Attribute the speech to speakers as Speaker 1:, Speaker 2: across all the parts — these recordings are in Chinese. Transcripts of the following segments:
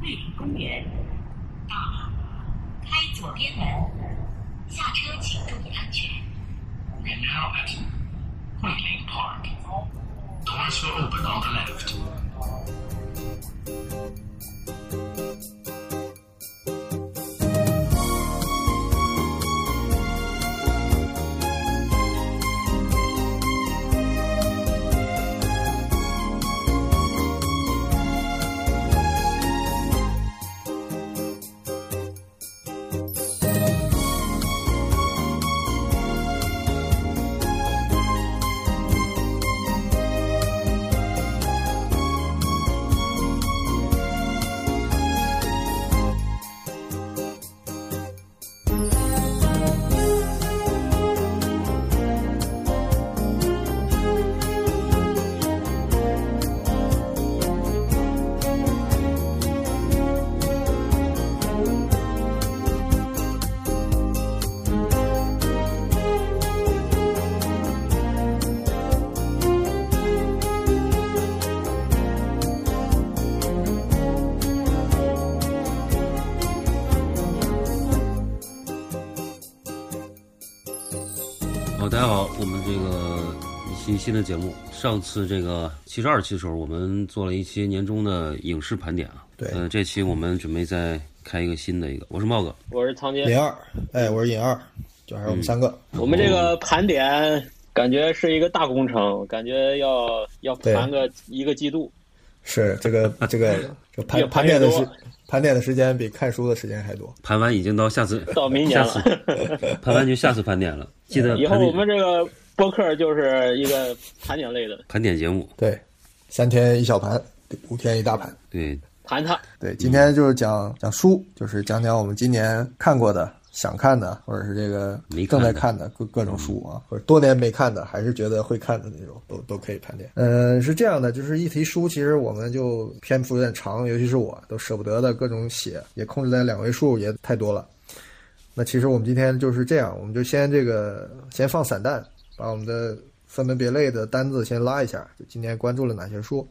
Speaker 1: 桂林公园。到了，开左边门，下车请注意安全。
Speaker 2: We are now at Guilin Park. Doors will open on the left.
Speaker 3: 好，大家好，我们这个一期新的节目，上次这个七十二期的时候，我们做了一期年终的影视盘点啊。
Speaker 4: 对
Speaker 3: 呃，这期我们准备再开一个新的一个，我是茂哥，
Speaker 5: 我是唐
Speaker 4: 尹
Speaker 5: 杰。
Speaker 4: 二，嗯哎，我是尹二，就还是我们三个，
Speaker 5: 我们这个盘点感觉是一个大工程，感觉要要盘个一个季度。
Speaker 4: 是这 个这个这
Speaker 5: 越
Speaker 4: 盘
Speaker 5: 盘
Speaker 4: 盘点的
Speaker 5: 越多
Speaker 4: 时盘点的时间比看书的时间还多。
Speaker 3: 盘完已经到下次，
Speaker 5: 到明年了
Speaker 3: 嗯下次盘完就下次盘点了，记得
Speaker 5: 以后
Speaker 3: 盘点
Speaker 5: 我们这个播客就是一个盘点类的，
Speaker 3: 盘点节目，
Speaker 4: 对，三天一小盘，五天一大盘。
Speaker 3: 对，
Speaker 5: 盘它。
Speaker 4: 对，今天就是讲讲书，就是讲讲我们今年看过的、想看的，或者是这个
Speaker 3: 没看
Speaker 4: 正在
Speaker 3: 的
Speaker 4: 看的各各种书啊，或者多年没看的，还是觉得会看的那种，都都可以盘点。嗯，是这样的，就是一提书，其实我们就篇幅有点长，尤其是我都舍不得的各种写，也控制在两位数，也太多了。那其实我们今天就是这样，我们就先这个先放散弹，把我们的分门别类的单子先拉一下，就今年关注了哪些书，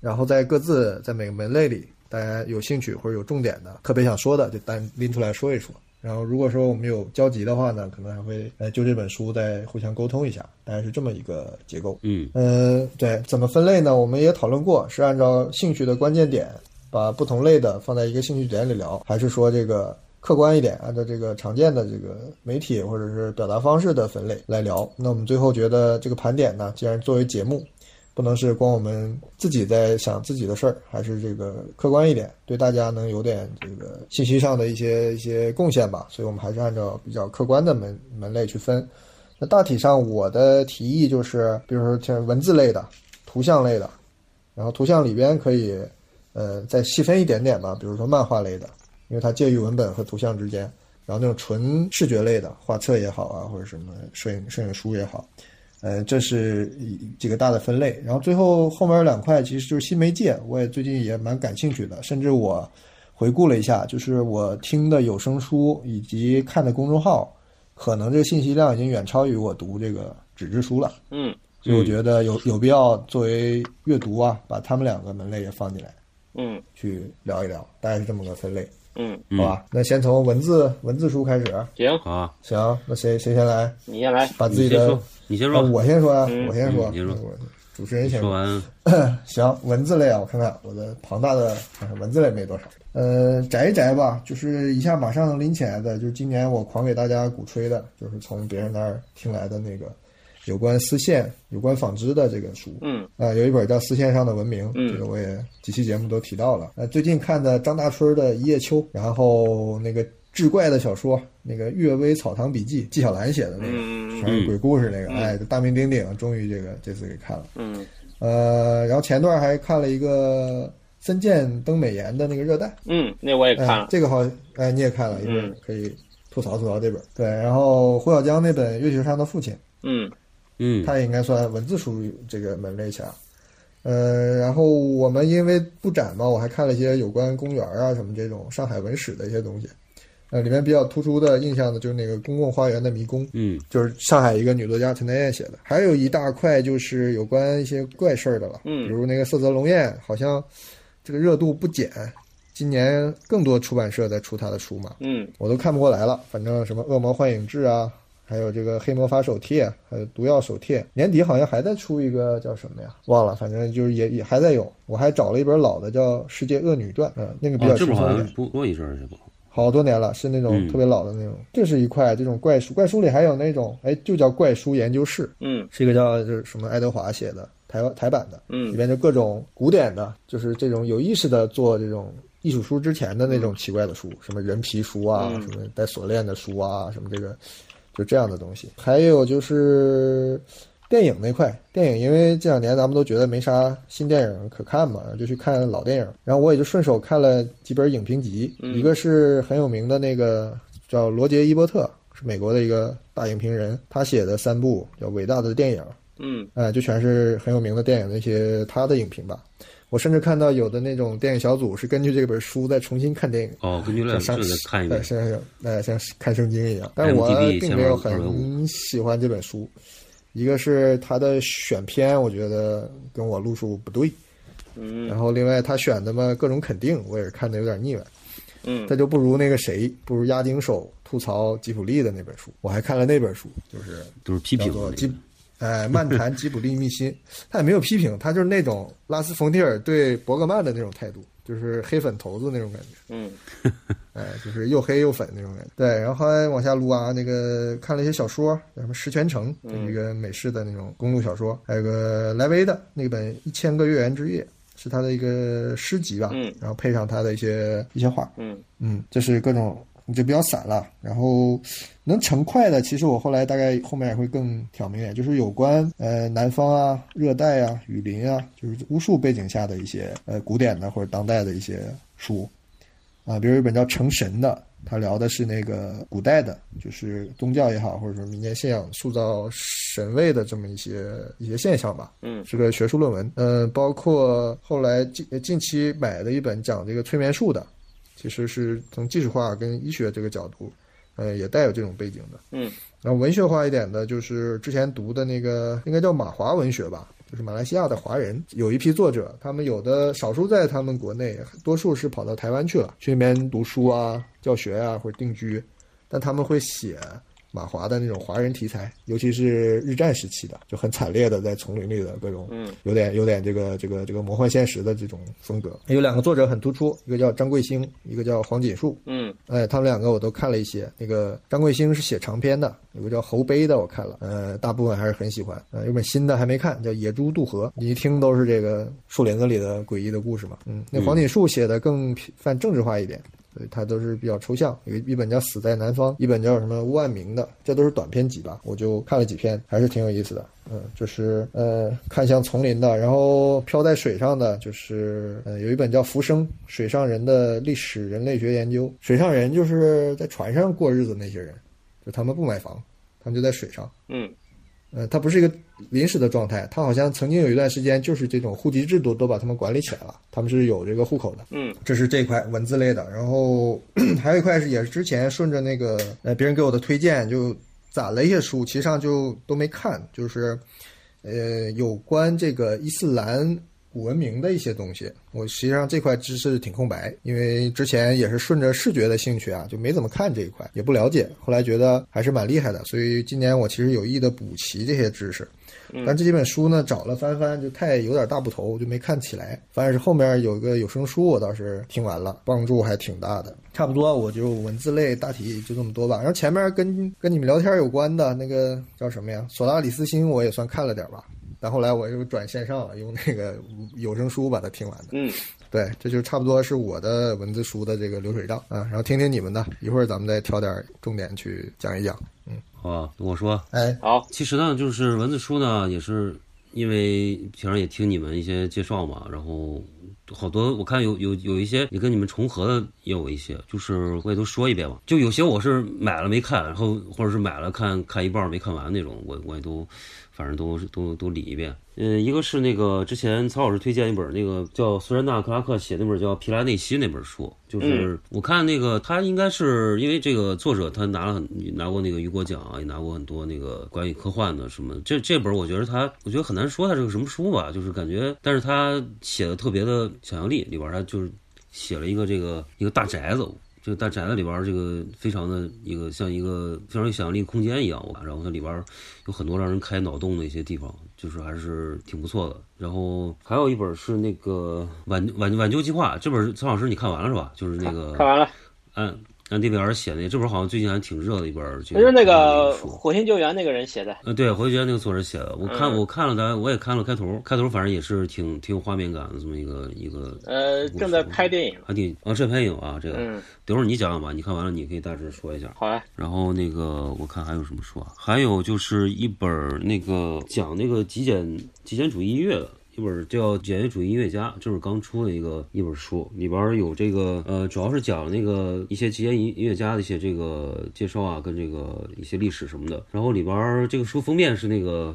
Speaker 4: 然后在各自在每个门类里，大家有兴趣或者有重点的、特别想说的，就单拎出来说一说。然后如果说我们有交集的话呢，可能还会呃就这本书再互相沟通一下，大概是这么一个结构。
Speaker 3: 嗯，
Speaker 4: 呃，对，怎么分类呢？我们也讨论过，是按照兴趣的关键点，把不同类的放在一个兴趣点里聊，还是说这个客观一点，按照这个常见的这个媒体或者是表达方式的分类来聊？那我们最后觉得这个盘点呢，既然作为节目，不能是光我们自己在想自己的事儿，还是这个客观一点，对大家能有点这个信息上的一些一些贡献吧。所以我们还是按照比较客观的门门类去分。那大体上我的提议就是，比如说像文字类的、图像类的，然后图像里边可以呃再细分一点点吧，比如说漫画类的，因为它介于文本和图像之间。然后那种纯视觉类的画册也好啊，或者什么摄影摄影书也好，呃，这是一几个大的分类。然后最后后面有两块其实就是新媒介，我也最近也蛮感兴趣的，甚至我回顾了一下，就是我听的有声书以及看的公众号，可能这个信息量已经远超于我读这个纸质书了。
Speaker 5: 嗯，
Speaker 4: 所以我觉得有有必要作为阅读啊，把他们两个门类也放进来
Speaker 5: 嗯
Speaker 4: 去聊一聊，大概是这么个分类，
Speaker 5: 嗯，
Speaker 3: 嗯
Speaker 4: 好吧？那先从文字文字书开始，
Speaker 5: 行，
Speaker 3: 好啊，
Speaker 4: 行，那谁谁先来？
Speaker 5: 你先来。
Speaker 4: 把自己
Speaker 3: 你先
Speaker 4: 的
Speaker 3: 说，你先说
Speaker 4: 啊我先说啊，
Speaker 5: 嗯
Speaker 4: 我先说，
Speaker 3: 嗯你先说
Speaker 4: 我主持人先
Speaker 3: 说完
Speaker 4: 行，文字类啊，我看看我的庞大的哎文字类没多少。呃，摘一摘吧，就是一下马上拎起来的，就是今年我狂给大家鼓吹的，就是从别人那儿听来的那个有关丝线、有关纺织的这个书。
Speaker 5: 嗯
Speaker 4: 啊、有一本叫《丝线上的文明》，
Speaker 5: 嗯
Speaker 4: 这个我也几期节目都提到了。呃，最近看的张大春的《一叶秋》，然后那个志怪的小说，那个《阅微草堂笔记》，纪晓岚写的那个，
Speaker 5: 嗯
Speaker 4: 全是鬼故事那个，
Speaker 5: 嗯
Speaker 4: 哎，大名鼎鼎，终于这个这次给看了。
Speaker 5: 嗯
Speaker 4: 呃，然后前段还看了一个森见登美彦的那个《热带》，
Speaker 5: 嗯，那我也看
Speaker 4: 哎
Speaker 5: 了，。
Speaker 4: 这个好，哎，你也看了，一会儿
Speaker 5: 嗯
Speaker 4: 可以吐槽吐槽这本。对，然后胡小江那本《月球上的父亲》，
Speaker 5: 嗯
Speaker 3: 嗯，
Speaker 4: 它也应该算文字书这个门类下。呃，然后我们因为布展嘛，我还看了一些有关公园啊什么这种上海文史的一些东西。呃，里面比较突出的印象的就是那个公共花园的迷宫，
Speaker 3: 嗯
Speaker 4: 就是上海一个女作家陈丹燕写的，还有一大块就是有关一些怪事儿的了，
Speaker 5: 嗯
Speaker 4: 比如那个色泽龙艳，好像这个热度不减，今年更多出版社在出他的书嘛，
Speaker 5: 嗯，
Speaker 4: 我都看不过来了。反正什么《恶魔幻影志》啊，还有这个《黑魔法手帖》，还有《毒药手帖》，年底好像还在出一个叫什么呀？忘了，反正就是也也还在有。我还找了一本老的叫《世界恶女传》，嗯，那个比较
Speaker 3: 哦，这
Speaker 4: 轻
Speaker 3: 本
Speaker 4: 松
Speaker 3: 好
Speaker 4: 一
Speaker 3: 像
Speaker 4: 点。
Speaker 3: 播过一阵儿去吧？
Speaker 4: 好多年了，是那种
Speaker 3: 嗯
Speaker 4: 特别老的那种。这是一块这种怪书，怪书里还有那种，哎，就叫怪书研究室，
Speaker 5: 嗯
Speaker 4: 是一个叫就是什么爱德华写的台湾台版的，
Speaker 5: 嗯
Speaker 4: 里面就各种古典的，就是这种有意识的做这种艺术书之前的那种奇怪的书，什么人皮书啊，
Speaker 5: 嗯
Speaker 4: 什么带锁链的书啊，什么这个就这样的东西。还有就是电影那块，电影因为这两年咱们都觉得没啥新电影可看嘛，就去看老电影。然后我也就顺手看了几本影评集，一个是很有名的那个叫罗杰·伊伯特，是美国的一个大影评人，他写的三部叫《伟大的电影》，
Speaker 5: 嗯
Speaker 4: 呃，就全是很有名的电影的一些他的影评吧。我甚至看到有的那种电影小组是根据这本书再重新看电影。
Speaker 3: 哦，根据量这
Speaker 4: 像
Speaker 3: 个看一
Speaker 4: 对，
Speaker 3: 遍。
Speaker 4: 像像呃像看圣经一样。但是我
Speaker 3: IMDb
Speaker 4: 并没有
Speaker 3: 下面
Speaker 4: 很
Speaker 3: 2.5
Speaker 4: 喜欢这本书，一个是它的选片，我觉得跟我路数不对，然
Speaker 5: 嗯
Speaker 4: 后另外他选的嘛各种肯定，我也是看的有点腻歪。
Speaker 5: 嗯
Speaker 4: 这就不如那个谁，不如押井守吐槽吉卜力的那本书。我还看了那本书，就是
Speaker 3: 就是批评
Speaker 4: 叫
Speaker 3: 的
Speaker 4: 做
Speaker 3: 那
Speaker 4: 吉
Speaker 3: 个，
Speaker 4: 哎，漫谈吉卜力秘辛，他也没有批评，他就是那种拉斯冯蒂尔对伯格曼的那种态度，就是黑粉头子那种感觉。
Speaker 5: 嗯
Speaker 4: 哎，就是又黑又粉那种感觉。对，然后后来往下撸啊，那个看了一些小说，叫什么《十全城》，
Speaker 5: 嗯
Speaker 4: 这是一个美式的那种公路小说，还有个莱维的那本《一千个月圆之夜》，是他的一个诗集吧，
Speaker 5: 嗯
Speaker 4: 然后配上他的一些一些画，
Speaker 5: 嗯
Speaker 4: 嗯，就是各种就比较散了。然后能成块的，其实我后来大概后面也会更挑明一点，就是有关呃南方啊、热带啊、雨林啊，就是巫术背景下的一些呃古典的或者当代的一些书啊，比如有一本叫《成神》的。他聊的是那个古代的，就是宗教也好，或者说民间信仰塑造神位的这么一些一些现象吧。
Speaker 5: 嗯
Speaker 4: 是个学术论文。嗯，包括后来近呃近期买的一本讲这个催眠术的，其实是从技术化跟医学这个角度，呃，也带有这种背景的。
Speaker 5: 嗯
Speaker 4: 然后文学化一点的，就是之前读的那个应该叫马华文学吧，就是马来西亚的华人，有一批作者，他们有的少数在他们国内，多数是跑到台湾去了，去那边读书啊、教学啊或者定居，但他们会写。马华的那种华人题材，尤其是日战时期的，就很惨烈的在丛林里的各种
Speaker 5: 嗯
Speaker 4: 有点有点这个这个这个魔幻现实的这种风格。有两个作者很突出，一个叫张贵兴，一个叫黄锦树。
Speaker 5: 嗯
Speaker 4: 哎，他们两个我都看了一些。那个张贵兴是写长篇的，有个叫《侯碑》的，我看了，呃，大部分还是很喜欢。呃，有本新的还没看，叫《野猪渡河》，你一听都是这个树林子里的诡异的故事嘛。嗯，那黄锦树写的更偏泛政治化一点。所以它都是比较抽象，有一一本叫《死在南方》，一本叫什么《乌暗明》的，这都是短篇集吧，我就看了几篇，还是挺有意思的。嗯，就是呃，看向丛林的，然后飘在水上的，就是呃，有一本叫《浮生》，水上人的历史人类学研究。水上人就是在船上过日子那些人，就他们不买房，他们就在水上。
Speaker 5: 嗯
Speaker 4: 呃，它不是一个临时的状态，它好像曾经有一段时间就是这种户籍制度都把他们管理起来了，他们是有这个户口的。
Speaker 5: 嗯
Speaker 4: 这是这一块文字类的，然后 还有一块是也是之前顺着那个呃别人给我的推荐就攒了一些书，其实上就都没看，就是呃有关这个伊斯兰古文明的一些东西，我实际上这块知识挺空白，因为之前也是顺着视觉的兴趣啊，就没怎么看这一块，也不了解，后来觉得还是蛮厉害的，所以今年我其实有意的补齐这些知识。但这几本书呢，找了翻翻，就太有点大部头，就没看起来。反而是后面有个有声书，我倒是听完了，帮助还挺大的。差不多，我就文字类大体就这么多吧。然后前面跟跟你们聊天有关的那个叫什么呀？索拉里斯星，我也算看了点吧。但后来我又转线上了，用那个有声书把它听完的。
Speaker 5: 嗯，
Speaker 4: 对，这就差不多是我的文字书的这个流水账啊。然后听听你们的，一会儿咱们再挑点重点去讲一讲。
Speaker 3: 好吧？我说，
Speaker 4: 哎，
Speaker 5: 好，
Speaker 3: 其实呢，就是文字书呢，也是因为平常也听你们一些介绍嘛，然后好多我看有有有一些也跟你们重合的，也有一些，就是我也都说一遍吧。就有些我是买了没看，然后或者是买了看看一半儿没看完那种，我我也都反正都都都理一遍。嗯，一个是那个之前曹老师推荐一本那个叫苏珊娜·克拉克写那本叫《皮拉内西》那本书，就是我看那个他应该是因为这个作者他拿了很拿过那个雨果奖啊，也拿过很多那个关于科幻的什么这这本我觉得他我觉得很难说他是个什么书吧，就是感觉但是他写的特别的想象力，里边儿他就是写了一个这个一个大宅子，这个大宅子里边儿这个非常的一个像一个非常有想象力空间一样，我然后它里边儿有很多让人开脑洞的一些地方，就是还是挺不错的。然后还有一本是那个挽挽挽救计划，这本苍老师你看完了是吧？就是那个
Speaker 5: 看完了，
Speaker 3: 安安迪维尔写的，这本好像最近还挺热的一本儿，就
Speaker 5: 就是那个
Speaker 3: 书
Speaker 5: 火星救援那个人写的，
Speaker 3: 呃，对，回觉那个作者写的，我看、
Speaker 5: 嗯
Speaker 3: 我看了咱，我也看了开头，开头反正也是挺挺有画面感的这么一个一个，
Speaker 5: 呃，正在拍电影。
Speaker 3: 还挺啊，这拍影啊，这个，
Speaker 5: 嗯，
Speaker 3: 等会儿你讲讲吧，你看完了你可以大致说一下。
Speaker 5: 好嘞，
Speaker 3: 然后那个我看还有什么书啊？还有就是一本儿那个讲那个极简极简主义音乐的。一本儿叫《简约主义音乐家》，这是刚出的一个一本书，里边儿有这个呃，主要是讲那个一些极简音音乐家的一些这个介绍啊，跟这个一些历史什么的。然后里边儿这个书封面是那个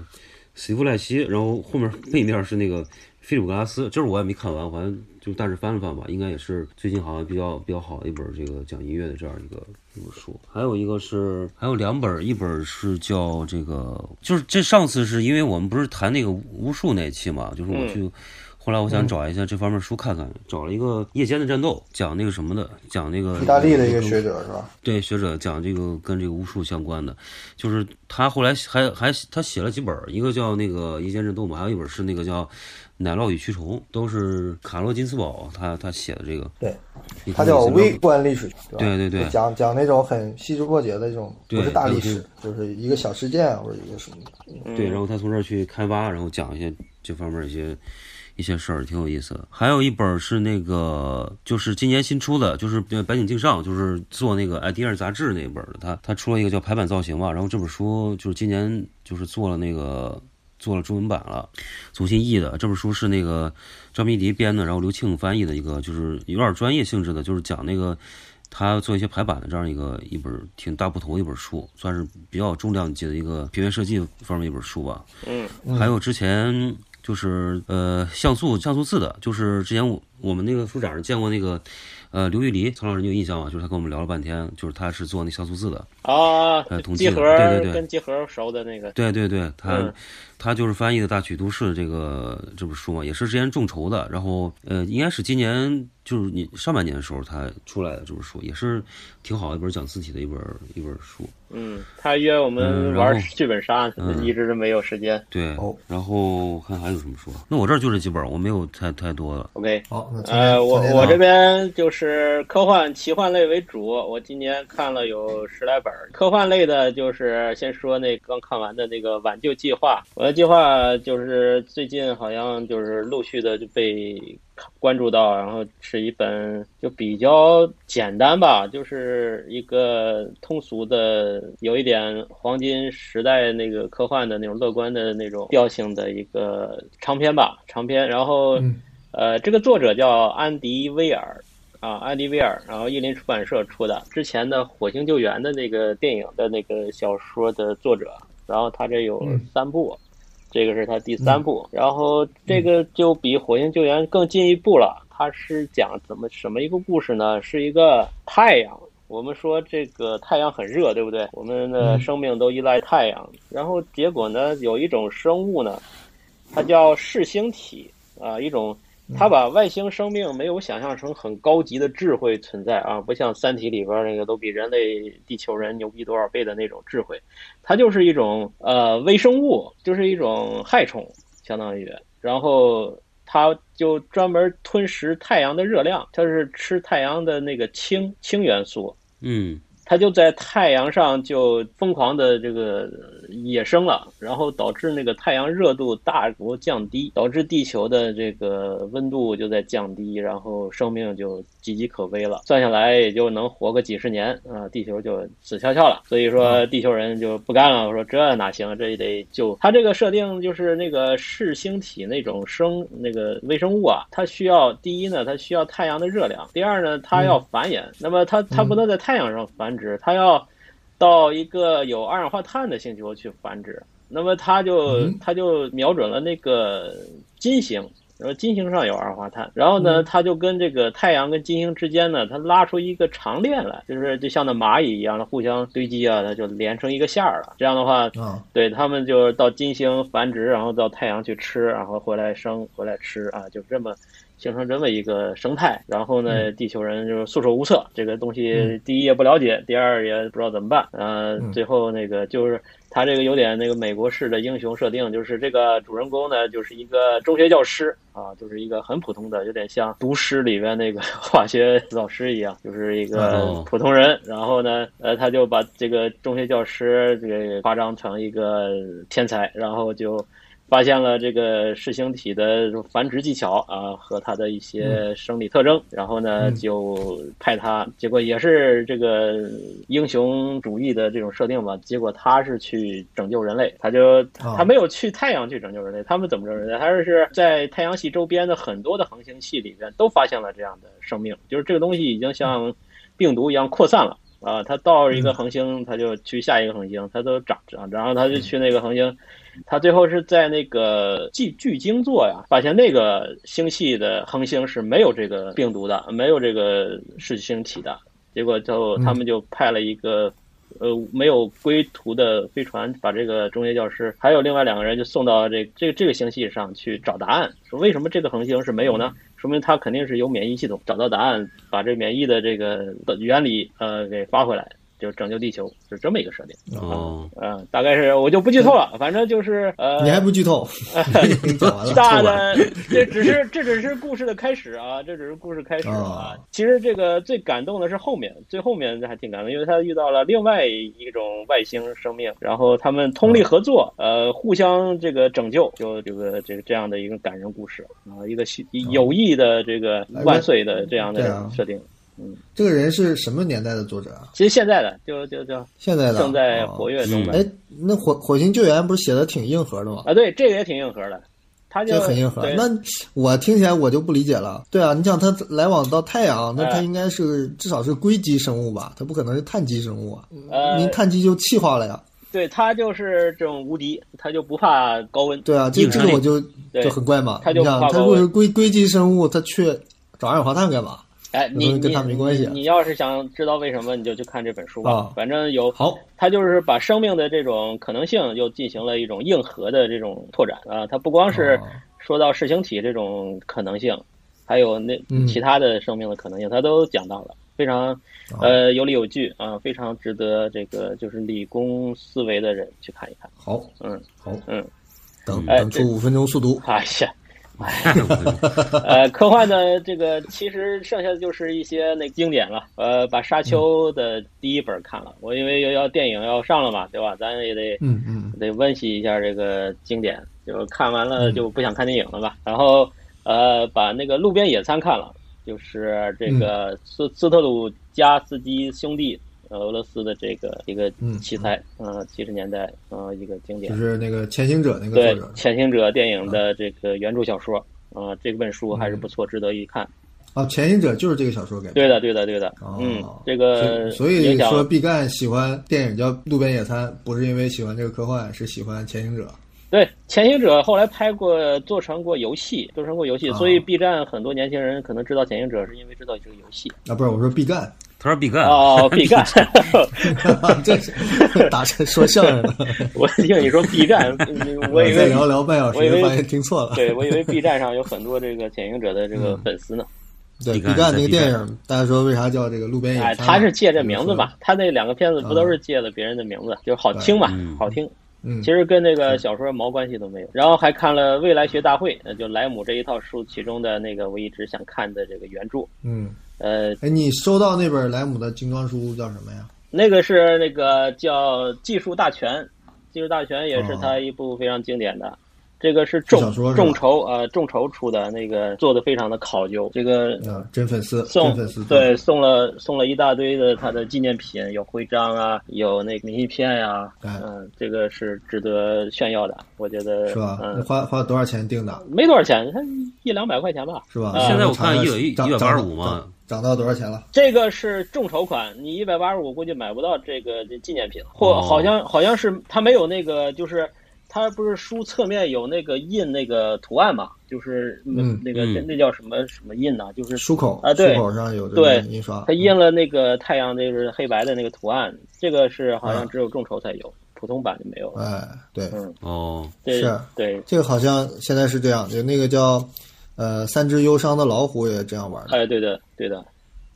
Speaker 3: 史蒂夫·赖希，然后后面背面是那个菲利普·格拉斯，这本我也没看完，反正就大致翻了翻吧，应该也是最近好像比较比较好的一本这个讲音乐的这样一个一本书。还有一个是还有两本，一本是叫这个，就是这上次是因为我们不是谈那个巫术那期嘛，就是我去。后来我想找一下这方面书看看，找了一个《夜间的战斗》，讲那个什么的，讲那个
Speaker 4: 意大利的一个学者是吧？
Speaker 3: 对学者讲这个跟这个巫术相关的，就是他后来还还他写了几本儿，一个叫那个《一间震动》嘛，还有一本是那个叫《奶酪与蛆虫》，都是卡洛金斯堡他他写的这个，
Speaker 4: 对，
Speaker 3: 你
Speaker 4: 它
Speaker 3: 看
Speaker 4: 叫
Speaker 3: 这个
Speaker 4: 微观历史学，对吧
Speaker 3: 对对对
Speaker 4: 就讲讲那种很细枝末节的这种，
Speaker 3: 对
Speaker 4: 不是大历史，就是一个小事件或者一个什么的。
Speaker 3: 对，然后他从这儿去开挖，然后讲一些这方面一些一些事儿，挺有意思的。还有一本是那个，就是今年新出的，就是呃白井敬上，就是做那个 idea 杂志那本儿的，他他出了一个叫排版造型嘛，然后这本书就是今年就是做了那个做了中文版了，重新译的。这本书是那个张明迪编的，然后刘庆翻译的一个，就是有点专业性质的，就是讲那个。他做一些排版的这样一个一本挺大部头的一本书，算是比较重量级的一个平面设计方面一本书吧。
Speaker 5: 嗯，
Speaker 3: 还有之前就是呃像素像素字的，就是之前我我们那个书展上见过那个呃刘玉黎，曹老师你有印象吗？就是他跟我们聊了半天，就是他是做那像素字的，
Speaker 5: 啊
Speaker 3: 呃，同济
Speaker 5: 集
Speaker 3: 的
Speaker 5: 合
Speaker 3: 对对对
Speaker 5: 跟集合熟的那个，
Speaker 3: 对对对，他、
Speaker 5: 嗯
Speaker 3: 他就是翻译的《大曲都市》这个这本书嘛，也是之前众筹的，然后呃，应该是今年就是你上半年的时候他出来的这本书，也是挺好的一本讲字体的一本一本书。
Speaker 5: 嗯，他约我
Speaker 3: 嗯
Speaker 5: 们
Speaker 3: 然后
Speaker 5: 玩剧本杀，
Speaker 3: 嗯
Speaker 5: 一直都没有时间。
Speaker 3: 对，
Speaker 4: 哦
Speaker 3: 然后我看还有什么书啊？那我这儿就这几本，我没有太太多了。
Speaker 5: OK，
Speaker 4: 好，那今天
Speaker 5: 呃，我
Speaker 4: 今天
Speaker 5: 我
Speaker 4: 呢
Speaker 5: 这边就是科幻、奇幻类为主，我今年看了有十来本儿。科幻类的，就是先说那刚看完的那个《挽救计划》，《挽救计划》就是最近好像就是陆续的就被关注到，然后是一本就比较简单吧，就是一个通俗的，有一点黄金时代那个科幻的那种乐观的那种调性的一个长篇吧，长篇。然后，
Speaker 4: 嗯
Speaker 5: 呃，这个作者叫安迪·威尔，啊，安迪·威尔，然后译林出版社出的，之前的《火星救援》的那个电影的那个小说的作者，然后他这有
Speaker 4: 嗯
Speaker 5: 三部，这个是他第三部，然后这个就比《火星救援》更进一步了，它是讲怎么什么一个故事呢？是一个太阳。我们说这个太阳很热，对不对？我们的
Speaker 4: 嗯
Speaker 5: 生命都依赖太阳。然后结果呢，有一种生物呢，它叫噬星体啊、一种它把外星生命没有想象成很高级的智慧存在啊，不像《三体》里边那个都比人类地球人牛逼多少倍的那种智慧，它就是一种呃微生物，就是一种害虫，相当于，然后它就专门吞食太阳的热量，它是吃太阳的那个氢氢元素，
Speaker 3: 嗯
Speaker 5: 它就在太阳上就疯狂的这个呃野生了，然后导致那个太阳热度大幅降低，导致地球的这个温度就在降低，然后生命就岌岌可危了。算下来也就能活个几十年啊、地球就死翘翘了。所以说地球人就不干了，我说这哪行，这也得救。它这个设定就是那个噬星体那种生那个微生物啊，它需要第一呢，它需要太阳的热量；第二呢，它要繁衍。那么它它不能在太阳上繁殖，它要到一个有二氧化碳的星球去繁殖。那么它就
Speaker 4: 嗯
Speaker 5: 它就瞄准了那个金星。然后金星上有二氧化碳，然后呢，它就跟这个太阳跟金星之间呢，它拉出一个长链来，就是就像那蚂蚁一样的互相堆积啊，它就连成一个线儿了。这样的话，
Speaker 4: 啊，
Speaker 5: 对他们就是到金星繁殖，然后到太阳去吃，然后回来生，回来吃啊，就这么形成这么一个生态。然后呢，地球人就是束手无策，这个东西第一也不了解，第二也不知道怎么办。呃，最后那个就是他这个有点那个美国式的英雄设定，就是这个主人公呢就是一个中学教师啊，就是一个很普通的，有点像《毒师》里边那个 化学老师一样，就是一个
Speaker 4: 嗯
Speaker 3: 哦
Speaker 5: 普通人。然后呢，呃，他就把这个中学教师给夸张成一个天才，然后就。发现了这个噬星体的繁殖技巧啊和它的一些生理特征，然后呢
Speaker 4: 嗯
Speaker 5: 就派他，结果也是这个英雄主义的这种设定吧。结果他是去拯救人类，他就
Speaker 4: 啊
Speaker 5: 他没有去太阳去拯救人类，他们怎么拯救人类？他是在太阳系周边的很多的恒星系里边都发现了这样的生命，就是这个东西已经像病毒一样扩散了。啊，它到一个恒星，它就去下一个恒星，它都长长，然后它就去那个恒星，它最后是在那个巨巨鲸座呀，发现那个星系的恒星是没有这个病毒的，没有这个噬星体的，结果就
Speaker 4: 嗯
Speaker 5: 他们就派了一个。呃，没有归途的飞船把这个中介教师还有另外两个人就送到这这这个星系上去找答案，说为什么这个恒星是没有呢？说明它肯定是有免疫系统，找到答案，把这免疫的这个的原理呃给发回来，就拯救地球，就这么一个设定。
Speaker 3: 哦，
Speaker 5: 嗯、大概是我就不剧透了，反正就是呃，
Speaker 4: 你还不剧 透？你已经讲完了。
Speaker 5: 大的，这只 是这只是故事的开始啊，这只是故事开始啊
Speaker 4: 啊。
Speaker 5: 其实这个最感动的是后面，最后面还挺感动，因为他遇到了另外一种外星生命，然后他们通
Speaker 4: 哦
Speaker 5: 力合作，呃，互相这个拯救，就这个这个这样的一个感人故事啊、一个喜有益的这个万岁的这样
Speaker 4: 哦对
Speaker 5: 的
Speaker 4: 啊
Speaker 5: 设定。
Speaker 4: 这个人是什么年代的作者啊？
Speaker 5: 其实现在的就就就
Speaker 4: 现在的啊
Speaker 5: 正在活
Speaker 3: 哦
Speaker 5: 跃中的
Speaker 4: 哎，那火火星救援不是写的挺硬核的吗？
Speaker 5: 啊，对，这个也挺硬核的，他就
Speaker 4: 这很硬核。
Speaker 5: 对
Speaker 4: 那我听起来我就不理解了。对啊，你想它来往到太阳，那它
Speaker 5: 哎
Speaker 4: 应该是至少是硅基生物吧？它不可能是碳基生物啊。
Speaker 5: 呃
Speaker 4: 您碳基就气化了呀。
Speaker 5: 对他就是这种无敌，他就不怕高温。
Speaker 4: 对啊，这
Speaker 5: 硬
Speaker 4: 这
Speaker 5: 核
Speaker 4: 个
Speaker 5: 力
Speaker 4: 我就
Speaker 5: 对
Speaker 4: 就很怪嘛。
Speaker 5: 它就
Speaker 4: 你想
Speaker 5: 化，
Speaker 4: 它
Speaker 5: 高
Speaker 4: 如果
Speaker 5: 温
Speaker 4: 是硅硅基生物，它去找二氧化碳干嘛？
Speaker 5: 哎，
Speaker 4: 这
Speaker 5: 你
Speaker 4: 东西跟
Speaker 5: 你
Speaker 4: 他没关系
Speaker 5: 你你要是想知道为什么，你就去看这本书吧。
Speaker 4: 啊
Speaker 5: 反正有
Speaker 4: 好，
Speaker 5: 他就是把生命的这种可能性又进行了一种硬核的这种拓展啊。他不光是
Speaker 4: 哦
Speaker 5: 说到噬星体这种可能性，还有那
Speaker 4: 嗯
Speaker 5: 其他的生命的可能性，他都讲到了，非常
Speaker 4: 哦
Speaker 5: 呃有理有据啊，非常值得这个就是理工思维的人去看一看。
Speaker 4: 好，
Speaker 5: 嗯，
Speaker 4: 好，
Speaker 5: 嗯，
Speaker 4: 等
Speaker 5: 哎
Speaker 4: 等出五分钟速读。
Speaker 5: 哎呀。
Speaker 4: 哎
Speaker 5: 呃，科幻呢，这个其实剩下的就是一些那经典了。呃，把《沙丘》
Speaker 4: 嗯
Speaker 5: 的第一本看了，我因为要要电影要上了嘛，对吧？咱也得
Speaker 4: 嗯嗯，
Speaker 5: 得温习一下这个经典，就看完了就不想看电影了吧。然后呃，把那个《路边野餐》看了，就是
Speaker 4: 嗯
Speaker 5: 这个斯斯特鲁加斯基兄弟。呃俄罗斯的这个一个
Speaker 4: 嗯
Speaker 5: 奇才，呃，七十年代，呃，一个经典
Speaker 4: 就，是那个《潜行者》那个
Speaker 5: 对
Speaker 4: 作者
Speaker 5: 《潜行者》电影的这个原著小说，啊、这本书还是不
Speaker 4: 嗯
Speaker 5: 错，值得一看。
Speaker 4: 啊，《潜行者》就是这个小说改编。
Speaker 5: 对的，对的，对的。
Speaker 4: 哦
Speaker 5: 嗯，这个
Speaker 4: 所以所
Speaker 5: 影
Speaker 4: 以
Speaker 5: 响
Speaker 4: 说，毕赣喜欢电影叫《路边野餐》，不是因为喜欢这个科幻，是喜欢《潜行者》。
Speaker 5: 对《潜行者》后来拍过，做成过游戏，做成过游戏，
Speaker 4: 啊
Speaker 5: 所以 B 站很多年轻人可能知道《潜行者》是因为知道这个游戏。
Speaker 4: 啊，不是，我说毕赣，
Speaker 3: 他说毕
Speaker 4: 啊
Speaker 3: 赣，
Speaker 5: 哦，B 站，
Speaker 4: 这是 打成说相声的。
Speaker 5: 我听你说 B 站，我以
Speaker 4: 再
Speaker 5: 为
Speaker 4: 聊聊半小时
Speaker 5: 我以，为
Speaker 4: 发现听错了。
Speaker 5: 对我以为 B 站上有很多这个《潜行者》的这
Speaker 4: 嗯
Speaker 5: 个粉丝呢。
Speaker 4: 对，
Speaker 3: 毕
Speaker 4: 毕
Speaker 3: 赣
Speaker 4: 赣那
Speaker 3: 在
Speaker 4: 个
Speaker 3: 毕
Speaker 4: 电
Speaker 3: 赣
Speaker 4: 影，大家说为啥叫这个《路边野
Speaker 5: 哎，
Speaker 4: 餐》嘛？
Speaker 5: 他是借这名字吧？他那两个片子不都
Speaker 4: 嗯
Speaker 5: 是借的别人的名字，就好听嘛
Speaker 3: 嗯，
Speaker 5: 好听。
Speaker 4: 嗯，
Speaker 5: 其实跟那个小说毛关系都没有。然后还看了《未来学大会》，呃就莱姆这一套书其中的那个我一直想看的这个原著。
Speaker 4: 嗯，
Speaker 5: 呃，
Speaker 4: 哎，你收到那本莱姆的精装书叫什么呀？
Speaker 5: 那个是那个叫《技术大全》，《技术大全》也是
Speaker 4: 哦
Speaker 5: 他一部非常经典的。这个是众
Speaker 4: 小说是吧
Speaker 5: 众筹呃众筹出的那个做的非常的考究，这个
Speaker 4: 啊，真粉丝，真
Speaker 5: 送
Speaker 4: 粉丝，
Speaker 5: 对送了送了一大堆的他的纪念品，有徽章啊，有那个明信片呀、
Speaker 4: 哎
Speaker 5: 嗯、这个是值得炫耀的，我觉得
Speaker 4: 是吧？那
Speaker 5: 嗯，
Speaker 4: 花花了多少钱订的？
Speaker 5: 没多少钱，它一两百块钱吧。
Speaker 4: 是吧？
Speaker 5: 啊
Speaker 3: 现在我看
Speaker 4: 涨到
Speaker 3: 一百一
Speaker 4: 涨
Speaker 3: 一百八十五
Speaker 4: 涨
Speaker 3: 嘛，
Speaker 4: 涨到多少钱了？
Speaker 5: 这个是众筹款，你一百八十五估计买不到这个这纪念品，或
Speaker 3: 哦
Speaker 5: 好像好像是它没有那个，就是它不是书侧面有那个印那个图案嘛，就是那
Speaker 4: 嗯
Speaker 5: 那个
Speaker 3: 嗯
Speaker 5: 那叫什么什么印呐，就是
Speaker 4: 书口
Speaker 5: 啊对
Speaker 4: 书口上有这
Speaker 5: 对
Speaker 4: 个印刷，
Speaker 5: 它印了那个太阳就是黑白的那个图案，这个是好
Speaker 4: 啊
Speaker 5: 像只有众筹才有，普通版就没有
Speaker 4: 嗯。
Speaker 5: 了。
Speaker 4: 哎，对，
Speaker 5: 嗯，
Speaker 3: 哦，
Speaker 5: 对
Speaker 4: 是
Speaker 5: 对
Speaker 4: 这个好像现在是这样，有那个叫呃，三只忧伤的老虎也这样玩的。
Speaker 5: 哎，对的，对的，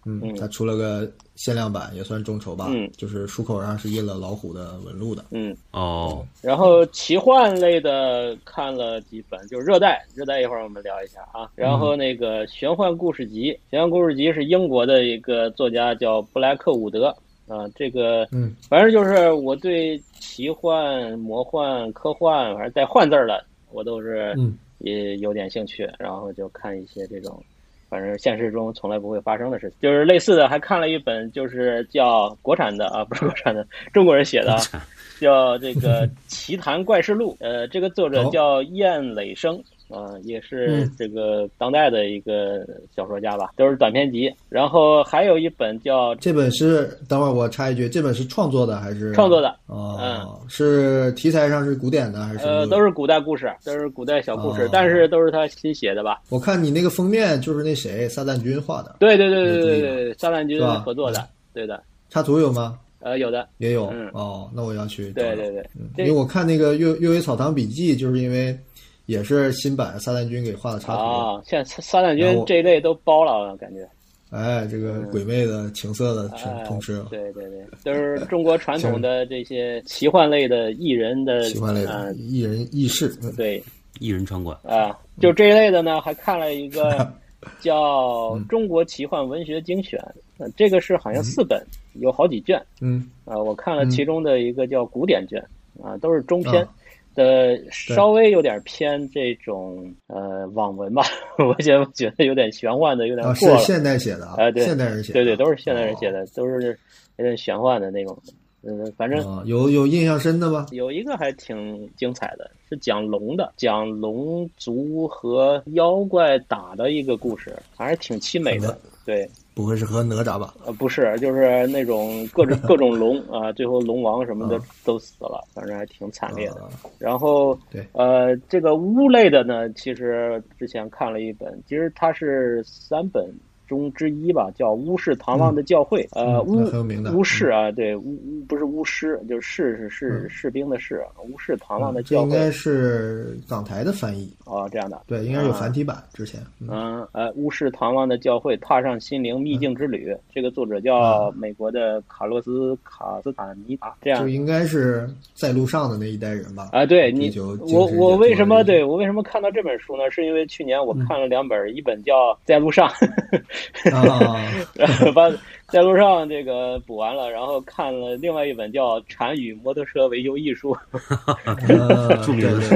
Speaker 4: 嗯，
Speaker 5: 嗯
Speaker 4: 它出了个限量版，也算众筹吧。
Speaker 5: 嗯
Speaker 4: 就是书口上是印了老虎的纹路的。
Speaker 5: 嗯。
Speaker 3: 哦，
Speaker 5: 然后奇幻类的看了几本，就是《热带》，《热带》一会儿我们聊一下啊。然后那个玄幻故事集，玄幻故事集是英国的一个作家叫布莱克伍德啊，这个
Speaker 4: 嗯，
Speaker 5: 反正就是我对奇幻、魔幻、科幻，反正带“幻”字儿的，我都是
Speaker 4: 嗯
Speaker 5: 也有点兴趣，然后就看一些这种，反正现实中从来不会发生的事情，就是类似的。还看了一本，就是叫国产的啊，不是国产的，中国人写的啊，叫这 个《奇谈怪事录》。呃，这个作者
Speaker 4: 哦
Speaker 5: 叫燕磊生。啊、也是
Speaker 4: 嗯
Speaker 5: 这个当代的一个小说家吧，都是短篇集。然后还有一本叫
Speaker 4: 这本是等会儿我插一句，这本是创作的还是
Speaker 5: 创作的，嗯
Speaker 4: 哦，是题材上是古典的还是什么
Speaker 5: 呃，
Speaker 4: 的？
Speaker 5: 都是古代故事，都是古代小故事，
Speaker 4: 哦
Speaker 5: 但是都是他新写的吧？
Speaker 4: 我看你那个封面就是那谁撒旦君画的，
Speaker 5: 对对对对对
Speaker 4: 有
Speaker 5: 对对，撒旦军
Speaker 4: 是吧嗯
Speaker 5: 合作的，对的，
Speaker 4: 插图有吗？
Speaker 5: 呃，有的，
Speaker 4: 也有、
Speaker 5: 嗯
Speaker 4: 哦，那我要去找找。
Speaker 5: 对对对，
Speaker 4: 嗯，
Speaker 5: 这
Speaker 4: 因为我看那个《阅阅微草堂笔记》，就是因为也是新版撒旦君给画的插图。
Speaker 5: 啊，现在撒旦
Speaker 4: 然
Speaker 5: 军
Speaker 4: 后
Speaker 5: 这一类都包了，啊我感觉，
Speaker 4: 哎，这个鬼魅的情色的全
Speaker 5: 嗯哎
Speaker 4: 通吃了。
Speaker 5: 对对对，都是中国传统的这些奇幻类的艺人的，
Speaker 4: 奇幻类的
Speaker 5: 嗯
Speaker 4: 一人一事，嗯
Speaker 5: 对
Speaker 3: 一人场馆，
Speaker 5: 啊，就这一类的呢，还看了一
Speaker 4: 嗯
Speaker 5: 个叫 《中国奇幻文学精选》，呃这个是好像四本，有好几卷。
Speaker 4: 嗯
Speaker 5: 啊，我看了
Speaker 4: 嗯
Speaker 5: 其中的一个叫古典卷，啊，都是中篇
Speaker 4: 啊
Speaker 5: 的，稍微有点偏这种呃网文吧， 我觉得觉得有点玄幻的，有点
Speaker 4: 啊，是
Speaker 5: 过了。
Speaker 4: 现代写的啊，
Speaker 5: 哎对
Speaker 4: 现代人写的，哦
Speaker 5: 对对，都是现代人写
Speaker 4: 的。
Speaker 5: 的，都是有点玄幻的那种。嗯，反正
Speaker 4: 啊，有有印象深的吗？
Speaker 5: 有一个还挺精彩的，是讲龙的，讲龙族和妖怪打的一个故事，还是挺凄美的。对，
Speaker 4: 不会是和哪吒吧？
Speaker 5: 呃，不是，就是那种 各种各种龙啊、最后龙王什么的
Speaker 4: 啊
Speaker 5: 都死了，反正还挺惨烈的。
Speaker 4: 啊
Speaker 5: 然后
Speaker 4: 对，
Speaker 5: 呃，这个屋类的呢，其实之前看了一本，其实它是三本中之一吧，叫《巫氏唐望的教会》。呃，
Speaker 4: 嗯那
Speaker 5: 巫
Speaker 4: 很有名的嗯
Speaker 5: 巫氏啊，对，巫巫不是巫师，就是士是士士兵的士，啊巫氏唐望的
Speaker 4: 这嗯
Speaker 5: 教
Speaker 4: 应
Speaker 5: 会
Speaker 4: 该是港台的翻译，
Speaker 5: 啊，这样的。
Speaker 4: 对，应该有繁体版。之前，嗯
Speaker 5: 嗯，呃，巫氏唐望的教会踏上心灵秘境之旅，这个作者叫
Speaker 4: 啊
Speaker 5: 美国的卡洛斯·卡斯塔尼达，这样
Speaker 4: 就应该是在路上的那一代人吧？
Speaker 5: 啊，对
Speaker 4: 地
Speaker 5: 你
Speaker 4: 球，精
Speaker 5: 我
Speaker 4: 神
Speaker 5: 我
Speaker 4: 解
Speaker 5: 为
Speaker 4: 脱
Speaker 5: 什
Speaker 4: 的
Speaker 5: 么
Speaker 4: 一嗯
Speaker 5: 对我为什么看到这本书呢？是因为去年我看了两本，一本叫《在路上》
Speaker 4: 啊，
Speaker 5: 然后把《在路上》这个补完了，然后看了另外一本叫《禅与摩托车维修艺术》。
Speaker 4: 呃
Speaker 3: 著名的
Speaker 4: 对
Speaker 3: 书，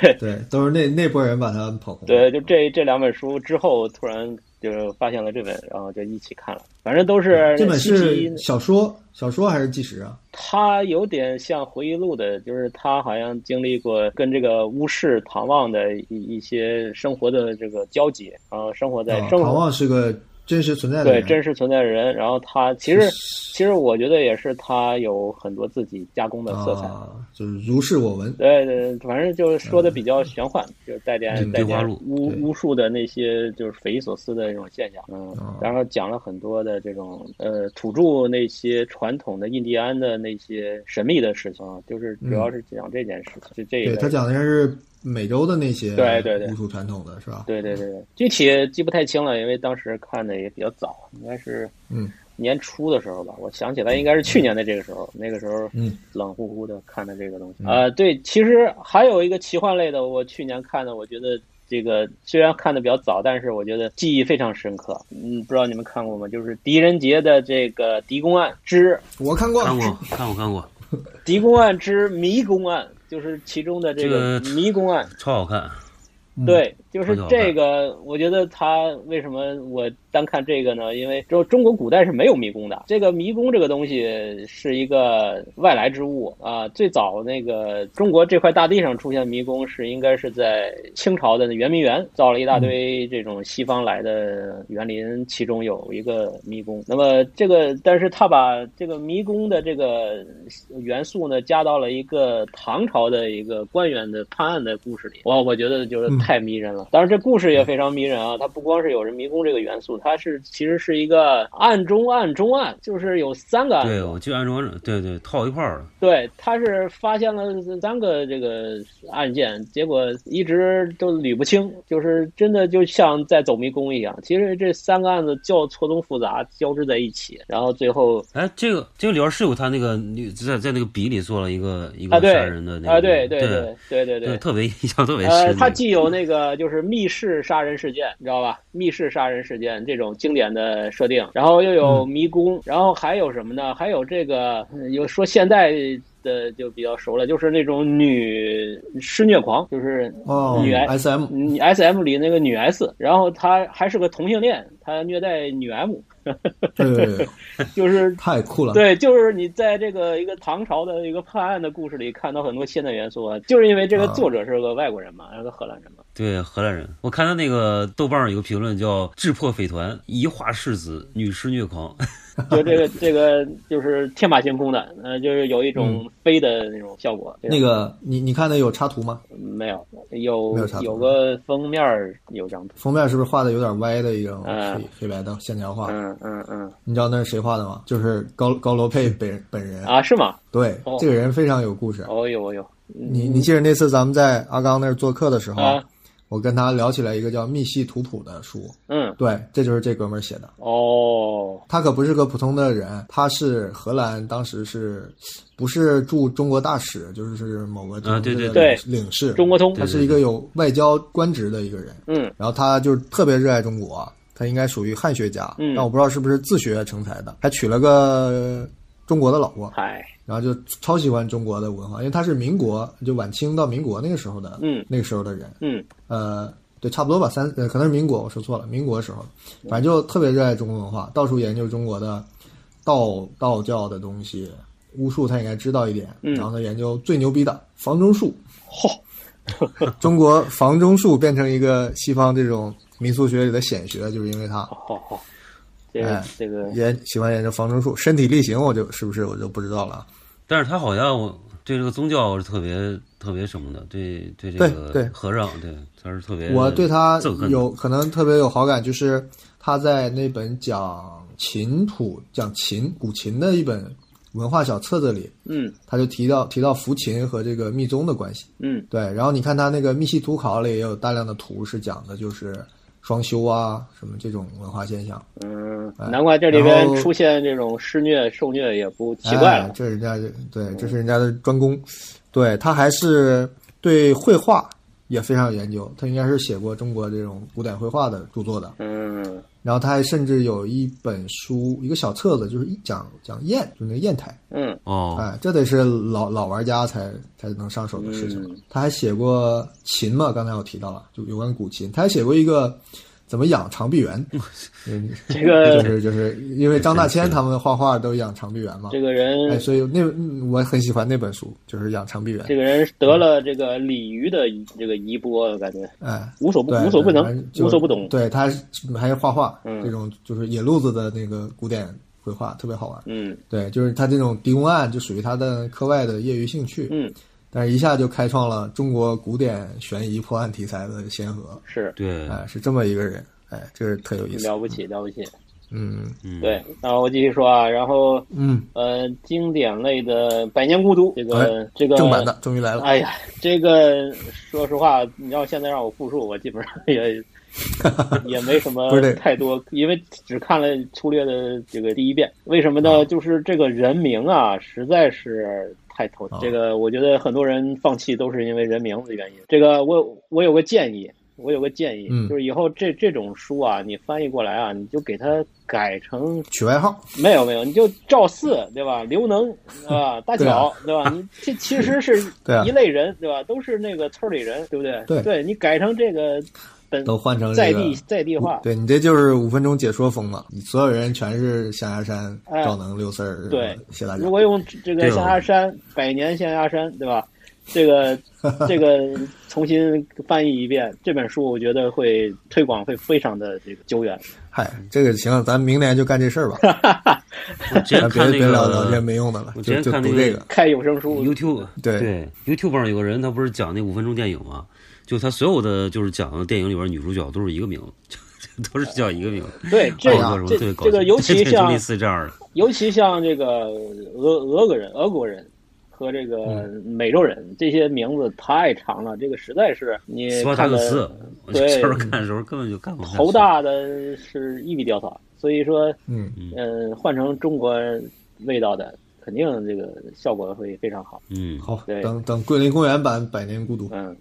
Speaker 4: 对对，都是那那波人把他们捧红。
Speaker 5: 对，就这这两本书之后，突然就发现了这本，然后就一起看了。反正都是
Speaker 4: 这本
Speaker 5: 七七
Speaker 4: 是小说，小说还是纪实啊？
Speaker 5: 他有点像回忆录的，就是他好像经历过跟这个巫师唐望的一一些生活的这个交集，然后生活在
Speaker 4: 啊
Speaker 5: 生
Speaker 4: 唐
Speaker 5: 活
Speaker 4: 望是个真实存在的
Speaker 5: 对
Speaker 4: 人，
Speaker 5: 真实存在的人，然后他其实其实我觉得也是他有很多自己加工的色彩。
Speaker 4: 啊，就是如是我闻。
Speaker 5: 对对，反正就是说的比较玄幻，就是带点
Speaker 4: 嗯
Speaker 3: 对
Speaker 5: 带
Speaker 3: 花
Speaker 5: 点
Speaker 3: 路
Speaker 5: 巫
Speaker 4: 对
Speaker 5: 巫术的那些就是匪夷所思的这种现象，嗯
Speaker 4: 啊，
Speaker 5: 然后讲了很多的这种呃土著那些传统的印第安的那些神秘的事情啊，就是主要是讲这件事情，就这一
Speaker 4: 对
Speaker 5: 类
Speaker 4: 他。讲的是美洲的那些
Speaker 5: 对对对
Speaker 4: 巫术传统的是吧？
Speaker 5: 对对对对，具体记不太清了，因为当时看的也比较早，应该是
Speaker 4: 嗯
Speaker 5: 年初的时候吧，我想起来应该是去年的这个时候，那个时候
Speaker 4: 嗯
Speaker 5: 冷乎乎的看的这个东西。啊，对，其实还有一个奇幻类的，我去年看的，我觉得这个虽然看的比较早，但是我觉得记忆非常深刻。嗯，不知道你们看过吗？就是狄仁杰的这个《狄公案之
Speaker 4: 我看过，
Speaker 3: 看过看过看过，
Speaker 5: 狄公案之迷宫案》，就是其中的这个
Speaker 3: 这个
Speaker 5: 迷宫案。
Speaker 3: 超好看，
Speaker 4: 嗯
Speaker 5: 对，就是
Speaker 3: 很好看
Speaker 5: 这个，我觉得他为什么我单看这个呢？因为中中国古代是没有迷宫的，这个迷宫这个东西是一个外来之物啊。最早那个中国这块大地上出现迷宫是应该是在清朝的圆明园造了一大堆这种西方来的园林，其中有一个迷宫。那么这个，但是他把这个迷宫的这个元素呢，加到了一个唐朝的一个官员的判案的故事里，哇，我觉得就是太迷人了。了。当然，这故事也非常迷人啊！它不光是有人迷宫这个元素，它是其实是一个暗中暗中暗，就是有三个暗
Speaker 3: 对，
Speaker 5: 中。
Speaker 3: 我记得安装是，对对，套一块儿了。
Speaker 5: 对，他是发现了三个这个案件，结果一直都捋不清，就是真的就像在走迷宫一样。其实这三个案子较错综复杂，交织在一起，然后最后啊
Speaker 3: 哎，这个这个里边是有他那个女在在那个笔里做了一个一
Speaker 5: 啊，
Speaker 3: 个
Speaker 5: 对
Speaker 3: 杀人的那个，
Speaker 5: 啊，对
Speaker 3: 对
Speaker 5: 对对对
Speaker 3: 对特别印象特别
Speaker 5: 呃，
Speaker 3: 深。
Speaker 5: 它既有那个就是密室杀人事件，你知道吧？密室杀人事件这种经典的设定，然后又有迷
Speaker 3: 嗯
Speaker 5: 宫，然后还有什么呢？还有这个嗯有说现在的就比较熟了，就是那种女施虐狂，就是
Speaker 4: 哦
Speaker 5: 女癌
Speaker 4: ，S M，
Speaker 5: 嗯 S M 里那个女 S，然后她还是个同性恋，她虐待女 M，
Speaker 4: 对对对，对
Speaker 5: 就是
Speaker 4: 太酷了。
Speaker 5: 对，就是你在这个一个唐朝的一个判案的故事里看到很多现代元素啊，就是因为这个
Speaker 4: 啊
Speaker 5: 作者是个外国人嘛，是个荷兰人嘛。
Speaker 3: 对荷兰人，我看他那个豆瓣儿有个评论叫“智破匪团，一化世子，女施虐狂
Speaker 5: 就这个这个就是天马行空的，呃，就是有一种飞的那种效果。这
Speaker 4: 嗯那个你你看那有插图吗？
Speaker 5: 没有有
Speaker 4: 没有插图
Speaker 5: 有个封面儿有张图，
Speaker 4: 封面是不是画的有点歪的一种
Speaker 5: 嗯
Speaker 4: 黑黑白的线条画？
Speaker 5: 嗯嗯嗯
Speaker 4: 你知道那是谁画的吗？就是高高罗佩本本人。
Speaker 5: 啊，是吗？
Speaker 4: 对
Speaker 5: 哦，
Speaker 4: 这个人非常有故事。
Speaker 5: 哦有哦有，
Speaker 4: 你你记得那次咱们在阿刚那儿做客的时候
Speaker 5: 啊，
Speaker 4: 我跟他聊起来一个叫《密西图谱》的书，
Speaker 5: 嗯
Speaker 4: 对，这就是这哥们儿写的。
Speaker 5: 哦
Speaker 4: 他可不是个普通的人，他是荷兰，当时是不是驻中国大使，就是是某个
Speaker 3: 啊对对
Speaker 5: 对
Speaker 4: 领事，
Speaker 5: 中国通
Speaker 4: 他是一个有外交官职的一个人。
Speaker 5: 嗯
Speaker 4: 然后他就是特别热爱中国，他应该属于汉学家，
Speaker 5: 嗯
Speaker 4: 但我不知道是不是自学成才的，还娶了个中国的老婆，
Speaker 5: 嗨
Speaker 4: 然后就超喜欢中国的文化，因为他是民国就晚清到民国那个时候的，
Speaker 5: 嗯
Speaker 4: 那个时候的人，
Speaker 5: 嗯
Speaker 4: 呃，对，差不多吧，三呃可能是民国，我说错了，民国时候，反正就特别热爱中国文化，到处研究中国的道道教的东西，巫术他应该知道一点，
Speaker 5: 嗯
Speaker 4: 然后他研究最牛逼的房中术，
Speaker 5: 嚯
Speaker 4: 中国房中术变成一个西方这种民俗学里的显学，就是因为他
Speaker 5: 好好， 这个
Speaker 4: 哎
Speaker 5: 这个
Speaker 4: 也喜欢研究房中术，身体力行，我就是不是我就不知道了啊。”，
Speaker 3: 但是他好像我对这个宗教是特别特别什么的，对对这
Speaker 4: 对
Speaker 3: 个
Speaker 4: 对
Speaker 3: 和尚，对他是特别
Speaker 4: 我对他
Speaker 3: 呃憎恨的
Speaker 4: 有可能特别有好感，就是他在那本讲琴谱、讲琴古琴的一本文化小册子里，
Speaker 5: 嗯
Speaker 4: 他就提到提到抚琴和这个密宗的关系。
Speaker 5: 嗯
Speaker 4: 对，然后你看他那个密西图考里也有大量的图是讲的就是双修啊什么这种文化现象。
Speaker 5: 嗯，
Speaker 4: 哎
Speaker 5: 难怪这里
Speaker 4: 然
Speaker 5: 边
Speaker 4: 后
Speaker 5: 出现这种施虐受虐也不奇怪
Speaker 4: 哎
Speaker 5: 了。
Speaker 4: 这是人家的对，这是人家的专攻。对他还是对绘画也非常有研究，他应该是写过中国这种古典绘画的著作的。
Speaker 5: 嗯
Speaker 4: 然后他还甚至有一本书，一个小册子，就是一讲讲砚，就那个砚台。
Speaker 5: 嗯
Speaker 3: 哦，
Speaker 4: 哎，这得是老老玩家才才能上手的事情。
Speaker 5: 嗯
Speaker 4: 他还写过琴嘛，刚才我提到了，就有关古琴。他还写过一个怎么养长臂 猿，嗯
Speaker 5: 这个
Speaker 4: 就是就是因为张大千他们画画都养长臂猿嘛
Speaker 5: 这。个人
Speaker 4: 哎，所以那嗯我很喜欢那本书，就是养长臂猿
Speaker 5: 这。个人得了这个鲤鱼的遗这个遗波，感觉
Speaker 4: 哎，
Speaker 5: 无所不
Speaker 4: 对，
Speaker 5: 无所不能
Speaker 4: 反正，就
Speaker 5: 无所不懂。
Speaker 4: 对，他还画画，
Speaker 5: 嗯
Speaker 4: 这种就是野路子的那个古典绘画特别好玩。
Speaker 5: 嗯
Speaker 4: 对，就是他这种狄公案就属于他的课外的业余兴趣，
Speaker 5: 嗯，
Speaker 4: 但是一下就开创了中国古典悬疑破案题材的先河。
Speaker 5: 是
Speaker 3: 对，
Speaker 4: 哎，是这么一个人，哎，这是特有意思。
Speaker 5: 嗯了不起了不起。
Speaker 4: 嗯
Speaker 3: 嗯，
Speaker 5: 对，然后我继续说啊，然后
Speaker 4: 嗯，
Speaker 5: 呃，经典类的《百年孤独》这个这个
Speaker 4: 哎正版的终于来了。
Speaker 5: 哎呀，这个说实话，你要现在让我复述，我基本上 也也没什么
Speaker 4: 不是这
Speaker 5: 太多，因为只看了粗略的这个第一遍。为什么呢？
Speaker 4: 啊
Speaker 5: 就是这个人名啊，实在是太头疼。
Speaker 4: 啊
Speaker 5: 这个我觉得很多人放弃都是因为人名的原因。这个我我有个建议。我有个建议，
Speaker 4: 嗯
Speaker 5: 就是以后这这种书啊，你翻译过来啊，你就给它改成
Speaker 4: 取外号，
Speaker 5: 没有没有，你就赵四对吧？刘能啊，大脚对吧？你这其实是
Speaker 4: 对啊
Speaker 5: 一类人对吧？都是那个村里人对不对？
Speaker 4: 对
Speaker 5: 你改成这个本
Speaker 4: 都换成
Speaker 5: 在
Speaker 4: 这个
Speaker 5: 地在地化，
Speaker 4: 对你这就是五分钟解说风了，你所有人全是象牙山、
Speaker 5: 哎
Speaker 4: 赵能、六四儿，
Speaker 5: 对
Speaker 4: 谢大家
Speaker 5: 如。果用这个
Speaker 3: 对哦
Speaker 5: 象牙山百年象牙山对吧？这个这个重新翻译一遍这本书，我觉得会推广会非常的这个久远。
Speaker 4: 嗨，这个行，咱明年就干这事 儿吧，
Speaker 3: 我之前
Speaker 4: 哎咱别
Speaker 3: 看那
Speaker 4: 别聊聊这些
Speaker 3: 个
Speaker 4: 没用的了
Speaker 3: 我，之前
Speaker 4: 就就
Speaker 3: 看
Speaker 4: 读
Speaker 3: 那个
Speaker 4: 这个。
Speaker 5: 开有声书
Speaker 3: YouTube，
Speaker 4: 对
Speaker 3: 对 YouTube 上有个人，他不是讲那五分钟电影吗？就他所有的就是讲的电影里边女主角都是一个名，就就 都是叫一个名。
Speaker 5: 对，这
Speaker 3: 奥特曼
Speaker 5: 这
Speaker 3: 特别搞
Speaker 5: 这个
Speaker 3: 笑
Speaker 5: 尤其
Speaker 3: 对 就
Speaker 5: 像
Speaker 3: 类似这样的，
Speaker 5: 尤其像这个俄俄国人、俄国人和这个
Speaker 4: 嗯
Speaker 5: 美洲人，这些名字太长了，这个实在是你
Speaker 3: 斯巴达
Speaker 5: 看
Speaker 3: 克
Speaker 5: 了
Speaker 3: 斯，我小
Speaker 5: 对
Speaker 3: 时候看的时候根本就看不下去。
Speaker 5: 头大的是一笔潦草，所以说，
Speaker 4: 嗯，
Speaker 5: 嗯、换成中国味道的，肯定这个效果会非常好，
Speaker 3: 嗯，
Speaker 4: 好，
Speaker 5: 对
Speaker 4: 等等桂林公园版《百年孤独》，
Speaker 5: 嗯。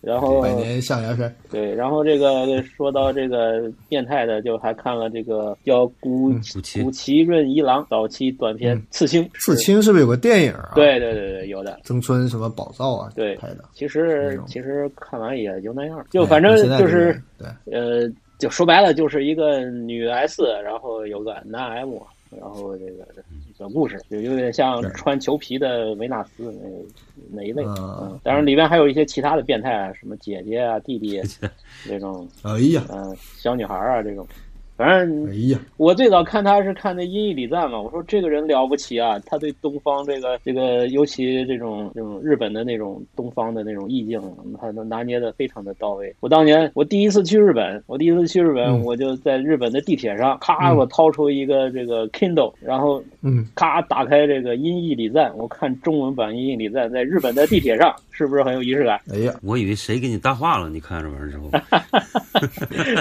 Speaker 5: 然后
Speaker 4: 百年象牙山，
Speaker 5: 对，然后这个说到这个变态的，就还看了这个叫古
Speaker 4: 嗯
Speaker 3: 古奇
Speaker 5: 古奇润一郎早期短片
Speaker 4: 嗯
Speaker 5: 《刺青》，
Speaker 4: 刺青是不是有个电影啊？，
Speaker 5: 对对对对，有的。
Speaker 4: 曾村什么宝藏啊，
Speaker 5: 对
Speaker 4: 拍的，
Speaker 5: 其
Speaker 4: 那
Speaker 5: 实
Speaker 4: 种
Speaker 5: 其实看完也就那样，就反正
Speaker 4: 哎现在
Speaker 5: 就
Speaker 4: 这个
Speaker 5: 是
Speaker 4: 对，
Speaker 5: 呃，就说白了就是一个女 S，然后有个男 M，然后这个小故事，就有点像
Speaker 4: 嗯对
Speaker 5: 穿裘皮的维纳斯那那一类。
Speaker 4: 嗯
Speaker 5: 嗯，当然里面还有一些其他的变态啊，什么姐姐啊、弟弟这种，
Speaker 4: 哎呀，
Speaker 5: 嗯、小女孩啊这种，反正
Speaker 4: 哎呀，
Speaker 5: 我最早看他是看那《音译礼赞》嘛，我说这个人了不起啊，他对东方这个这个，尤其这种这种日本的那种东方的那种意境，他能拿捏的非常的到位。我当年我第一次去日本，我第一次去日本，
Speaker 4: 嗯
Speaker 5: 我就在日本的地铁上，咔，
Speaker 4: 嗯
Speaker 5: 我掏出一个这个 Kindle，然后
Speaker 4: 嗯，
Speaker 5: 咔打开这个《音译礼赞》，我看中文版《音译礼赞》在日本的地铁上，是不是很有仪式感？
Speaker 4: 哎呀，
Speaker 3: 我以为谁给你搭话了，你看这玩意儿之后，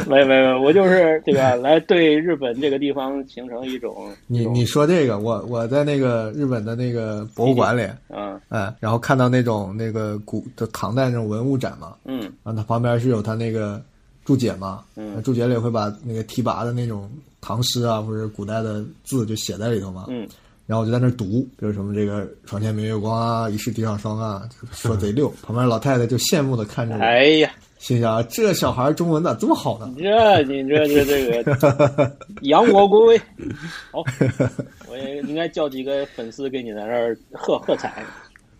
Speaker 5: 没没没，我就是这个来对日本这个地方形成一种
Speaker 4: 你你说这个，我我在那个日本的那个博物馆里，
Speaker 5: 嗯
Speaker 4: 哎，然后看到那种那个古的唐代那种文物展嘛，
Speaker 5: 嗯
Speaker 4: 然后它旁边是有它啊那个注解嘛，
Speaker 5: 嗯
Speaker 4: 注解里会把那个提拔的那种唐诗啊或者古代的字就写在里头嘛，
Speaker 5: 嗯
Speaker 4: 然后我就在那儿读，就是什么这个“床前明月光”啊，“疑是地上霜”啊，说贼溜。旁边老太太就羡慕的看着我，
Speaker 5: 嗯哎嗯呀。
Speaker 4: 心想这小孩中文咋这么好呢？
Speaker 5: 这你这这这个 扬我国威，好，我也应该叫几个粉丝给你在那儿喝喝彩。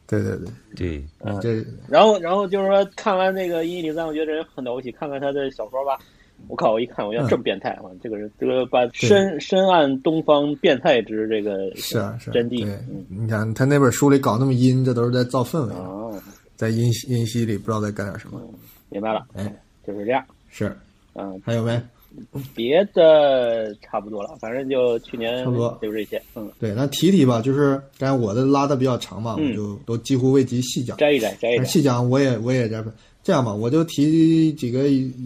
Speaker 4: 对对对，
Speaker 3: 对，
Speaker 4: 这
Speaker 5: 然后然后就是说看完那个《伊里赞》，我觉得这人很了不起，看看他的小说吧。我靠！我一看，我觉得这么变态啊！这个人，这个把深深谙东方变态之这个
Speaker 4: 是啊是啊
Speaker 5: 真谛
Speaker 4: 对，
Speaker 5: 嗯，
Speaker 4: 你看他那本书里搞那么阴，这都是在造氛围，
Speaker 5: 哦，
Speaker 4: 在阴阴息里不知道在干点什么。
Speaker 5: 明白了，
Speaker 4: 哎，
Speaker 5: 就是这样。
Speaker 4: 是，
Speaker 5: 嗯，
Speaker 4: 还有没？
Speaker 5: 别的差不多了，反正就去年
Speaker 4: 差不多
Speaker 5: 就这些。嗯，
Speaker 4: 对，那提提吧，就是刚才我的拉的比较长嘛，
Speaker 5: 嗯
Speaker 4: 我就都几乎未及细讲。
Speaker 5: 摘一摘，摘一
Speaker 4: 但
Speaker 5: 摘。
Speaker 4: 细讲我也我也这这样吧，我就提几个，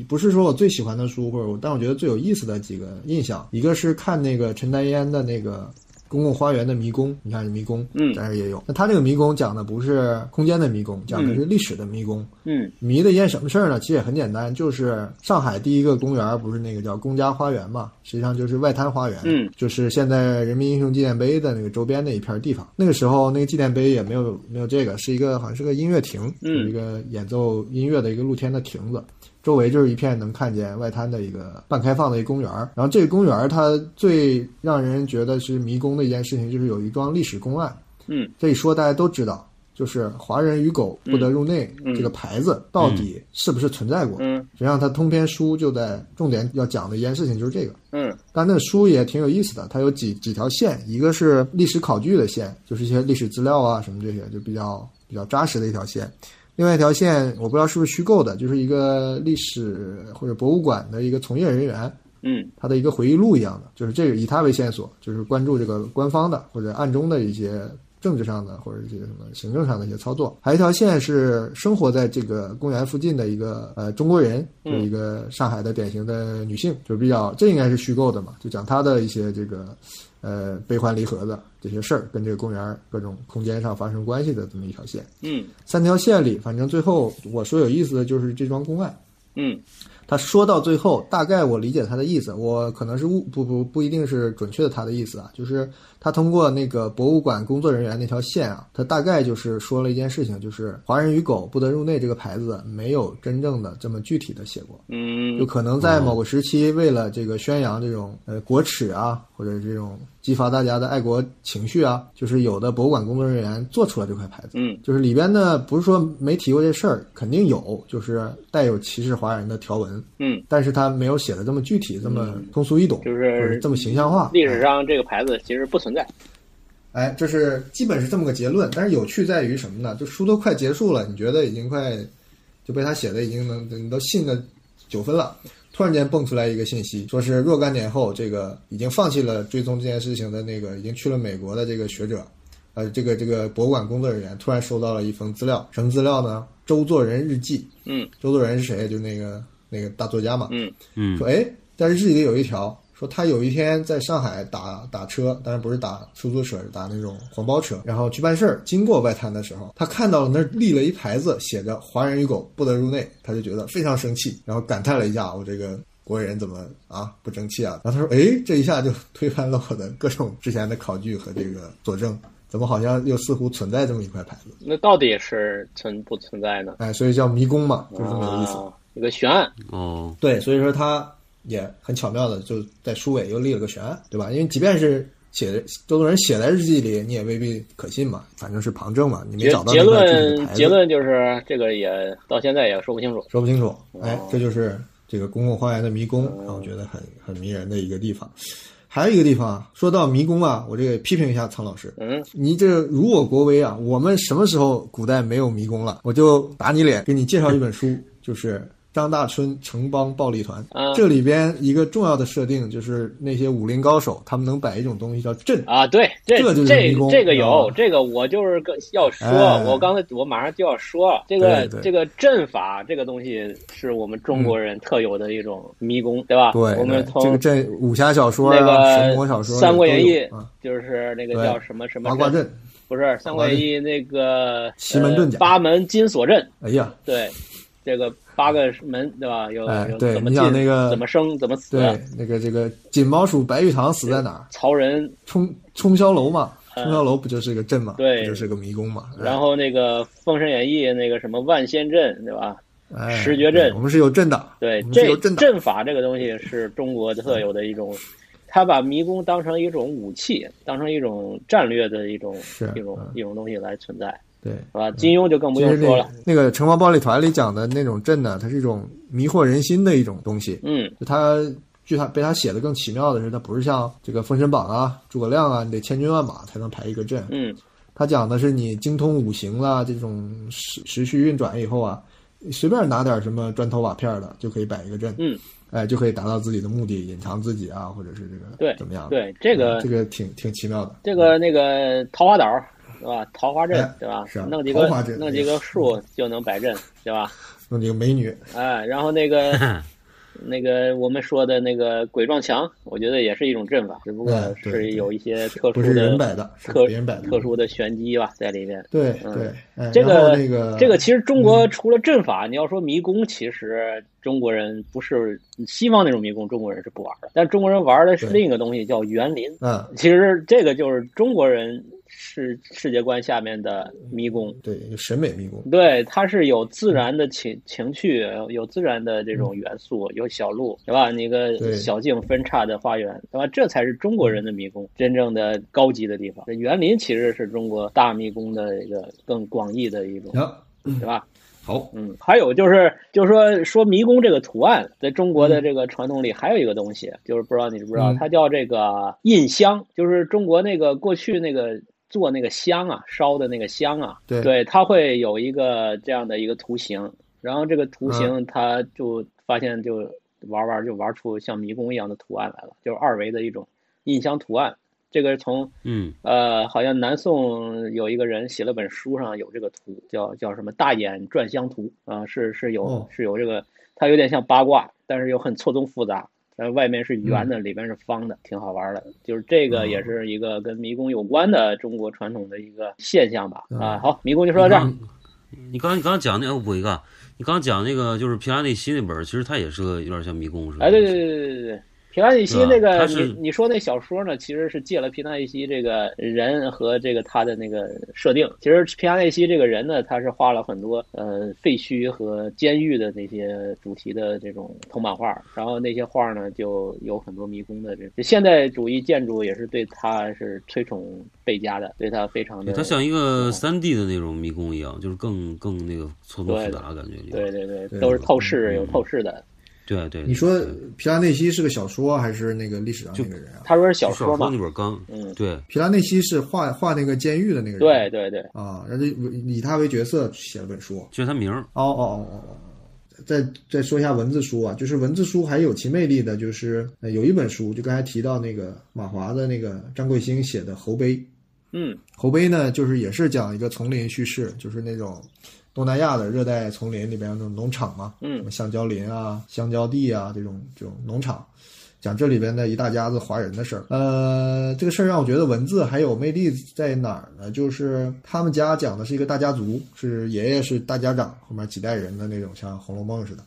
Speaker 4: 不是说我最喜欢的书，或者我但我觉得最有意思的几个印象，一个是看那个陈丹烟的那个。公共花园的迷宫，你看是迷宫，
Speaker 5: 嗯
Speaker 4: 但是也有。那他这个迷宫讲的不是空间的迷宫，讲的
Speaker 5: 嗯
Speaker 4: 是历史的迷宫。
Speaker 5: 嗯
Speaker 4: 迷的一件什么事儿呢？其实也很简单，就是上海第一个公园儿不是那个叫公家花园嘛，实际上就是外滩花园，
Speaker 5: 嗯，
Speaker 4: 就是现在人民英雄纪念碑的那个周边那一片地方。那个时候那个纪念碑也没有没有这个，是一个好像是个音乐亭，
Speaker 5: 嗯
Speaker 4: 有一个演奏音乐的一个露天的亭子。周围就是一片能看见外滩的一个半开放的一个公园儿，然后这个公园儿它最让人觉得是迷宫的一件事情，就是有一桩历史公案，
Speaker 5: 嗯
Speaker 4: 这一说大家都知道，就是“华人与狗不得入内”
Speaker 5: 嗯嗯
Speaker 4: 这个牌子到底是不是存在过？
Speaker 5: 嗯
Speaker 4: 实际上，它通篇书就在重点要讲的一件事情就是这个。
Speaker 5: 嗯
Speaker 4: 但那书也挺有意思的，它有几几条线，一个是历史考据的线，就是一些历史资料啊什么这些，就比较比较扎实的一条线。另外一条线，我不知道是不是虚构的，就是一个历史或者博物馆的一个从业人员，
Speaker 5: 嗯
Speaker 4: 他的一个回忆录一样的，就是这个以他为线索，就是关注这个官方的或者暗中的一些政治上的或者一些什么行政上的一些操作。还有一条线是生活在这个公园附近的一个呃中国人，就是一个上海的典型的女性，就是比较这应该是虚构的嘛，就讲她的一些这个呃悲欢离合的这些事儿，跟这个公园各种空间上发生关系的这么一条线。
Speaker 5: 嗯
Speaker 4: 三条线里，反正最后我说有意思的就是这桩公案。
Speaker 5: 嗯
Speaker 4: 他说到最后，大概我理解他的意思，我可能是误不不不一定是准确的他的意思啊，就是他通过那个博物馆工作人员那条线啊，他大概就是说了一件事情，就是“华人与狗不得入内”这个牌子没有真正的这么具体的写过，
Speaker 5: 嗯
Speaker 4: 有可能在某个时期为了这个宣扬这种呃国耻啊，或者这种激发大家的爱国情绪啊，就是有的博物馆工作人员做出了这块牌子，
Speaker 5: 嗯
Speaker 4: 就是里边呢，不是说没提过这事儿，肯定有，就是带有歧视华人的条文，
Speaker 5: 嗯，
Speaker 4: 但是他没有写的这么具体，这么通俗易懂，
Speaker 5: 就是
Speaker 4: 或者这么形象化。
Speaker 5: 历史上这个牌子其实不存在。
Speaker 4: 哎，这是基本是这么个结论。但是有趣在于什么呢？就书都快结束了，你觉得已经快就被他写的已经能你都信了九分了。突然间蹦出来一个信息，说是若干年后，这个已经放弃了追踪这件事情的那个已经去了美国的这个学者，呃，这个这个博物馆工作人员突然收到了一封资料，什么资料呢？周作人日记。
Speaker 5: 嗯，
Speaker 4: 周作人是谁？就那个那个大作家嘛。
Speaker 5: 嗯
Speaker 3: 嗯
Speaker 4: 说哎，但是日记里有一条说他有一天在上海打打车，当然不是打出租车，是打那种黄包车，然后去办事儿，经过外滩的时候，他看到了那儿立了一牌子，写着“华人与狗不得入内”，他就觉得非常生气，然后感叹了一下我这个。国人怎么啊不争气啊？然后他说：“哎，这一下就推翻了我的各种之前的考据和这个佐证，怎么好像又似乎存在这么一块牌子？
Speaker 5: 那到底是存不存在呢？
Speaker 4: 哎，所以叫迷宫嘛，就是这么个意思。
Speaker 5: 啊，一个悬案。嗯
Speaker 3: 哦，
Speaker 4: 对，所以说他也很巧妙的就在书尾又立了个悬案，对吧？因为即便是写周作人写在日记里，你也未必可信嘛，反正是旁证嘛，你没
Speaker 5: 结
Speaker 4: 找到
Speaker 5: 结
Speaker 4: 那块具体的
Speaker 5: 论
Speaker 4: 牌子
Speaker 5: 结论就是这个也到现在也说不清楚。
Speaker 4: 说不清楚。哎
Speaker 5: 哦，
Speaker 4: 这就是这个公共花园的迷宫，让我觉得很很迷人的一个地方。还有一个地方啊，说到迷宫啊，我这个批评一下苍老师，
Speaker 5: 嗯，
Speaker 4: 你这如我国威啊！我们什么时候古代没有迷宫了？我就打你脸，给你介绍一本 书，就是张大春《城邦暴力团》
Speaker 5: 嗯。
Speaker 4: 这里边一个重要的设定就是那些武林高手，他们能摆一种东西叫阵。
Speaker 5: 啊，对，这
Speaker 4: 这就是迷
Speaker 5: 这
Speaker 4: 宫
Speaker 5: 这个
Speaker 4: 知道
Speaker 5: 有
Speaker 4: 吧
Speaker 5: 这个，我就是跟要说，
Speaker 4: 哎
Speaker 5: 我刚才我马上就要说了，这个
Speaker 4: 对对嗯
Speaker 5: 这个阵法这个东西是我们中国人特有的一种迷宫，对吧？
Speaker 4: 对，
Speaker 5: 我
Speaker 4: 对
Speaker 5: 们
Speaker 4: 这
Speaker 5: 从
Speaker 4: 个阵武侠小说啊、
Speaker 5: 那
Speaker 4: 神魔
Speaker 5: 个
Speaker 4: 小
Speaker 5: 《
Speaker 4: 说、
Speaker 5: 三国演义》
Speaker 4: 啊、
Speaker 5: 就是那个
Speaker 4: 对
Speaker 5: 叫什么什么
Speaker 4: 八卦阵，
Speaker 5: 不是《三国演义》那个
Speaker 4: 奇门遁甲
Speaker 5: 呃八门金锁阵，
Speaker 4: 哎呀，
Speaker 5: 对，这个八个门对吧？有
Speaker 4: 哎
Speaker 5: 有
Speaker 4: 对
Speaker 5: 怎么
Speaker 4: 你想
Speaker 5: 进
Speaker 4: 那个
Speaker 5: 怎么生怎么死，
Speaker 4: 对，那个这个锦毛鼠白玉堂死在哪儿？
Speaker 5: 曹仁
Speaker 4: 冲冲霄楼嘛，
Speaker 5: 哎
Speaker 4: 冲霄楼不就是个阵嘛？
Speaker 5: 对
Speaker 4: 不就是个迷宫嘛？哎
Speaker 5: 然后那个《封神演义》那个什么万仙阵，对吧？
Speaker 4: 哎，
Speaker 5: 十绝阵
Speaker 4: 对我们是有阵的，
Speaker 5: 对
Speaker 4: 我，们是
Speaker 5: 这
Speaker 4: 有阵的。
Speaker 5: 阵法这个东西是中国特有的一种，他把迷宫当成一种武器，当成一种战略的一种
Speaker 4: 是
Speaker 5: 一种
Speaker 4: 嗯
Speaker 5: 一种东西来存在，
Speaker 4: 对，
Speaker 5: 是吧？金庸就更不
Speaker 4: 就是
Speaker 5: 用
Speaker 4: 那
Speaker 5: 说
Speaker 4: 个
Speaker 5: 了，
Speaker 4: 那个《城邦暴力团》里讲的那种阵呢，它是一种迷惑人心的一种东西。
Speaker 5: 嗯，
Speaker 4: 就它，据它被它写的更奇妙的是，它不是像这个《封神榜》啊、诸葛亮啊，你得千军万马才能排一个阵。
Speaker 5: 嗯，
Speaker 4: 它讲的是你精通五行啦，这种时时序运转以后啊，随便拿点什么砖头瓦片儿的就可以摆一个阵。
Speaker 5: 嗯，
Speaker 4: 哎，就可以达到自己的目的，隐藏自己啊，或者是这个
Speaker 5: 对
Speaker 4: 怎么样？
Speaker 5: 对这个
Speaker 4: 嗯这个挺挺奇妙的。
Speaker 5: 这个那个桃花岛，对吧？桃花阵
Speaker 4: 哎，
Speaker 5: 对吧
Speaker 4: 是啊？
Speaker 5: 弄几
Speaker 4: 桃
Speaker 5: 个
Speaker 4: 花阵哎
Speaker 5: 弄几个树就能摆阵，对吧？
Speaker 4: 弄几个美女，
Speaker 5: 哎，然后那个那个我们说的那个鬼撞墙，我觉得也是一种阵法，只不
Speaker 4: 哎
Speaker 5: 过
Speaker 4: 对
Speaker 5: 是有一些特殊
Speaker 4: 不是人
Speaker 5: 的
Speaker 4: 摆的，是
Speaker 5: 特
Speaker 4: 别人摆的。
Speaker 5: 特殊的玄机吧在里面。
Speaker 4: 对
Speaker 5: 嗯
Speaker 4: 对，哎
Speaker 5: 这
Speaker 4: 然后
Speaker 5: 个
Speaker 4: 那个
Speaker 5: 这个其实中
Speaker 4: 嗯
Speaker 5: 国除了阵法，你要说迷宫，其实中国人不是西方那种迷宫，中国人是不玩的。但中国人玩的是
Speaker 4: 对
Speaker 5: 另一个东西，叫园林。
Speaker 4: 嗯，
Speaker 5: 其实这个就是中国人世世界观下面的迷宫。
Speaker 4: 对，有审美迷宫，
Speaker 5: 对，它是有自
Speaker 4: 嗯
Speaker 5: 然的情情趣，有自然的这种元素，有小路，对吧？那
Speaker 4: 对嗯
Speaker 5: 个小径分叉的花园，对吧？这才是中国人的迷宫，真正的高级的地方。这园林其实是中国大迷宫的一个更广义的一种，
Speaker 4: 行，
Speaker 5: 对吧？
Speaker 3: 好，
Speaker 5: 嗯，还有就是，就是说说迷宫这个图案，在中国的这个传统里还有一个东西，就是不知道你知不知道，
Speaker 4: 嗯
Speaker 5: 它叫这个印香，就是中国那个过去那个做那个香啊，烧的那个香啊，
Speaker 4: 对
Speaker 5: 它会有一个这样的一个图形，然后这个图形它就发现就玩玩就玩出像迷宫一样的图案来了，就是二维的一种印香图案，这个是从
Speaker 3: 嗯
Speaker 5: 呃，好像南宋有一个人写了本书，上有这个图，叫叫什么《大眼转香图》啊、是是有、
Speaker 4: 哦
Speaker 5: 是有这个，它有点像八卦，但是又很错综复杂。呃，外面是圆的，里边是方的，挺好玩的。就是这个也是一个跟迷宫有关的中国传统的一个现象吧。啊，好，迷宫就说到这
Speaker 3: 嗯
Speaker 5: 儿。
Speaker 3: 你刚你刚讲那个我哦补一个，啊你刚讲那个就是平安内西那本儿，其实它也是个有点像迷宫似的。
Speaker 5: 哎，对对对对对对对，平安一息
Speaker 3: 对吧
Speaker 5: 那
Speaker 3: 他
Speaker 5: 个，
Speaker 3: 是
Speaker 5: 你你说那小说呢，其实是借了平安一息这个人和这个他的那个设定。其实平安一息这个人呢，他是画了很多呃废墟和监狱的那些主题的这种铜版画，然后那些画呢就有很多迷宫的这现代主义建筑也是对他是推崇倍加的，对他非常的
Speaker 3: 对，它像一个三 D 的那种迷宫一样，就是更更那个错综复杂，感觉里边
Speaker 5: 对对对，
Speaker 4: 对
Speaker 5: 都是透视
Speaker 3: 嗯
Speaker 5: 有透视的。
Speaker 3: 对对，
Speaker 4: 你说
Speaker 3: 对
Speaker 4: 皮拉内西是个小说还是那个历史上那个人啊？
Speaker 5: 他说是小
Speaker 3: 小
Speaker 5: 说嘛
Speaker 3: 那，本刚，
Speaker 5: 嗯
Speaker 3: 对
Speaker 4: 皮拉内西是画画那个监狱的那个人，
Speaker 5: 对对对，
Speaker 4: 啊，然后就以他为角色写了本书。
Speaker 3: 就是他名儿，
Speaker 4: 哦哦哦哦哦。再再说一下文字书啊，就是文字书还有其魅力的，就是呃有一本书，就刚才提到那个马华的那个张桂兴写的《侯碑》。
Speaker 5: 嗯
Speaker 4: 侯碑呢，就是也是讲一个丛林叙事，就是那种东南亚的热带丛林里边那种农场嘛，什
Speaker 5: 嗯
Speaker 4: 么橡胶林啊、香蕉地啊这种这种农场，讲这里边的一大家子华人的事儿。呃，这个事儿让我觉得文字还有魅力在哪儿呢？就是他们家讲的是一个大家族，是爷爷是大家长，后面几代人的那种，像《红楼梦》似的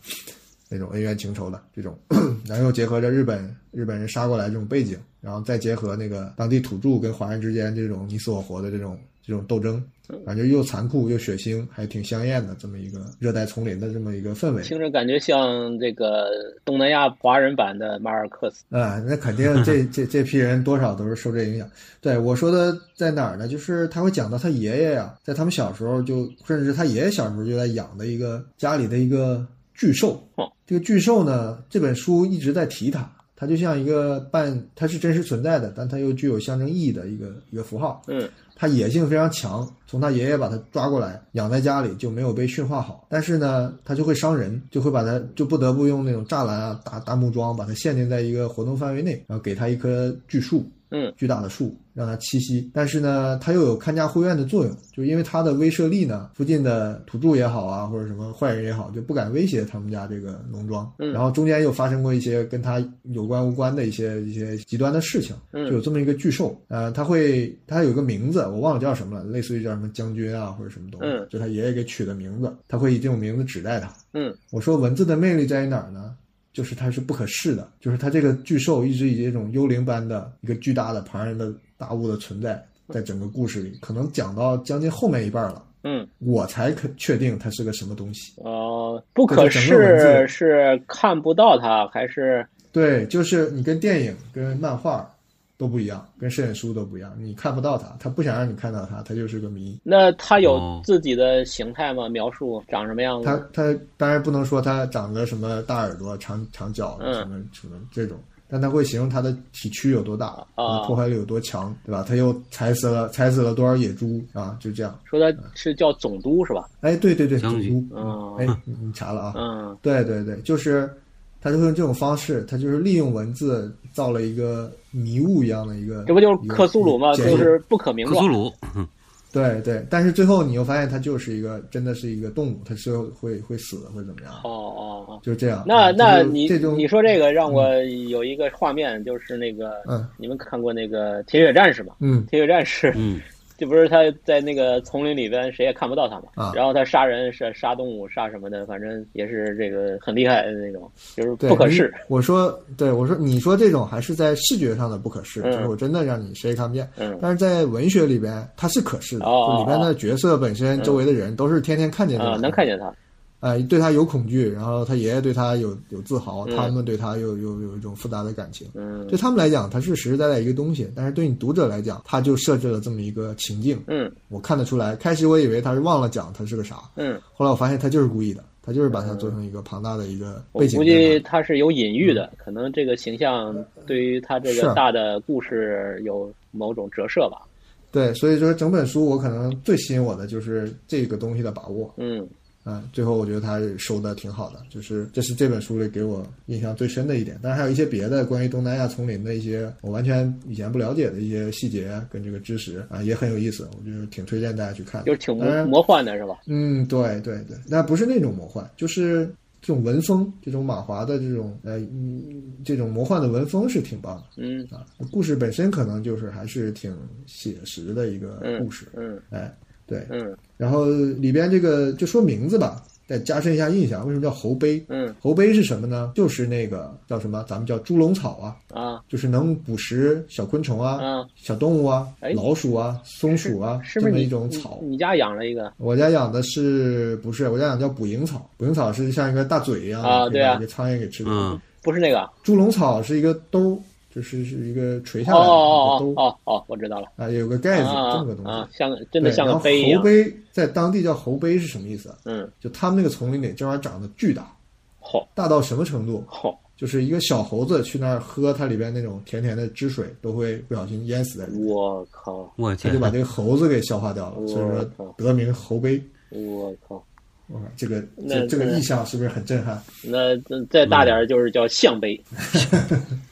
Speaker 4: 那种恩怨情仇的这种， 然后又结合着日本日本人杀过来这种背景，然后再结合那个当地土著跟华人之间这种你死我活的这种这种斗争。反正又残酷又血腥，还挺香艳的这么一个热带丛林的这么一个氛围，
Speaker 5: 听着感觉像这个东南亚华人版的马尔克斯。
Speaker 4: 啊，那肯定这这这批人多少都是受这影响。对我说的在哪儿呢？就是他会讲到他爷爷呀、在他们小时候就，甚至他爷爷小时候就在养的一个家里的一个巨兽
Speaker 5: 哦。
Speaker 4: 这个巨兽呢，这本书一直在提它，它就像一个半，它是真实存在的，但它又具有象征意义的一个一个符号。
Speaker 5: 嗯
Speaker 4: 它野性非常强，从他爷爷把它抓过来养在家里就没有被驯化好，但是呢，它就会伤人，就会把它就不得不用那种栅栏啊、大大木桩把它限定在一个活动范围内，然后给它一棵巨树，
Speaker 5: 嗯，
Speaker 4: 巨大的树让它栖息，但是呢，它又有看家护院的作用，就是因为它的威慑力呢，附近的土著也好啊，或者什么坏人也好，就不敢威胁他们家这个农庄。
Speaker 5: 嗯
Speaker 4: 然后中间又发生过一些跟它有关无关的一些一些极端的事情，
Speaker 5: 嗯
Speaker 4: 就有这么一个巨兽，呃，它会它有一个名字，我忘了叫什么了，类似于叫什么将军啊或者什么东西，
Speaker 5: 嗯
Speaker 4: 就他爷爷给取的名字，他会以这种名字指代它。
Speaker 5: 嗯，
Speaker 4: 我说文字的魅力在于哪儿呢？就是它是不可视的，就是它这个巨兽一直以这种幽灵般的一个巨大的庞然的大物的存在，在整个故事里，可能讲到将近后面一半了，
Speaker 5: 嗯，
Speaker 4: 我才可确定它是个什么东西。
Speaker 5: 呃，不
Speaker 4: 这
Speaker 5: 可
Speaker 4: 是整个文字
Speaker 5: 视是看不到它，还是
Speaker 4: 对，就是你跟电影、跟漫画都不一样，跟摄影书都不一样，你看不到它，它不想让你看到它，它就是个谜。
Speaker 5: 那它有
Speaker 3: 哦
Speaker 5: 自己的形态吗？描述长什么样
Speaker 4: 它
Speaker 5: 子？
Speaker 4: 它当然不能说它长得什么大耳朵、长长脚
Speaker 5: 嗯
Speaker 4: 什么什么这种，但它会形容它的体躯有多大，
Speaker 5: 啊
Speaker 4: 它的破坏力有多强，对吧？它又踩死了踩死了多少野猪啊？就这样。
Speaker 5: 说它是叫总督是吧？
Speaker 4: 哎，对对对，
Speaker 3: 将
Speaker 4: 总
Speaker 3: 军
Speaker 4: 督，
Speaker 5: 嗯
Speaker 4: 哎， 你你查了啊？
Speaker 5: 嗯
Speaker 4: 对对对，就是他就会用这种方式，他就是利用文字造了一个迷雾一样的一个，
Speaker 5: 这不就是克苏鲁吗？
Speaker 4: 一个结
Speaker 5: 就
Speaker 4: 构
Speaker 5: 是不可名
Speaker 3: 克苏
Speaker 5: 状。
Speaker 3: 鲁，
Speaker 4: 对对，但是最后你又发现它就是一个真的是一个动物，它是会会死或者怎么样，
Speaker 5: 哦哦哦，
Speaker 4: 就是这样。
Speaker 5: 那
Speaker 4: 嗯
Speaker 5: 那
Speaker 4: 就是
Speaker 5: 你
Speaker 4: 这种
Speaker 5: 你说这个让我有一个画面，就是那个
Speaker 4: 嗯
Speaker 5: 你们看过那个《铁血战士》吗？
Speaker 4: 嗯
Speaker 5: 《铁血战士》
Speaker 3: 嗯，
Speaker 5: 这不是他在那个丛林里边谁也看不到他嘛，
Speaker 4: 啊
Speaker 5: 然后他杀人杀杀动物杀什么的，反正也是这个很厉害的那种，就是
Speaker 4: 对
Speaker 5: 不可视。
Speaker 4: 你我说对我说你说这种还是在视觉上的不可视，
Speaker 5: 嗯
Speaker 4: 就是我真的让你谁也看不见。
Speaker 5: 嗯
Speaker 4: 但是在文学里边，它是可视的，
Speaker 5: 哦
Speaker 4: 就里边
Speaker 5: 哦
Speaker 4: 的角色本身、
Speaker 5: 嗯
Speaker 4: 周围的人都是天天看见这个
Speaker 5: 啊、
Speaker 4: 东西
Speaker 5: 能看见他。
Speaker 4: 呃，对他有恐惧，然后他爷爷对他有有自豪，
Speaker 5: 嗯
Speaker 4: 他们对他有有有一种复杂的感情。
Speaker 5: 嗯
Speaker 4: 对他们来讲，它是实实在在一个东西，但是对你读者来讲，他就设置了这么一个情境，
Speaker 5: 嗯
Speaker 4: 我看得出来。开始我以为他是忘了讲他是个啥，
Speaker 5: 嗯，
Speaker 4: 后来我发现他就是故意的，他就是把它做成一个庞大的一个
Speaker 5: 嗯我
Speaker 4: 背景
Speaker 5: 估
Speaker 4: 给他。
Speaker 5: 计他是有隐喻的，可能这个形象对于他这
Speaker 4: 呃是啊
Speaker 5: 个大的故事有某种折射吧。
Speaker 4: 对，所以说整本书我可能最吸引我的就是这个东西的把握。
Speaker 5: 嗯
Speaker 4: 嗯，最后我觉得他收的挺好的，就是这是这本书里给我印象最深的一点。当然还有一些别的关于东南亚丛林的一些我完全以前不了解的一些细节跟这个知识啊，也很有意思，我就是挺推荐大家去看的。
Speaker 5: 就是挺魔
Speaker 4: 当然
Speaker 5: 魔幻的是吧？
Speaker 4: 嗯，对对对，那不是那种魔幻，就是这种文风，这种马华的这种呃，嗯这种魔幻的文风是挺棒
Speaker 5: 嗯
Speaker 4: 的啊。故事本身可能就是还是挺写实的一个故事，
Speaker 5: 嗯
Speaker 4: 哎，对，
Speaker 5: 嗯
Speaker 4: 然后里边这个就说名字吧，再加深一下印象，为什么叫猴杯？
Speaker 5: 嗯
Speaker 4: 猴杯是什么呢？就是那个叫什么，咱们叫猪笼草啊，
Speaker 5: 啊
Speaker 4: 就是能捕食小昆虫啊、
Speaker 5: 啊，
Speaker 4: 小动物啊
Speaker 5: 哎、
Speaker 4: 老鼠啊、松鼠啊
Speaker 5: 是
Speaker 4: 这
Speaker 5: 不是
Speaker 4: 么
Speaker 5: 你
Speaker 4: 一种草
Speaker 5: 你。你家养了一个？
Speaker 4: 我家养的是不是？我家养叫捕蝇草，捕蝇草是像一个大嘴一样的，
Speaker 5: 啊
Speaker 4: 可以
Speaker 5: 对啊
Speaker 4: 把这苍蝇给吃掉。
Speaker 3: 嗯，
Speaker 5: 不是那个？
Speaker 4: 猪笼草是一个兜儿，就是是一个垂下
Speaker 5: 哦
Speaker 4: 来的一
Speaker 5: 哦
Speaker 4: 个兜
Speaker 5: 哦
Speaker 4: 儿
Speaker 5: 哦哦，我知道了。
Speaker 4: 啊，有个盖子、
Speaker 5: 啊
Speaker 4: 这么个东西。
Speaker 5: 啊，像个真的
Speaker 4: 对
Speaker 5: 像
Speaker 4: 然
Speaker 5: 个
Speaker 4: 后
Speaker 5: 碑一样
Speaker 4: 猴。杯在当地叫猴杯是什么意思啊？
Speaker 5: 嗯，
Speaker 4: 就他们那个丛林里，这玩意儿长得巨大，
Speaker 5: 好，
Speaker 4: 大到什么程度？
Speaker 5: 好，
Speaker 4: 就是一个小猴子去那儿喝它里边那种甜甜的汁水，都会不小心淹死在里面，
Speaker 5: 我靠，
Speaker 3: 我
Speaker 4: 它
Speaker 3: 天
Speaker 4: 就，把这个猴子给消化掉了，
Speaker 5: 我
Speaker 4: 所以说得名猴杯。
Speaker 5: 我靠，
Speaker 4: 哇，这个
Speaker 5: 那
Speaker 4: 这这个
Speaker 5: 那
Speaker 4: 意象是不是很震撼？
Speaker 5: 那那再
Speaker 4: 嗯
Speaker 5: 大点儿就是叫 象杯，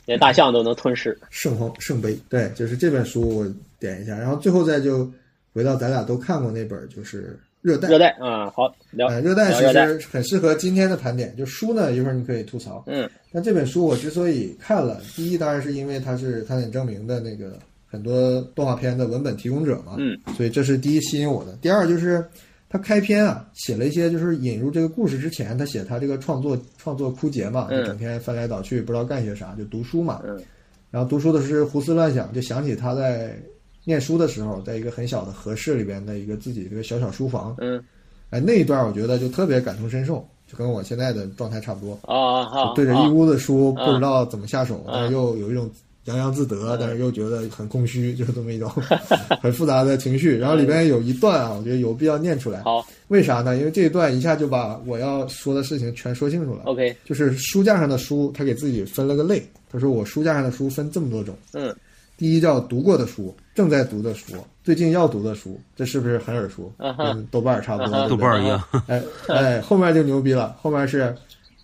Speaker 5: 连大象都能吞噬。
Speaker 4: 圣红圣杯，对，就是这本书我点一下，然后最后再就回到咱俩都看过那本，就是热带。
Speaker 5: 热带啊，好聊
Speaker 4: 呃，热带
Speaker 5: 聊
Speaker 4: 其
Speaker 5: 热带
Speaker 4: 实很适合今天的盘点。就书呢，一会儿你可以吐槽。
Speaker 5: 嗯，
Speaker 4: 但这本书我之所以看了，第一当然是因为它是探险证明的那个很多动画片的文本提供者嘛，
Speaker 5: 嗯，
Speaker 4: 所以这是第一吸引我的。第二就是他开篇啊，写了一些就是引入这个故事之前，他写他这个创作创作枯竭嘛，就
Speaker 5: 嗯
Speaker 4: 整天翻来倒去不知道干些啥，就读书嘛，
Speaker 5: 嗯，
Speaker 4: 然后读书的时候胡思乱想，就想起他在念书的时候，在一个很小的和室里边的一个自己这个小小书房，
Speaker 5: 嗯
Speaker 4: 哎，那一段我觉得就特别感同身受，就跟我现在的状态差不多。
Speaker 5: 啊啊啊，
Speaker 4: 对着一屋子书不知
Speaker 5: 啊
Speaker 4: 道怎么下手，但
Speaker 5: 啊
Speaker 4: 是又有一种洋洋自得，
Speaker 5: 嗯
Speaker 4: 但是又觉得很空虚，就是这么一 种很复杂的情绪。然后里边有一段啊，我觉得有必要念出来。
Speaker 5: 好
Speaker 4: 为啥呢？因为这一段一下就把我要说的事情全说清楚了。
Speaker 5: ，OK，
Speaker 4: 就是书架上的书，他给自己分了个类。他说我书架上的书分这么多种，
Speaker 5: 嗯
Speaker 4: 第一叫读过的书，正在读的书，最近要读的书，这是不是很耳熟？
Speaker 5: 啊哈
Speaker 4: 跟豆瓣儿差不
Speaker 5: 啊
Speaker 4: 多。
Speaker 5: 哈
Speaker 3: 豆瓣儿一样，
Speaker 4: 哎哎，后面就牛逼了，后面是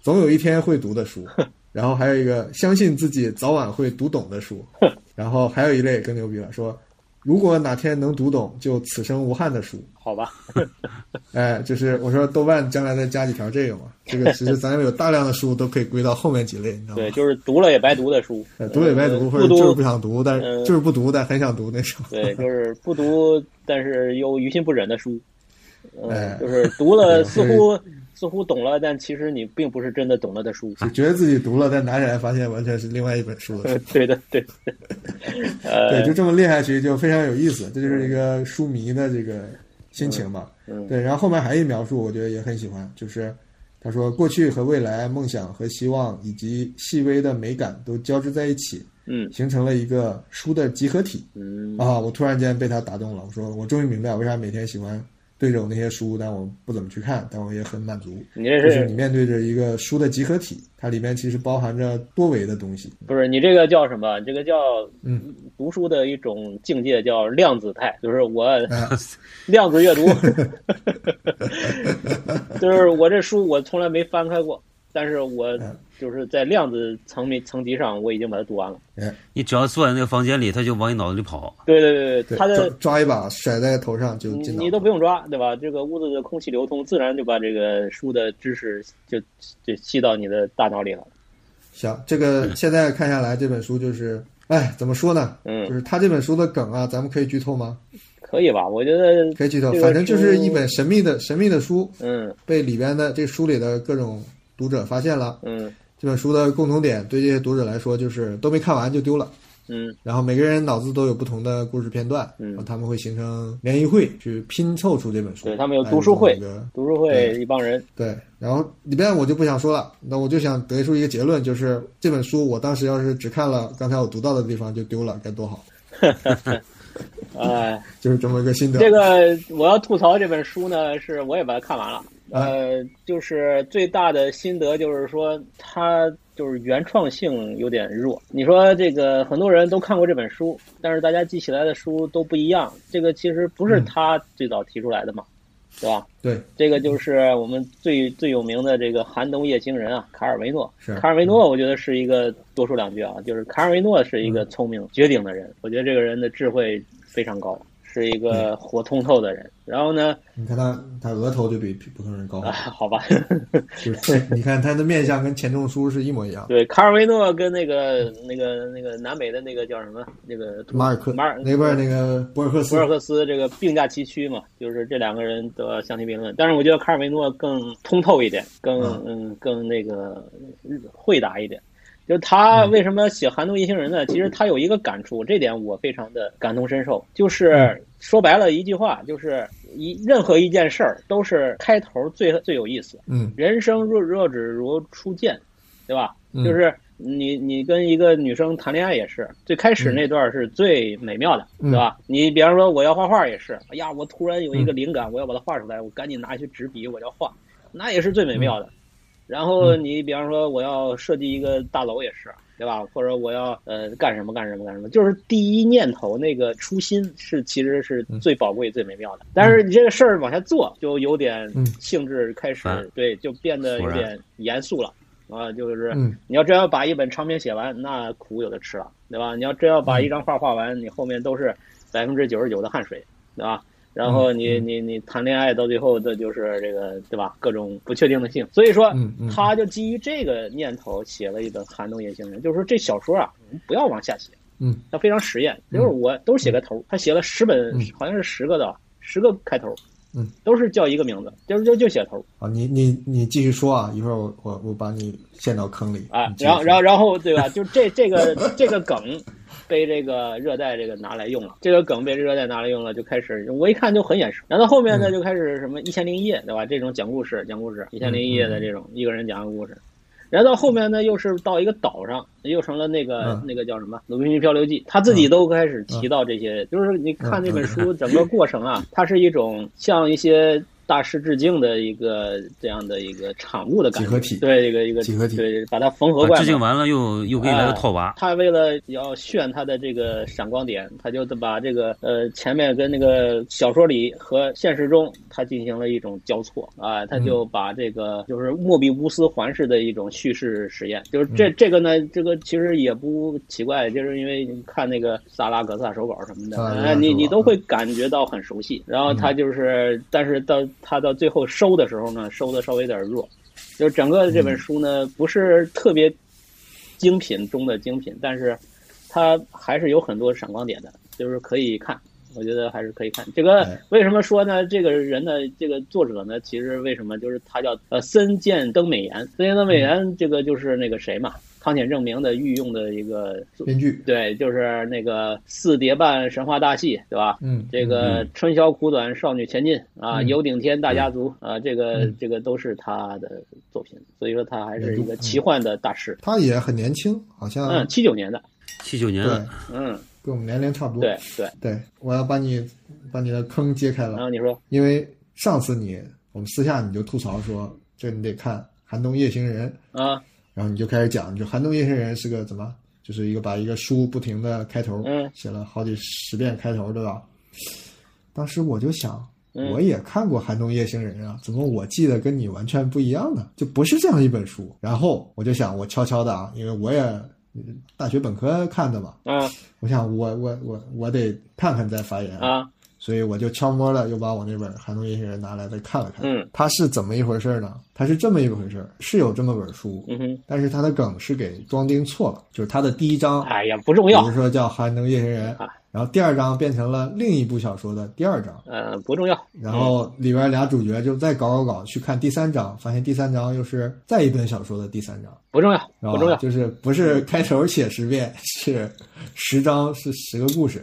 Speaker 4: 总有一天会读的 书，然后还有一个相信自己早晚会读懂的书，然后还有一类更牛逼了，说如果哪天能读懂，就此生无憾的书。
Speaker 5: 好吧，
Speaker 4: 哎，就是我说豆瓣将来再加几条这个 嘛，这个其实咱有大量的书都可以归到后面几类，你知道吗
Speaker 5: 对，？就是读了也白读的书
Speaker 4: 呃，啊读也白读，
Speaker 5: 呃
Speaker 4: 或者
Speaker 5: 不
Speaker 4: 就是
Speaker 5: 读
Speaker 4: 不想读，但是
Speaker 5: 呃
Speaker 4: 就是不读，但很想读那种。
Speaker 5: 对，就是不读，但是又于心不忍的书。
Speaker 4: 哎
Speaker 5: 嗯，就是读了，似
Speaker 4: 对
Speaker 5: 乎似乎懂了，但其实你并不是真的懂了的书。
Speaker 4: 就觉得自己读了，但拿起来发现完全是另外一本书的书。
Speaker 5: 对的， 对的，
Speaker 4: 对，
Speaker 5: 呃
Speaker 4: 就，这么练下去就非常有意思，这就是一个书迷的这个心情嘛。
Speaker 5: 嗯
Speaker 4: 对，然后后面还有一描述，我觉得也很喜欢，就是他说过去和未来、梦想和希望以及细微的美感都交织在一起，
Speaker 5: 嗯
Speaker 4: 形成了一个书的集合体
Speaker 5: 嗯
Speaker 4: 啊！我突然间被他打动了，我说我终于明白为啥每天喜欢对着我那些书，但我不怎么去看，但我也很满足。
Speaker 5: 你这
Speaker 4: 就是你
Speaker 5: 是
Speaker 4: 面对着一个书的集合体，它里面其实包含着多维的东西。
Speaker 5: 不是你这个叫什么？这个叫
Speaker 4: 嗯
Speaker 5: 读书的一种境界叫量子态，就是我
Speaker 4: 啊，
Speaker 5: 量子阅 读，就是我这书我从来没翻开过，但是我
Speaker 4: 嗯
Speaker 5: 就是在量子层面层级上我已经把它读完了。
Speaker 3: 你只要坐在那个房间里，他就往你脑子里跑。
Speaker 5: 对对对
Speaker 4: 对，
Speaker 5: 它
Speaker 4: 抓
Speaker 5: 的
Speaker 4: 抓一把甩在头上就
Speaker 5: 你
Speaker 4: 进脑
Speaker 5: 你
Speaker 4: 子。
Speaker 5: 都不用抓，对吧？这个屋子的空气流通，自然就把这个书的知识就就吸到你的大脑里了。
Speaker 4: 行，这个现在看下来，这本书就是，哎，怎么说呢？
Speaker 5: 嗯
Speaker 4: 就是他这本书的梗啊，咱们可以剧透吗？
Speaker 5: 可以吧？我觉得，
Speaker 4: 可以剧透
Speaker 5: 这，个
Speaker 4: 反正就是一
Speaker 5: 书
Speaker 4: 本神秘的神秘的书，
Speaker 5: 嗯
Speaker 4: 被里边的这书里的各种读者发现了。
Speaker 5: 嗯
Speaker 4: 这本书的共同点对这些读者来说就是都没看完就丢了，
Speaker 5: 嗯
Speaker 4: 然后每个人脑子都有不同的故事片段，
Speaker 5: 嗯
Speaker 4: 然后他们会形成联谊会去拼凑出这本书。
Speaker 5: 对他们有
Speaker 4: 哎
Speaker 5: 读书会
Speaker 4: 这么一个
Speaker 5: 读书会一帮人，
Speaker 4: 对，然后里边我就不想说了，那我就想得出一个结论，就是这本书我当时要是只看了刚才我读到的地方就丢了，该多好！
Speaker 5: 哎。
Speaker 4: 就是这么一个心得。
Speaker 5: 这个我要吐槽这本书呢，是我也把它看完了。呃，就是最大的心得就是说，它就是原创性有点弱。你说这个很多人都看过这本书，但是大家记起来的书都不一样。这个其实不是他最早提出来的嘛，对吧？
Speaker 4: 对，
Speaker 5: 这个就是我们最最有名的这个寒冬夜行人啊，卡尔维诺。
Speaker 4: 是
Speaker 5: 卡尔维诺，我觉得是一个多说两句啊，就是卡尔维诺是
Speaker 4: 嗯
Speaker 5: 一个聪明绝顶的人，我觉得这个人的智慧非常高，是一
Speaker 4: 嗯
Speaker 5: 个活通透的人。然后呢，
Speaker 4: 你看他，他额头就比普通人高
Speaker 5: 啊，，好 吧，
Speaker 4: 就是 你看他的面相跟钱钟书是一模一样。
Speaker 5: 对，卡尔维诺跟那个那个那个南美的那个叫什么那个
Speaker 4: 马尔克，
Speaker 5: 马尔
Speaker 4: 那边儿那个博尔赫斯
Speaker 5: 博，尔赫斯这个并驾齐驱嘛，就是这两个人都要相提并论。但是我觉得卡尔维诺更通透一点，更
Speaker 4: 嗯
Speaker 5: 嗯更那个嗯会达一点。就是他为什么写《寒冬夜行人》呢？其实他有一个感触，这点我非常的感同身受。就是说白了一句话，就是一任何一件事儿都是开头最最有意思。
Speaker 4: 嗯，
Speaker 5: 人生若若只如初见，对吧？
Speaker 4: 嗯
Speaker 5: 就是你你跟一个女生谈恋爱也是，最开始那段是最美妙的，
Speaker 4: 嗯
Speaker 5: 对吧？你比方说我要画画也是，哎呀，
Speaker 4: 嗯
Speaker 5: 我
Speaker 4: 嗯
Speaker 5: 突然有一个灵感，我要把它画出来，我赶紧拿去纸笔，我要画，那也是最美妙的。然后你比方说我要设计一个大楼也是，对吧？或者我要呃干什么干什么干什么，就是第一念头那个初心是其实是
Speaker 4: 嗯
Speaker 5: 最宝贵最美妙的。但是你这个事儿往下做，就有点
Speaker 4: 嗯
Speaker 5: 性质开始、
Speaker 3: 烦
Speaker 5: 对，就变得
Speaker 3: 索
Speaker 5: 有
Speaker 3: 然
Speaker 5: 点严肃了。啊，就是
Speaker 4: 嗯
Speaker 5: 你要真要把一本长篇写完，那苦有的吃了，对吧？你要真要把
Speaker 4: 嗯
Speaker 5: 一张画画完，你后面都是百分之九十九的汗水，对吧？然后你
Speaker 4: 嗯
Speaker 5: 你你谈恋爱到最后，这就是这个对吧？各种不确定的性，所以说
Speaker 4: 嗯嗯嗯
Speaker 5: 他就基于这个念头写了一本《寒冬夜行人》，就是说这小说啊，我们不要往下写，
Speaker 4: 嗯
Speaker 5: 他非常实验，就是我都是写个头儿，他写了十本
Speaker 4: 嗯，
Speaker 5: 好像是十个的，十个开头，
Speaker 4: 嗯，
Speaker 5: 都是叫一个名字，就是就就写头儿，
Speaker 4: 啊，你你你继续说啊，一会儿我我我把你陷到坑里
Speaker 5: 啊
Speaker 4: 你，继续
Speaker 5: 然后
Speaker 4: 说
Speaker 5: 然后然后对吧？就这这个这个梗被这个热带这个拿来用了，这个梗被热带拿来用了，就开始我一看就很眼熟。然后后面呢
Speaker 4: 嗯
Speaker 5: 就开始什么一千零一夜对吧？这种讲故事讲故事一千零一
Speaker 4: 嗯
Speaker 5: 夜的这种一个人讲个故事。然后到后面呢，又是到一个岛上，又成了那个、
Speaker 4: 嗯
Speaker 5: 那个叫什么《鲁滨逊漂流记》，他自己都开始提到这些，就是你
Speaker 4: 嗯
Speaker 5: 看这本书整个过程啊，它是一种向一些大师致敬的一个这样的一个产物的感觉，
Speaker 4: 集合体
Speaker 5: 对一个一个
Speaker 4: 集合体
Speaker 5: 对，把它缝合
Speaker 3: 啊
Speaker 5: 怪嘛。哎
Speaker 3: 致敬完了又又给你来个套娃，
Speaker 5: 他为了要炫他的这个闪光点，他就把这个呃前面跟那个小说里和现实中他进行了一种交错
Speaker 4: 嗯
Speaker 5: 啊，他就把这个就是莫比乌斯环式的一种叙事实验，就是
Speaker 4: 嗯
Speaker 5: 这这个呢，这个其实也不奇怪，就是因为你看那个萨拉格萨手稿什么的，
Speaker 4: 萨拉格萨
Speaker 5: 哎，你
Speaker 4: 手稿嗯
Speaker 5: 你都会感觉到很熟悉。然后他就是，但是到他到最后收的时候呢，收的稍微有点弱，就是整个这本书呢不是特别精品中的精品，但是它还是有很多闪光点的，就是可以看。我觉得还是可以看这个
Speaker 4: 哎。
Speaker 5: 为什么说呢？这个人呢，这个作者呢，其实为什么就是他叫呃森见登美彦，森见登美彦这个就是那个谁嘛，汤浅证明的御用的一个作
Speaker 4: 编剧，
Speaker 5: 对，就是那个四叠半神话大戏，对吧？
Speaker 4: 嗯，
Speaker 5: 这个春宵苦短，少女前进啊，
Speaker 4: 嗯
Speaker 5: 游顶天大家族啊，这个
Speaker 4: 嗯
Speaker 5: 这个都是他的作品，所以说他还
Speaker 4: 原
Speaker 5: 是
Speaker 4: 著
Speaker 5: 一个
Speaker 4: 嗯
Speaker 5: 奇幻的大师。
Speaker 4: 他也很年轻，好像、
Speaker 5: 嗯，七九年的，
Speaker 3: 七九年
Speaker 4: 对，
Speaker 3: 的，
Speaker 5: 嗯，
Speaker 4: 跟我们年龄差不多。
Speaker 5: 对对。
Speaker 4: 对，我要把你把你的坑揭开
Speaker 5: 然
Speaker 4: 了，
Speaker 5: 后你说，
Speaker 4: 因为上次你我们私下你就吐槽说，这你得看《寒冬夜行人》，
Speaker 5: 啊，
Speaker 4: 然后你就开始讲，就《寒冬夜行人》是个怎么，就是一个把一个书不停的开头，
Speaker 5: 嗯
Speaker 4: 写了好几十遍开头，对吧？当时我就想，
Speaker 5: 嗯
Speaker 4: 我也看过《寒冬夜行人》啊，怎么我记得跟你完全不一样呢？就不是这样一本书。然后我就想，我悄悄的啊，因为我也嗯大学本科看的嘛，
Speaker 5: 啊
Speaker 4: 我想我我我我得看看再发言，
Speaker 5: 啊，
Speaker 4: 所以我就悄摸的又把我那本《寒冬夜行人》拿来再看了看。
Speaker 5: 嗯，
Speaker 4: 它是怎么一回事呢？它是这么一回事，是有这么本书，
Speaker 5: 嗯哼，
Speaker 4: 但是它的梗是给装钉错了，就是它的第一章，
Speaker 5: 哎呀，不重
Speaker 4: 比
Speaker 5: 要
Speaker 4: 如，说叫《寒冬夜行人》
Speaker 5: 哎，
Speaker 4: 然后第二章变成了另一部小说的第二章，
Speaker 5: 呃，不重要，
Speaker 4: 然后里边俩主角就再搞搞搞去看第三章，发现第三章又是再一本小说的第三章。
Speaker 5: 不重要，
Speaker 4: 然
Speaker 5: 不重
Speaker 4: 后
Speaker 5: 要。
Speaker 4: 就是不是开头写十遍，是十章是十个故事，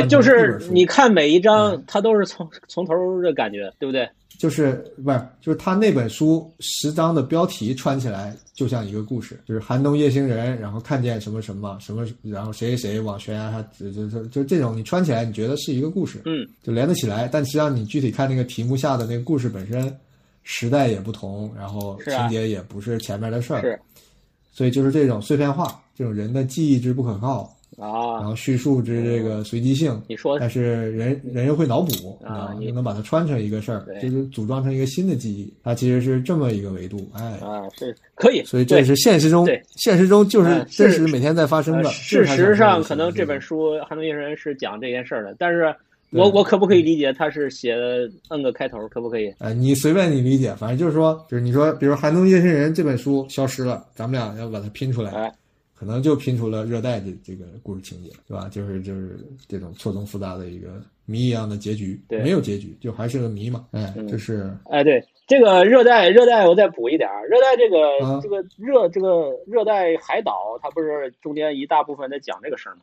Speaker 4: 翻成
Speaker 5: 就
Speaker 4: 一
Speaker 5: 是
Speaker 4: 本书嗯
Speaker 5: 你看每一章，它都是从从头的感觉，对不对？
Speaker 4: 就是不是就是他那本书十章的标题穿起来就像一个故事，就是寒冬夜行人，然后看见什么什么什么，然后谁谁谁往悬崖下，就就就就这种你穿起来你觉得是一个故事，
Speaker 5: 嗯，
Speaker 4: 就连得起来，但实际上你具体看那个题目下的那个故事本身，时代也不同，然后
Speaker 5: 是啊
Speaker 4: 情节也不是前面的事儿，
Speaker 5: 是
Speaker 4: 所以就是这种碎片化，这种人的记忆之不可靠，然
Speaker 5: 啊，
Speaker 4: 后叙述之这个随机性，
Speaker 5: 你说
Speaker 4: 但是人人又会脑补，
Speaker 5: 啊
Speaker 4: 你知道吗
Speaker 5: 你
Speaker 4: 就能把它穿成一个事儿，
Speaker 5: 对
Speaker 4: 就是组装成一个新的记忆，它其实是这么一个维度，哎，
Speaker 5: 啊，是可以，
Speaker 4: 所以这
Speaker 5: 对
Speaker 4: 是现实中
Speaker 5: 对，
Speaker 4: 现实中就是
Speaker 5: 嗯是
Speaker 4: 真实每天在发生
Speaker 5: 呃
Speaker 4: 的。
Speaker 5: 事实上，可能这本
Speaker 4: 书
Speaker 5: 书《寒冬夜行人》是讲这件事儿的，但是我
Speaker 4: 啊对
Speaker 5: 我可不可以理解他是写的摁个开头，可不可以？
Speaker 4: 哎，你随便你理解，反正就是说，就是你说，比如《寒冬夜深人》这本书消失了，咱们俩要把它拼出来，
Speaker 5: 哎
Speaker 4: 可能就拼出了热带这这个故事情节，对吧？就是就是这种错综复杂的一个谜一样的结局，
Speaker 5: 对
Speaker 4: 没有结局，就还是个谜嘛。哎，
Speaker 5: 嗯
Speaker 4: 就是
Speaker 5: 哎，对，这个热带热带我再补一点儿，热带这个、
Speaker 4: 啊
Speaker 5: 这个热这个热带海岛，它不是中间一大部分在讲这个事儿吗？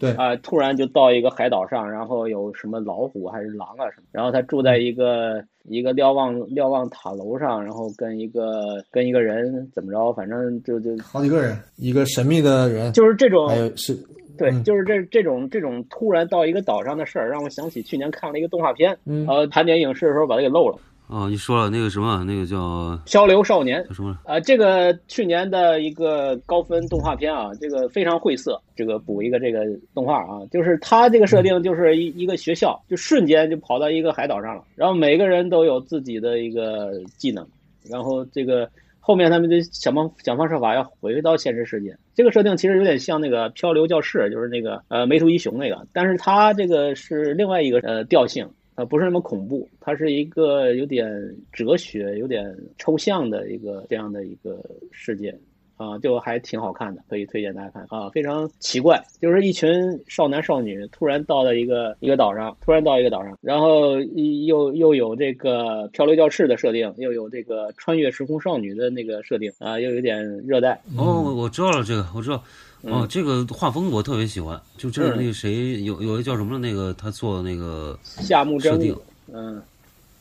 Speaker 4: 对
Speaker 5: 啊、突然就到一个海岛上，然后有什么老虎还是狼啊什么，然后他住
Speaker 4: 嗯
Speaker 5: 在一个、一个瞭望瞭望塔楼上，然后跟一个跟一个人怎么着，反正就就
Speaker 4: 好几个人，一个神秘的人，
Speaker 5: 就是这种
Speaker 4: 还有是
Speaker 5: 对，
Speaker 4: 嗯
Speaker 5: 就是这这种这种突然到一个岛上的事儿，让我想起去年看了一个动画片，
Speaker 4: 嗯
Speaker 5: 呃，盘点影视的时候把它给漏了。
Speaker 3: 啊，你说了那个什么，那个叫
Speaker 5: 漂流少年
Speaker 3: 叫》什么？
Speaker 5: 啊，这个去年的一个高分动画片啊，这个非常晦涩。这个补一个这个动画啊，就是它这个设定就是一一个学校，就瞬间就跑到一个海岛上了，然后每个人都有自己的一个技能，然后这个后面他们就想方想方设法要回到现实世界。这个设定其实有点像那个《漂流教室》，就是那个呃梅图一雄那个，但是它这个是另外一个呃调性。呃，不是那么恐怖，它是一个有点哲学、有点抽象的一个这样的一个世界啊，就还挺好看的，可以推荐大家看啊。非常奇怪，就是一群少男少女突然到了一个一个岛上，突然到一个岛上，然后一又又有这个漂流教室的设定，又有这个穿越时空少女的那个设定啊，又有点热带，
Speaker 4: 嗯
Speaker 3: 哦，我我知道了，这个我知道。哦，
Speaker 5: 嗯
Speaker 3: 这个画风我特别喜欢，就这是
Speaker 5: 嗯
Speaker 3: 那个谁有有一个叫什么那个他做的那个，
Speaker 5: 夏目
Speaker 3: 设
Speaker 5: 真
Speaker 3: 定
Speaker 5: 武，嗯。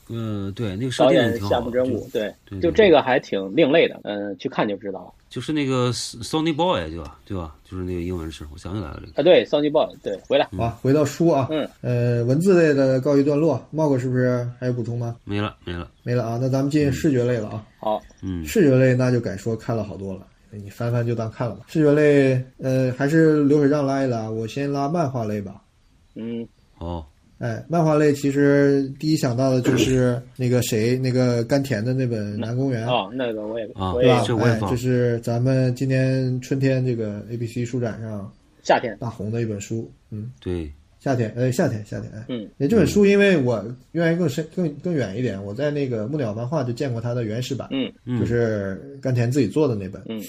Speaker 3: 呃，对，那个设
Speaker 5: 导
Speaker 3: 定
Speaker 5: 演
Speaker 3: 也挺
Speaker 5: 夏
Speaker 3: 好
Speaker 5: 目
Speaker 3: 的，
Speaker 5: 真
Speaker 3: 就
Speaker 5: 武，对
Speaker 3: 对，
Speaker 5: 就
Speaker 3: 对
Speaker 5: 这个还挺另类的，嗯，去看就知道了。
Speaker 3: 就是那个 Sony Boy 对吧？对吧？就是那个英文是，我想起来了，这个
Speaker 5: 啊，对，桑尼鲍，对，回来。
Speaker 4: 好、回到书啊，
Speaker 5: 嗯，
Speaker 4: 嗯呃，文字类的告一段落，茂哥是不是还有补充吗？
Speaker 3: 没了没了，
Speaker 4: 没了啊，那咱们进视觉类了啊，
Speaker 5: 好，
Speaker 3: 嗯，
Speaker 4: 视觉类那就敢说看了好多了。你翻翻就当看了吧。视觉类，呃，还是流水账拉一拉。我先拉漫画类吧。
Speaker 5: 嗯，
Speaker 3: 哦，
Speaker 4: 哎，漫画类其实第一想到的就是那个谁，那个甘田的那本《南公园》
Speaker 5: 哦，那个我也，
Speaker 3: 啊
Speaker 5: 我
Speaker 4: 对
Speaker 5: 也
Speaker 4: 吧？
Speaker 3: 这我也
Speaker 4: 哎，
Speaker 3: 放
Speaker 4: 这是咱们今年春天这个 A B C 书展上
Speaker 5: 夏天，
Speaker 4: 大红的一本书，嗯，
Speaker 3: 对，
Speaker 4: 夏天，呃，夏天，夏天，哎，
Speaker 5: 嗯，
Speaker 4: 那这本书因为我愿意更深、更更远一点，我在那个木鸟漫画就见过它的原始版，
Speaker 5: 嗯
Speaker 3: 嗯
Speaker 4: 就是甘田自己做的那本，
Speaker 5: 嗯，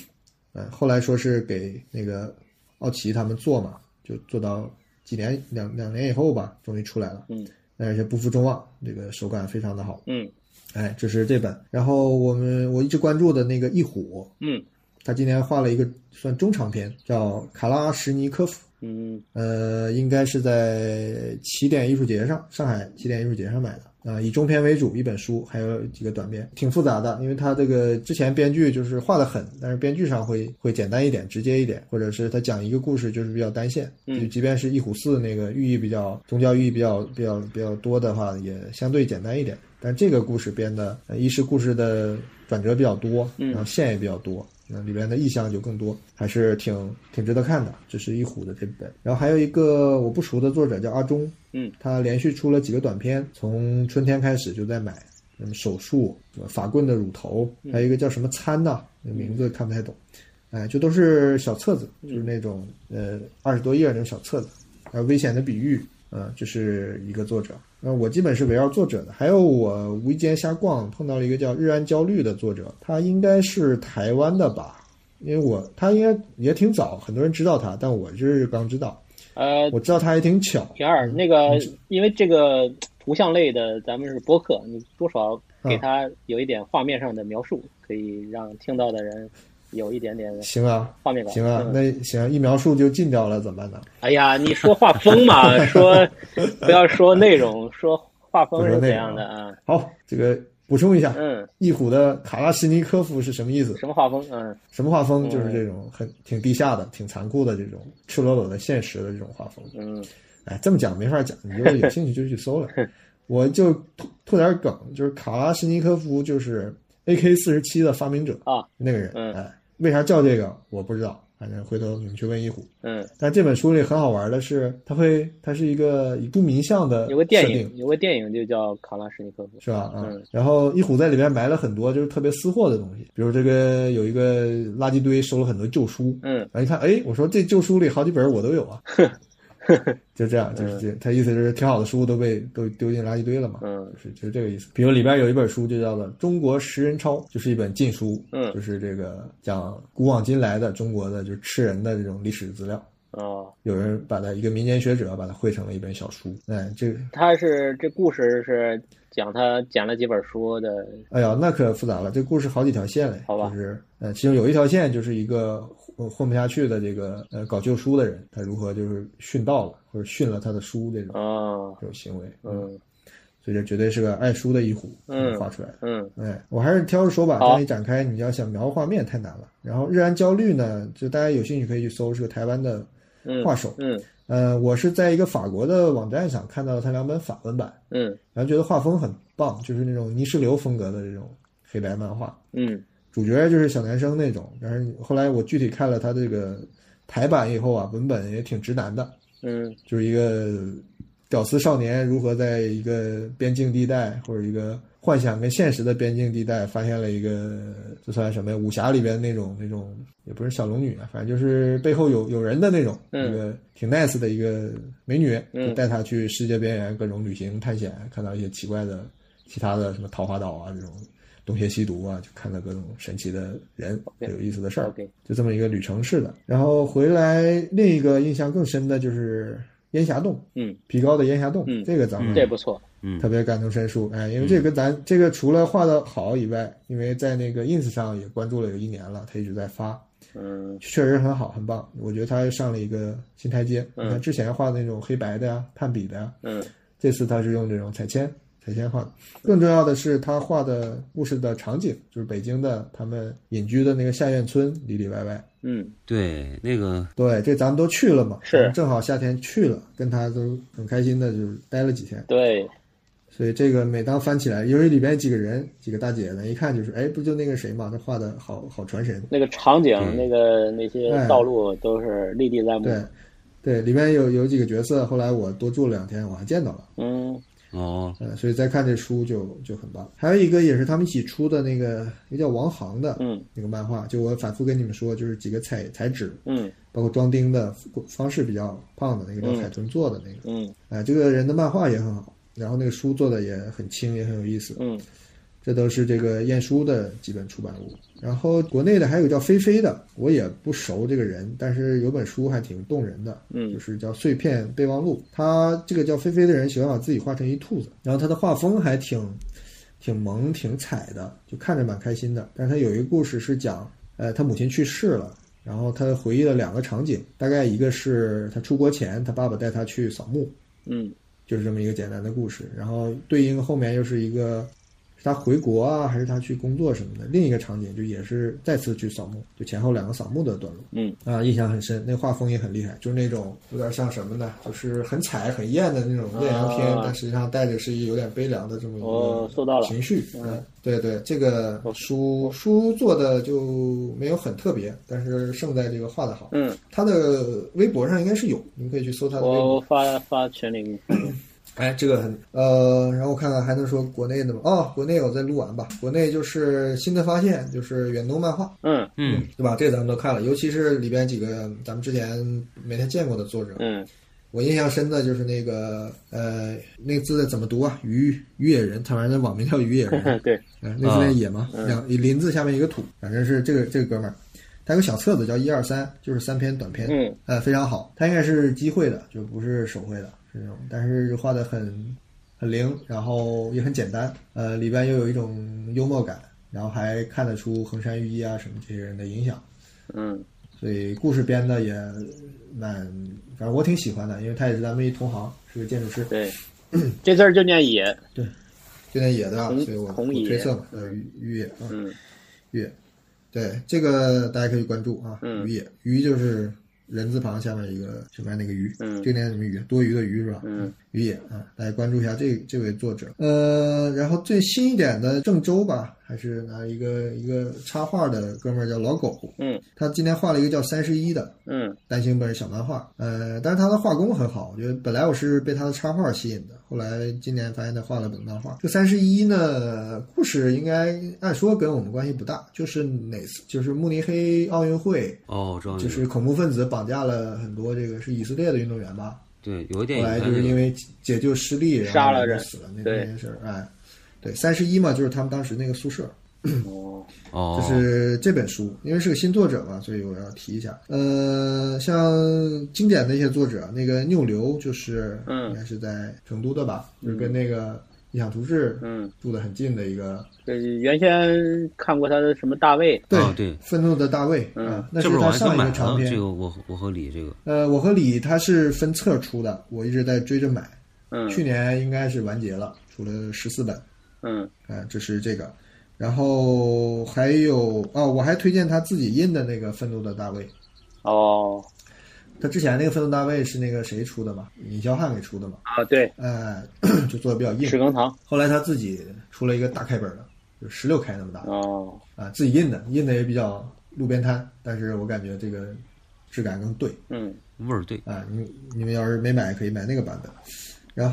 Speaker 4: 嗯，后来说是给那个奥奇他们做嘛，就做到几年两两年以后吧，终于出来了，
Speaker 5: 嗯，
Speaker 4: 而且不负众望，这个手感非常的好，
Speaker 5: 嗯
Speaker 4: 哎，这是这本，然后我们我一直关注的那个一虎，
Speaker 5: 嗯
Speaker 4: 他今年画了一个算中长篇，叫《卡拉什尼科夫》。
Speaker 5: 嗯
Speaker 4: 呃，应该是在起点艺术节上，上海起点艺术节上买的啊、以中篇为主，一本书，还有几个短篇，挺复杂的，因为它这个之前编剧就是画的狠，但是编剧上会会简单一点，直接一点，或者是他讲一个故事就是比较单线，
Speaker 5: 嗯
Speaker 4: 就即便是一虎四那个寓意比较宗教寓意比较比较比较多的话，也相对简单一点。但这个故事编的，呃一是故事的转折比较多，
Speaker 5: 嗯
Speaker 4: 然后线也比较多，那里边的意象就更多，还是挺挺值得看的。这是一虎的这本，然后还有一个我不熟的作者叫阿忠，
Speaker 5: 嗯，
Speaker 4: 他连续出了几个短片，从春天开始就在买，什么手术、什么法棍的乳头，还有一个叫什么餐呐、那个名字看不太懂，哎，就都是小册子，就是那种呃二十多页那种小册子，还有危险的比喻，呃，这是一个作者。那我基本是围绕作者的，还有我无意间瞎逛碰到了一个叫日安焦虑的作者，他应该是台湾的吧，因为我他应该也挺早，很多人知道他，但我是刚知道，
Speaker 5: 呃，
Speaker 4: 我知道他也挺巧，
Speaker 5: 平儿，那个因为这个图像类的，咱们是播客，你多少
Speaker 4: 啊嗯
Speaker 5: 给他有一点画面上的描述，可以让听到的人有一点点
Speaker 4: 行啊，
Speaker 5: 画面感。
Speaker 4: 行啊
Speaker 5: 嗯，
Speaker 4: 那行一描述就禁掉了，怎么办呢？
Speaker 5: 哎呀，你说画 风嘛，说不要说内容，说画风是怎样的啊？
Speaker 4: 好，这个补充一下，
Speaker 5: 嗯，
Speaker 4: 一虎的卡拉什尼科夫是什么意思？
Speaker 5: 什么画风？嗯
Speaker 4: 什么画风？就是这种很挺地下的、挺残酷的这种赤裸裸的现实的这种画风。
Speaker 5: 嗯
Speaker 4: 哎，这么讲没法讲，你就是有兴趣就去搜 了。我就吐吐点梗，就是卡拉什尼科夫就是 AK 四十七的发明者
Speaker 5: 啊，
Speaker 4: 那个人。
Speaker 5: 嗯
Speaker 4: 哎，为啥叫这个我不知道，反正回头你们去问一虎。
Speaker 5: 嗯，
Speaker 4: 但这本书里很好玩的是，它会它是一个以不明像的
Speaker 5: 有个电
Speaker 4: 设定
Speaker 5: 影，有个电影就叫《卡拉什尼科夫》。
Speaker 4: 是吧？啊、
Speaker 5: 嗯
Speaker 4: 然后一虎在里面埋了很多就是特别私货的东西，比如这个有一个垃圾堆收了很多旧书，
Speaker 5: 嗯
Speaker 4: 然后一看，哎，我说这旧书里好几本我都有 啊，就这样，就是这，他意思就是挺好的书都被都丢进垃圾堆了嘛，
Speaker 5: 嗯
Speaker 4: 就是就是这个意思。比如里边有一本书就叫做《中国食人超》，就是一本禁书，
Speaker 5: 嗯
Speaker 4: 就是这个讲古往今来的中国的就是吃人的这种历史资料。
Speaker 5: 哦。
Speaker 4: 有人把它一个民间学者把它汇成了一本小书，哎，这个
Speaker 5: 他是这故事是讲他捡了几本书的，
Speaker 4: 哎呀，那可复杂了，这故事好几条线嘞。
Speaker 5: 好吧
Speaker 4: 就是呃，其中有一条线就是一个混混不下去的这个呃搞旧书的人，他如何就是殉道了，或者殉了他的书这种、
Speaker 5: 哦，
Speaker 4: 这种行为。，
Speaker 5: 嗯
Speaker 4: 所以这绝对是个爱书的一虎，
Speaker 5: 嗯
Speaker 4: 画出来的。
Speaker 5: 嗯
Speaker 4: 哎，我还是挑着说吧，这
Speaker 5: 好
Speaker 4: 样一展开，你要想描画面太难了。然后日安焦虑呢，就大家有兴趣可以去搜，是个台湾的
Speaker 5: 嗯，
Speaker 4: 画手。
Speaker 5: 嗯
Speaker 4: 呃，我是在一个法国的网站上看到了它两本法文版，
Speaker 5: 嗯
Speaker 4: 然后觉得画风很棒，就是那种泥石流风格的这种黑白漫画，
Speaker 5: 嗯
Speaker 4: 主角就是小男生那种。但是后来我具体看了他这个台版以后啊，文本也挺直男的，
Speaker 5: 嗯
Speaker 4: 就是一个屌丝少年如何在一个边境地带或者一个幻想跟现实的边境地带，发现了一个这算什么呀？武侠里边那种那种也不是小龙女啊，反正就是背后有有人的那种，
Speaker 5: 嗯
Speaker 4: 一个挺 nice 的一个美女，
Speaker 5: 嗯
Speaker 4: 就带他去世界边缘各种旅行探险，看到一些奇怪的其他的什么桃花岛啊这种。东邪西毒啊，就看到各种神奇的人、
Speaker 5: OK
Speaker 4: 有意思的事儿。
Speaker 5: ，OK，
Speaker 4: 就这么一个旅程式的。然后回来另一个印象更深的就是烟霞洞，
Speaker 5: 嗯，
Speaker 4: 皮高的烟霞洞，
Speaker 5: 嗯
Speaker 4: 这个咱们
Speaker 5: 这不嗯错，
Speaker 3: 嗯
Speaker 4: 特别感同身受。哎，因为这个咱这个除了画的好以外，因为在那个 ins 上也关注了有一年了，他一直在发，
Speaker 5: 嗯
Speaker 4: 确实很好，很棒。我觉得他上了一个新台阶。
Speaker 5: 嗯
Speaker 4: 你看之前画的那种黑白的呀、炭笔的呀、
Speaker 5: 嗯
Speaker 4: 这次他是用这种彩铅彩铅画的。更重要的是，他画的故事的场景就是北京的他们隐居的那个下院村，里里外外。
Speaker 5: 嗯
Speaker 3: 对，那个
Speaker 4: 对，这咱们都去了嘛，
Speaker 5: 是
Speaker 4: 咱们正好夏天去了，跟他都很开心的，就是待了几天。
Speaker 5: 对，
Speaker 4: 所以这个每当翻起来，因为里边几个人，几个大姐呢，一看就是，哎，不就那个谁嘛，他画的好好传神。
Speaker 5: 那个场景
Speaker 3: 嗯
Speaker 5: 那个那些
Speaker 4: 哎
Speaker 5: 道路都是历历在目，
Speaker 4: 对，对，里面有有几个角色，后来我多住了两天，我还见到了。
Speaker 5: 嗯
Speaker 3: 哦，
Speaker 4: 嗯，所以再看这书就就很棒。还有一个也是他们一起出的那个，一个叫王航的
Speaker 5: 嗯
Speaker 4: 那个漫画，就我反复跟你们说，就是几个彩彩纸，
Speaker 5: 嗯
Speaker 4: 包括装订的方式比较胖的那个叫
Speaker 5: 嗯
Speaker 4: 彩豚做的那个。
Speaker 5: 嗯
Speaker 4: 哎，这个人的漫画也很好，然后那个书做的也很轻，也很有意思。
Speaker 5: 嗯
Speaker 4: 这都是这个晏殊的几本出版物。然后国内的还有叫菲菲的，我也不熟这个人，但是有本书还挺动人的，就
Speaker 5: 嗯
Speaker 4: 是叫《碎片备忘录》。他这个叫菲菲的人喜欢把自己画成一兔子，然后他的画风还挺挺萌、挺彩的，就看着蛮开心的。但是他有一个故事是讲，呃，他母亲去世了。然后他回忆了两个场景，大概一个是他出国前，他爸爸带他去扫墓，
Speaker 5: 嗯
Speaker 4: 就是这么一个简单的故事。然后对应后面又是一个，是他回国啊，还是他去工作什么的。另一个场景就也是再次去扫墓，就前后两个扫墓的段落
Speaker 5: 嗯
Speaker 4: 啊，印象很深。那画风也很厉害，就是那种有点像什么呢？就是很彩很艳的那种艳阳天，
Speaker 5: 啊
Speaker 4: 但实际上带着是一有点悲凉的这么一个。
Speaker 5: 哦收到了哦
Speaker 4: 情绪，嗯，对对，这个书书做的就没有很特别，但是胜在这个画的好。
Speaker 5: 嗯，
Speaker 4: 他的微博上应该是有，你们可以去搜他的微博。
Speaker 5: 我发发群里给你看，
Speaker 4: 哎，这个很呃，然后我看看还能说国内的吗？哦，国内我再录完吧。国内就是新的发现，就是远东漫画，
Speaker 5: 嗯
Speaker 3: 嗯，
Speaker 4: 对吧？这咱们都看了，尤其是里边几个咱们之前没太见过的作者，
Speaker 5: 嗯
Speaker 4: 我印象深的就是那个呃，那个字怎么读啊？于于野人，他反正那网名叫于野人，
Speaker 5: 嗯对，
Speaker 4: 哎那字念野嘛，
Speaker 5: 嗯
Speaker 4: 两林字下面一个土，反正是这个这个哥们儿，他有个小册子叫一二三，就是三篇短篇，
Speaker 5: 嗯
Speaker 4: 呃，非常好。它应该是机绘的，就不是手绘的，是那种，但是画的很很灵，然后也很简单，呃，里边又有一种幽默感，然后还看得出横山裕一啊什么这些人的影响，
Speaker 5: 嗯
Speaker 4: 所以故事编的也蛮，反正我挺喜欢的，因为他也是咱们一同行，是个建筑师，
Speaker 5: 对，这字儿就念野，
Speaker 4: 就那野的啊，
Speaker 5: 孔
Speaker 4: 所以我我
Speaker 5: 孔野
Speaker 4: 推测嘛，呃，于于野啊，
Speaker 5: 嗯
Speaker 4: 于野，对这个大家可以关注啊，
Speaker 5: 嗯
Speaker 4: 于野，于就是人字旁下面一个什么样的一个鱼，
Speaker 5: 嗯
Speaker 4: 这个念什么鱼？多余的鱼是吧？
Speaker 5: 嗯
Speaker 4: 于野啊，大家关注一下这这位作者。呃，然后最新一点的郑州吧，还是拿一个一个插画的哥们儿叫老狗，
Speaker 5: 嗯
Speaker 4: 他今天画了一个叫三十一的
Speaker 5: 嗯
Speaker 4: 单行本小漫画，呃，但是他的画工很好，我觉得本来我是被他的插画吸引的，后来今年发现他画了本漫画。这三十一呢，故事应该按说跟我们关系不大，就是哪次就是慕尼黑奥运会，
Speaker 3: 哦，知道那
Speaker 4: 就
Speaker 3: 个
Speaker 4: 是恐怖分子绑架了很多这个是以色列的运动员吧，
Speaker 3: 对，有一电
Speaker 4: 后
Speaker 3: 影
Speaker 4: 来
Speaker 3: 拍
Speaker 4: 就是
Speaker 3: 那
Speaker 4: 因
Speaker 3: 个，
Speaker 4: 为解救失利，然后
Speaker 5: 杀了人
Speaker 4: 死了那
Speaker 5: 对
Speaker 4: 那件事儿，哎，对，三十一嘛，就是他们当时那个宿舍，
Speaker 5: 哦
Speaker 3: 哦
Speaker 4: 就，是这本书，因为是个新作者嘛，所以我要提一下。呃，像经典的一些作者，那个拗流就是，
Speaker 5: 嗯
Speaker 4: 应该是在成都的吧，就是跟那个异想图志
Speaker 5: 嗯，
Speaker 4: 住得很近的一个。
Speaker 5: 这原先看过他的什么大卫，
Speaker 3: 啊对
Speaker 4: 愤怒的大卫，
Speaker 5: 嗯
Speaker 4: 啊，那
Speaker 3: 这
Speaker 4: 是
Speaker 3: 本我
Speaker 4: 他
Speaker 3: 还真
Speaker 4: 上一
Speaker 3: 买
Speaker 4: 个长
Speaker 3: 了，
Speaker 4: 篇。
Speaker 3: 这个我和我和李这个，
Speaker 4: 呃，我和李他是分册出的，我一直在追着买，
Speaker 5: 嗯
Speaker 4: 去年应该是完结了，出了十四本。
Speaker 5: 嗯
Speaker 4: 啊，这是这个。然后还有哦，我还推荐他自己印的那个《愤怒的大卫》，
Speaker 5: 哦
Speaker 4: 他之前那个《奋斗大卫》是那个谁出的嘛？李霄汉给出的嘛？
Speaker 5: 啊，对，
Speaker 4: 哎， 就做的比较
Speaker 5: 石
Speaker 4: 硬。
Speaker 5: 耕堂
Speaker 4: 后来他自己出了一个大开本的，就是十六开那么大的
Speaker 5: 哦，
Speaker 4: 啊，自己印的，印的也比较路边摊，但是我感觉这个质感更对。
Speaker 5: 嗯，
Speaker 3: 味儿对，
Speaker 4: 啊，你你们要是没买，可以买那个版本。然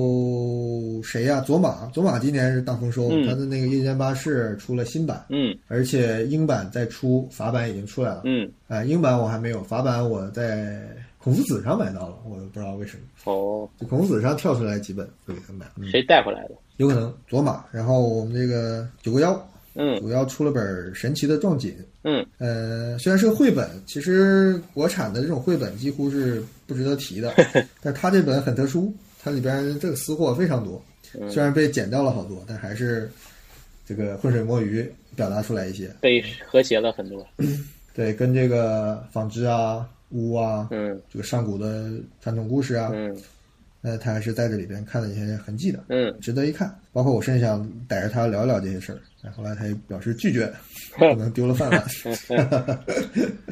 Speaker 4: 后谁呀、佐马，佐马今年是大丰收，
Speaker 5: 嗯
Speaker 4: 他的那个《夜间巴士》出了新版，
Speaker 5: 嗯
Speaker 4: 而且英版在出，法版已经出来了。
Speaker 5: 嗯，
Speaker 4: 啊，英版我还没有，法版我在孔夫子上买到了，我不知道为什么，
Speaker 5: 哦，
Speaker 4: 就孔夫子上跳出来几本，我给他买了。嗯，
Speaker 5: 谁带回来的？
Speaker 4: 有可能佐马。然后我们这个九国妖，
Speaker 5: 嗯
Speaker 4: 九国妖出了本《神奇的壮锦》，
Speaker 5: 嗯
Speaker 4: 呃，虽然是绘本，其实国产的这种绘本几乎是不值得 提的，但它这本很特殊，它里边这个私货非常多，
Speaker 5: 嗯
Speaker 4: 虽然被剪掉了好多，但还是这个浑水摸鱼表达出来一些。
Speaker 5: 被和谐了很多。
Speaker 4: 对，跟这个纺织啊、巫啊，
Speaker 5: 嗯
Speaker 4: 这个上古的传统故事啊，
Speaker 5: 嗯
Speaker 4: 呃，它还是在这里边看了一些痕迹的，
Speaker 5: 嗯，
Speaker 4: 值得一看。包括我甚至想逮着他聊一聊这些事儿，但后来他也表示拒 绝，可能丢了饭碗。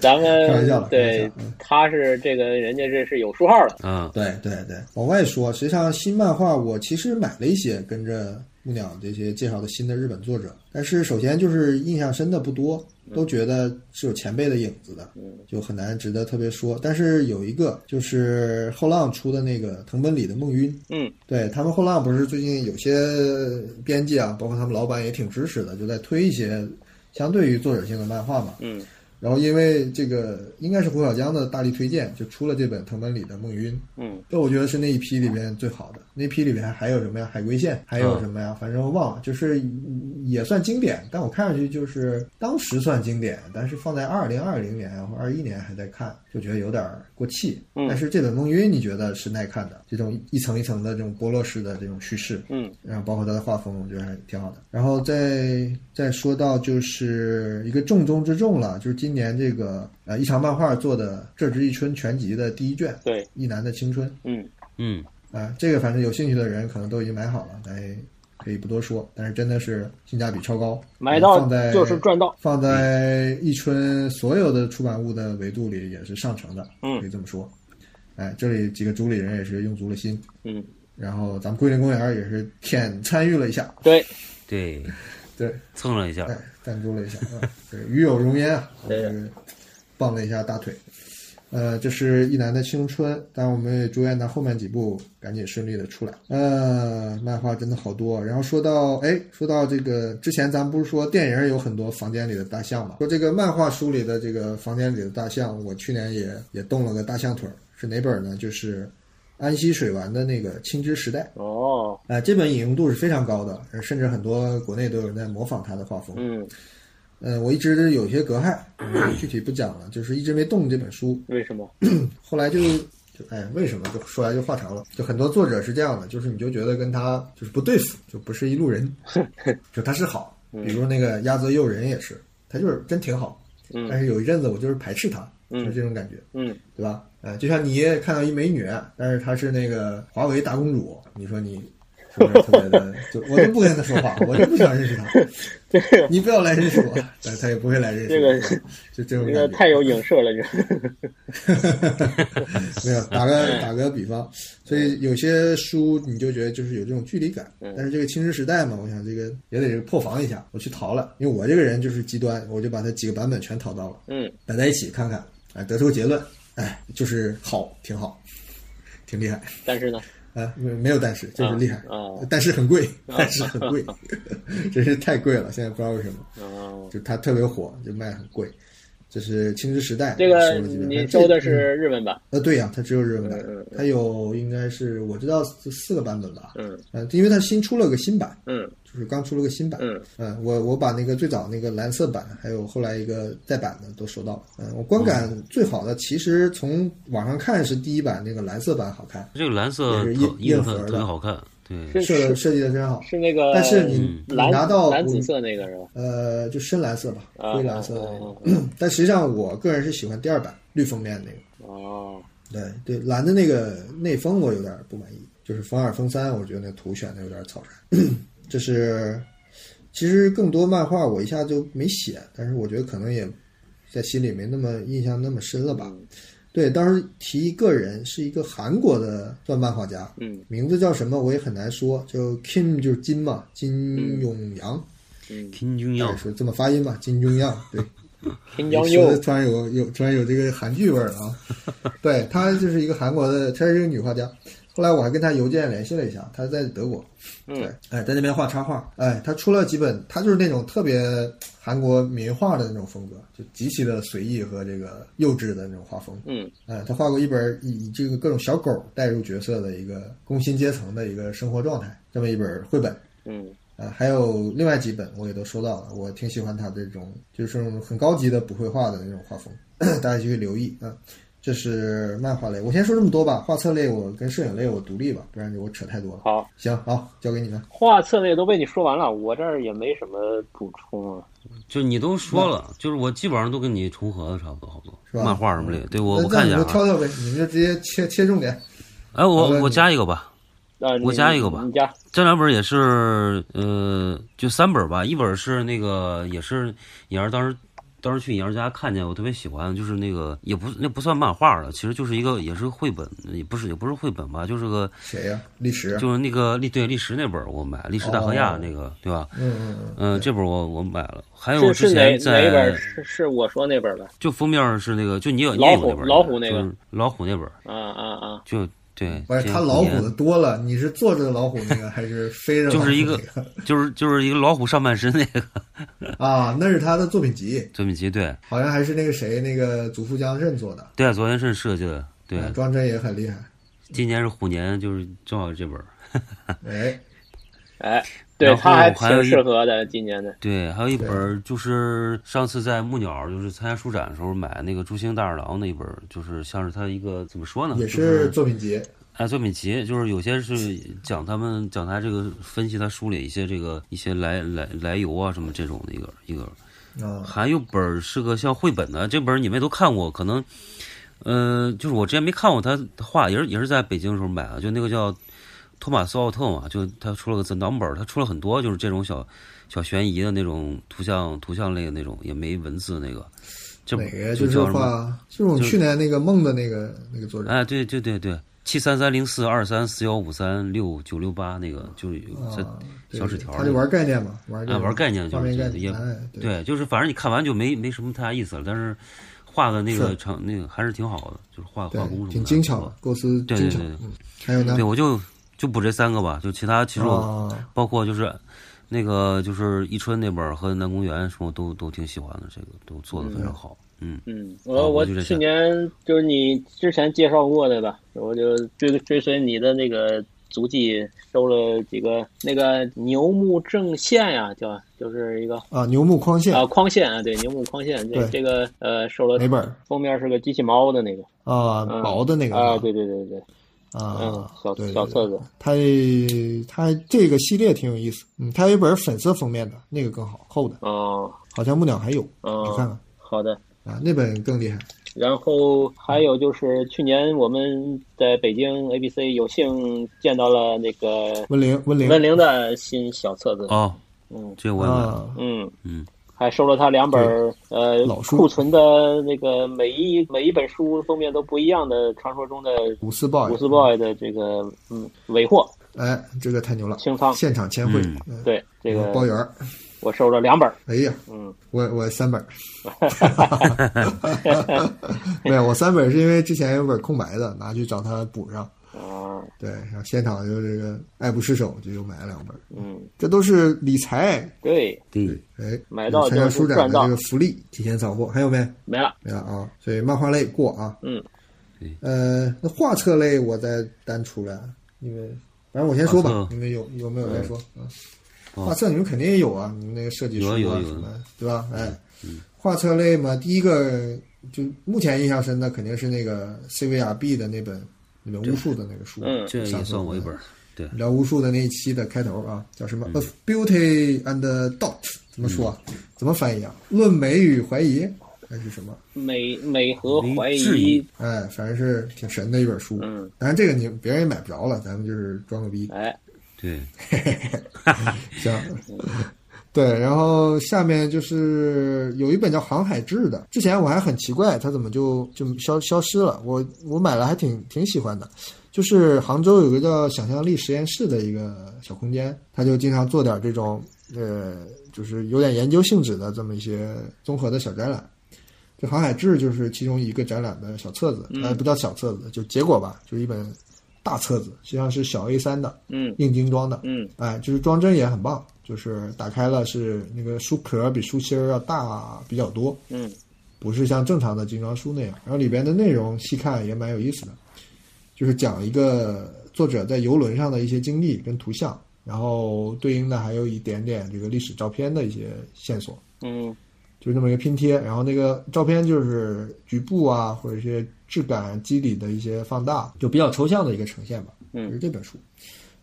Speaker 5: 咱
Speaker 4: 开玩笑了
Speaker 5: 们
Speaker 4: 开
Speaker 5: 对
Speaker 4: 玩笑嗯
Speaker 5: 他是这个人家这是有书号的。
Speaker 3: 啊，
Speaker 4: 对对对，往外说，实际上新漫画我其实买了一些跟着木鸟这些介绍的新的日本作者，但是首先就是印象深的不多，都觉得是有前辈的影子的，就很难值得特别说。但是有一个就是后浪出的那个藤本里的梦晕，
Speaker 5: 嗯，
Speaker 4: 对他们后浪不是最近有些编辑啊，包括他们老板也挺支持的，就在推一些相对于作者性的漫画嘛，
Speaker 5: 嗯
Speaker 4: 然后因为这个应该是胡小江的大力推荐，就出了这本藤本里的梦晕。
Speaker 5: 嗯
Speaker 4: 这我觉得是那一批里边最好的。那批里边还有什么呀？海龟线，还有什么
Speaker 5: 嗯
Speaker 4: 呀？反正我忘了，就是嗯也算经典，但我看上去就是当时算经典，但是放在二零二零年或二一年还在看，就觉得有点儿过气。
Speaker 5: 嗯
Speaker 4: 但是这本《梦晕》你觉得是耐看的，这种一层一层的这种剥落式的这种叙事，
Speaker 5: 嗯
Speaker 4: 然后包括他的画风，我觉得还挺好的。然后再再说到就是一个重中之重了，就是今年这个呃一场漫画做的《这只一春全集》的第一卷《
Speaker 5: 对
Speaker 4: 一男的青春》
Speaker 5: 嗯
Speaker 3: 嗯，
Speaker 4: 啊，这个反正有兴趣的人可能都已经买好了，咱也可以不多说。但是真的是性价比超高，
Speaker 5: 买到
Speaker 4: 放在
Speaker 5: 就是赚到。
Speaker 4: 放在一春所有的出版物的维度里也是上乘的，
Speaker 5: 嗯
Speaker 4: 可以这么说。哎，这里几个主理人也是用足了心，
Speaker 5: 嗯，
Speaker 4: 然后咱们桂林公园也是舔参与了一下，
Speaker 5: 对
Speaker 3: 对，
Speaker 4: 对，
Speaker 3: 蹭了一下，
Speaker 4: 哎，赞助了一下啊，这个与有荣焉啊，
Speaker 5: 对
Speaker 4: 这个傍了一下大腿。呃，这是一男的青春，但我们也祝愿他后面几部赶紧顺利的出来。呃，漫画真的好多。然后说到，哎，说到这个之前咱们不是说电影有很多房间里的大象嘛？说这个漫画书里的这个房间里的大象，我去年也也动了个大象腿儿，是哪本呢？就是安溪水丸的那个《青之时代》。
Speaker 5: 哦
Speaker 4: 呃，这本引用度是非常高的，呃甚至很多国内都有人在模仿他的画风。
Speaker 5: 嗯，
Speaker 4: 呃，我一直有些隔阂，嗯具体不讲了，就是一直没动这本书。
Speaker 5: 为什么？
Speaker 4: 后来就就哎，为什么就说来就话长了？就很多作者是这样的，就是你就觉得跟他就是不对付，就不是一路人， 就他是好，比如那个鸭泽佑人也是，他就是真挺好，
Speaker 5: 嗯
Speaker 4: 但是有一阵子我就是排斥他，
Speaker 5: 嗯
Speaker 4: 就是这种感觉，
Speaker 5: 嗯
Speaker 4: 对吧？呃，就像你也看到一美女，啊但是她是那个华为大公主，你说你是不是特别 的？就我就不跟她说话，我就不想认识她。
Speaker 5: 这个
Speaker 4: 你不要来认识我，但她也不会来认识我。
Speaker 5: 这
Speaker 4: 就这种
Speaker 5: 这
Speaker 4: 感
Speaker 5: 个
Speaker 4: 觉。
Speaker 5: 太有影射了，这个
Speaker 4: 没有打
Speaker 5: 哎
Speaker 4: 个打个比方，所以有些书你就觉得就是有这种距离感，
Speaker 5: 嗯
Speaker 4: 但是这个青春时代嘛，我想这个也得破防一下，我去淘了，因为我这个人就是极端，我就把它几个版本全淘到了，
Speaker 5: 嗯
Speaker 4: 摆在一起看看，哎，得出个结论，哎，就是好，挺好，挺厉害。
Speaker 5: 但是呢，
Speaker 4: 啊，没没有但是，就是厉害
Speaker 5: 啊啊
Speaker 4: 但是很贵，但是很贵， 真是太贵了。现在不知道为什么，
Speaker 5: 哦，
Speaker 4: 就它特别火，就卖很贵。这是《青之时代》
Speaker 5: 这个
Speaker 4: 收了几本
Speaker 5: 你
Speaker 4: 但
Speaker 5: 收的
Speaker 4: 嗯
Speaker 5: 是日文版，
Speaker 4: 呃，对呀、它只有日文版
Speaker 5: 嗯嗯，
Speaker 4: 它有应该是我知道四四个版本吧，
Speaker 5: 嗯
Speaker 4: 呃，因为它新出了个新版，
Speaker 5: 嗯
Speaker 4: 就是刚出了个新版，
Speaker 5: 嗯
Speaker 4: 嗯，我我把那个最早那个蓝色版，还有后来一个再版的都收到了，嗯，我观感
Speaker 5: 哦
Speaker 4: 最好的其实从网上看是第一版那个蓝色版好看，
Speaker 3: 这个蓝色
Speaker 4: 也是
Speaker 3: 特
Speaker 4: 硬
Speaker 3: 印
Speaker 4: 硬
Speaker 3: 色
Speaker 4: 核的
Speaker 3: 特别好看，对，
Speaker 5: 是
Speaker 4: 设
Speaker 5: 是
Speaker 4: 设计的真好，
Speaker 5: 是那个，
Speaker 4: 但是你你
Speaker 5: 蓝
Speaker 4: 拿到
Speaker 5: 蓝紫
Speaker 4: 我
Speaker 5: 色那个是吧？
Speaker 4: 呃，就深蓝色吧，
Speaker 5: 啊
Speaker 4: 灰蓝色的那
Speaker 5: 啊
Speaker 4: 个， 但实际上我个人是喜欢第二版绿封面那个。
Speaker 5: 哦，
Speaker 4: 对对，蓝的那个内封我有点不满意，就是封二封三，我觉得那图选的有点草率。 这是其实更多漫画我一下就没写，但是我觉得可能也在心里没那么印象那么深了吧。对，当时提一个人是一个韩国的算漫画家，
Speaker 5: 嗯
Speaker 4: 名字叫什么我也很难说，就 Kim 就是金嘛，金永阳、
Speaker 5: 嗯，
Speaker 3: 金军
Speaker 4: 也
Speaker 3: 耀，
Speaker 4: 哎是这么发音嘛，金永阳对。
Speaker 5: 天
Speaker 4: 你
Speaker 5: 将
Speaker 4: 说
Speaker 5: 佑
Speaker 4: 的，突然有有突然有这个韩剧味儿了 啊！对，她就是一个韩国的，她是一个女画家。后来我还跟她邮件联系了一下，她在德国，对
Speaker 5: 嗯，
Speaker 4: 哎，在那边画插画，哎，她出了几本，她就是那种特别韩国民画的那种风格，就极其的随意和这个幼稚的那种画风。
Speaker 5: 嗯
Speaker 4: 哎，她画过一本以以这个各种小狗带入角色的一个工薪阶层的一个生活状态，这么一本绘本。
Speaker 5: 嗯
Speaker 4: 啊，还有另外几本我也都收到了，我挺喜欢他这种就是那种很高级的不会画的那种画风， 大家就去留意啊。这是漫画类，我先说这么多吧。画册类我跟摄影类我独立吧，不然我扯太多了。
Speaker 5: 好，
Speaker 4: 行，好，交给你了。
Speaker 5: 画册类都被你说完了，我这儿也没什么补充啊。
Speaker 3: 就你都说了，就是我基本上都跟你重合的差不多，好多
Speaker 4: 是吧
Speaker 3: 漫画什么的。对我
Speaker 4: 那
Speaker 3: 我看一
Speaker 4: 那
Speaker 3: 下
Speaker 4: 你就
Speaker 3: 啊，
Speaker 4: 挑挑呗，你们就直接切切重点。
Speaker 3: 哎，
Speaker 4: 好的
Speaker 3: 我
Speaker 4: 你
Speaker 3: 我加一个吧，
Speaker 5: 那呃你
Speaker 3: 我加一个吧
Speaker 5: 你加，
Speaker 3: 这两本也是，呃，就三本吧。一本是那个，也是颖儿当时当时去颖儿家看见，我特别喜欢，就是那个也不那不算漫画了，其实就是一个也是绘本，也不是也不是绘本吧，就是个
Speaker 4: 谁呀、历史。啊
Speaker 3: 就是那个历对历史那本儿我买，历史大河亚
Speaker 4: 哦
Speaker 3: 那个、对吧？
Speaker 4: 嗯嗯嗯，
Speaker 3: 嗯、这本儿我我买了，还有
Speaker 5: 是
Speaker 3: 之
Speaker 5: 是哪
Speaker 3: 前
Speaker 5: 哪一
Speaker 3: 在
Speaker 5: 本？是是我说那本吧？
Speaker 3: 就封面是那个，就你有你
Speaker 5: 老
Speaker 3: 也有
Speaker 5: 虎
Speaker 3: 那本儿
Speaker 5: 老虎那个
Speaker 3: 就是老虎那本儿，
Speaker 5: 啊啊啊！
Speaker 3: 就对，
Speaker 4: 不是
Speaker 3: 这
Speaker 4: 他老
Speaker 3: 年
Speaker 4: 虎的多了，你是坐着老虎那个还是飞着老虎
Speaker 3: 就是一
Speaker 4: 那
Speaker 3: 个就是就是一个老虎上半身那个
Speaker 4: 啊？那是他的作品集，
Speaker 3: 作品集，对
Speaker 4: 好像还是那个谁那个祖父江镇做的。
Speaker 3: 对，啊昨天是设计的，对，
Speaker 4: 啊庄真也很厉害。
Speaker 3: 今年是虎年，就是正好这本儿。
Speaker 4: 哎，
Speaker 5: 哎，对，
Speaker 3: 然后
Speaker 5: 他还
Speaker 3: 还有
Speaker 5: 挺
Speaker 3: 一
Speaker 5: 适合的，今年的。
Speaker 3: 对，还有一本儿就是上次在木鸟就是参加书展的时候买那个《朱星大二郎》那一本儿，就是像是他一个怎么说呢，
Speaker 4: 也
Speaker 3: 就是
Speaker 4: 作品集，
Speaker 3: 哎作品集，就是有些是讲他们讲他这个分析他书里一些这个一些来来来由啊什么这种的一个一个
Speaker 4: 啊，
Speaker 3: 还有本儿是个像绘本的，这本儿你们也都看过，可能，呃，就是我之前没看过他画，也是也是在北京的时候买的，就那个叫托马斯奥特嘛，就他出了个字囊本儿，他出了很多就是这种小小悬疑的那种图像图像类的那种，也没文字那个，这本
Speaker 4: 哪
Speaker 3: 儿
Speaker 4: 个
Speaker 3: 就
Speaker 4: 就是
Speaker 3: 叫什么？
Speaker 4: 画，就是我们去年那个梦的那个那个作者，
Speaker 3: 哎，对对对对，七三三零四二三四幺五三六九六八那个，就是有
Speaker 4: 啊
Speaker 3: 在，
Speaker 4: 对
Speaker 3: 小纸条儿
Speaker 4: 他就玩概念嘛，玩这
Speaker 3: 啊
Speaker 4: 个
Speaker 3: 玩概念就是
Speaker 4: 画面概
Speaker 3: 也
Speaker 4: 念，哎，对，
Speaker 3: 对，就是反正你看完就没没什么太大意思了，但是画的那个
Speaker 4: 是
Speaker 3: 场那个还是挺好的，就是画画工什么
Speaker 4: 对，
Speaker 3: 的
Speaker 4: 挺精巧的，构思
Speaker 3: 对
Speaker 4: 精
Speaker 3: 对
Speaker 4: 巧。
Speaker 3: 对对
Speaker 4: 嗯，还有呢
Speaker 3: 对，，我就就补这三个吧，就其他其实我
Speaker 4: 啊，
Speaker 3: 包括就是那个就是伊春那本儿和南公园什么都都挺喜欢的，这个都做的非常好。嗯，
Speaker 5: 嗯，
Speaker 3: 好
Speaker 5: 我
Speaker 3: 我
Speaker 5: 我
Speaker 3: 就这
Speaker 5: 去
Speaker 3: 些
Speaker 5: 年就是你之前介绍过的吧，我就追追随你的那个足迹，收了几个那个牛木正宪呀、叫就是一个
Speaker 4: 啊，牛木框线
Speaker 5: 啊框线啊，对牛木框线，这
Speaker 4: 对
Speaker 5: 这个呃收了
Speaker 4: 哪本儿
Speaker 5: 封面是个机器猫的那个
Speaker 4: 啊，
Speaker 5: 嗯
Speaker 4: 薄的那个
Speaker 5: 啊，对对对对，嗯
Speaker 4: 啊，，
Speaker 5: 小
Speaker 4: 对
Speaker 5: 小
Speaker 4: 对
Speaker 5: 册子，
Speaker 4: 它它这个系列挺有意思，嗯，它有一本粉色封面的那个更好，厚的，
Speaker 5: 哦
Speaker 4: 好像木鸟还有，
Speaker 5: 哦，
Speaker 4: 你看看
Speaker 5: 好的。
Speaker 4: 啊，那本更厉害，
Speaker 5: 然后还有就是去年我们在北京 ABC 有幸见到了那个
Speaker 4: 温玲温玲
Speaker 5: 温玲的新小册子，
Speaker 3: 哦，
Speaker 5: 嗯
Speaker 3: 这我也买了。
Speaker 4: 啊，
Speaker 5: 嗯
Speaker 3: 嗯，
Speaker 5: 还收了他两本儿呃
Speaker 4: 老书
Speaker 5: 库存的那个每一每一本书封面都不一样的传说中的
Speaker 4: 五四报，
Speaker 5: 伍斯 boy 的这个嗯尾货
Speaker 4: 哎，这个太牛了！
Speaker 5: 清仓，
Speaker 4: 现场签会，
Speaker 3: 嗯
Speaker 4: 嗯，
Speaker 5: 对这个
Speaker 4: 包圆儿，
Speaker 5: 我收了两本儿，
Speaker 4: 哎呀，
Speaker 5: 嗯
Speaker 4: 我我三 本儿，没有，我三本儿是因为之前有本儿空白的，拿去找他补上，
Speaker 5: 啊
Speaker 4: 对，然后现场就这个爱不释手，就又买了两本儿，
Speaker 5: 嗯
Speaker 4: 这都是理财，
Speaker 5: 对
Speaker 3: 对，
Speaker 4: 哎，
Speaker 5: 买到
Speaker 4: 参加
Speaker 5: 就是
Speaker 4: 书展
Speaker 5: 赚
Speaker 4: 的
Speaker 5: 到
Speaker 4: 这个福利，提前扫货，还有没？
Speaker 5: 没了，
Speaker 4: 没了啊，所以漫画类过啊，
Speaker 5: 嗯，
Speaker 4: 呃，那画册类我再单出来，你们，反正我先说
Speaker 3: 画册，
Speaker 4: 吧你们有有没有再说？嗯，
Speaker 3: 哦
Speaker 4: 画册你们肯定也有啊，你们那个设计书啊
Speaker 3: 有啊有啊有啊嗯
Speaker 4: 什么的，对吧？哎，画册类嘛，第一个就目前印象深的肯定是那个 CVRB 的那本那本巫术的那个书，
Speaker 5: 嗯
Speaker 3: 这也算我一本儿。嗯对，
Speaker 4: 聊巫术的那一期的开头啊，叫什么、Of Beauty and Doubt，怎么说啊？
Speaker 3: 嗯
Speaker 4: 怎么翻译啊？论美与怀疑还是什么？
Speaker 5: 美美和
Speaker 3: 没
Speaker 5: 怀
Speaker 3: 质疑
Speaker 5: 疑，
Speaker 4: 哎，反正是挺神的一本书。
Speaker 5: 嗯，
Speaker 4: 当然这个你别人也买不啊着了，咱们就是装个逼。
Speaker 5: 哎
Speaker 3: 对，
Speaker 4: 行，对，然后下面就是有一本叫《航海志》的，之前我还很奇怪它怎么就就消消失了，我我买了还挺挺喜欢的，就是杭州有个叫想象力实验室的一个小空间，他就经常做点这种呃，就是有点研究性质的这么一些综合的小展览。这《航海志》就是其中一个展览的小册子，
Speaker 5: 嗯
Speaker 4: 呃，不叫小册子，就结果吧，就是一本大册子，实际上是小 A 三的
Speaker 5: 嗯
Speaker 4: 硬精装的，
Speaker 5: 嗯
Speaker 4: 哎，就是装帧也很棒，就是打开了是那个书壳比书芯儿要大比较多，
Speaker 5: 嗯
Speaker 4: 不是像正常的精装书那样。然后里边的内容细看也蛮有意思的，就是讲一个作者在游轮上的一些经历跟图像，然后对应的还有一点点这个历史照片的一些线索，
Speaker 5: 嗯
Speaker 4: 就是这么一个拼贴。然后那个照片就是局部啊或者一些质感啊肌理的一些放大，就比较抽象的一个呈现吧。就是
Speaker 5: 嗯
Speaker 4: 这本书。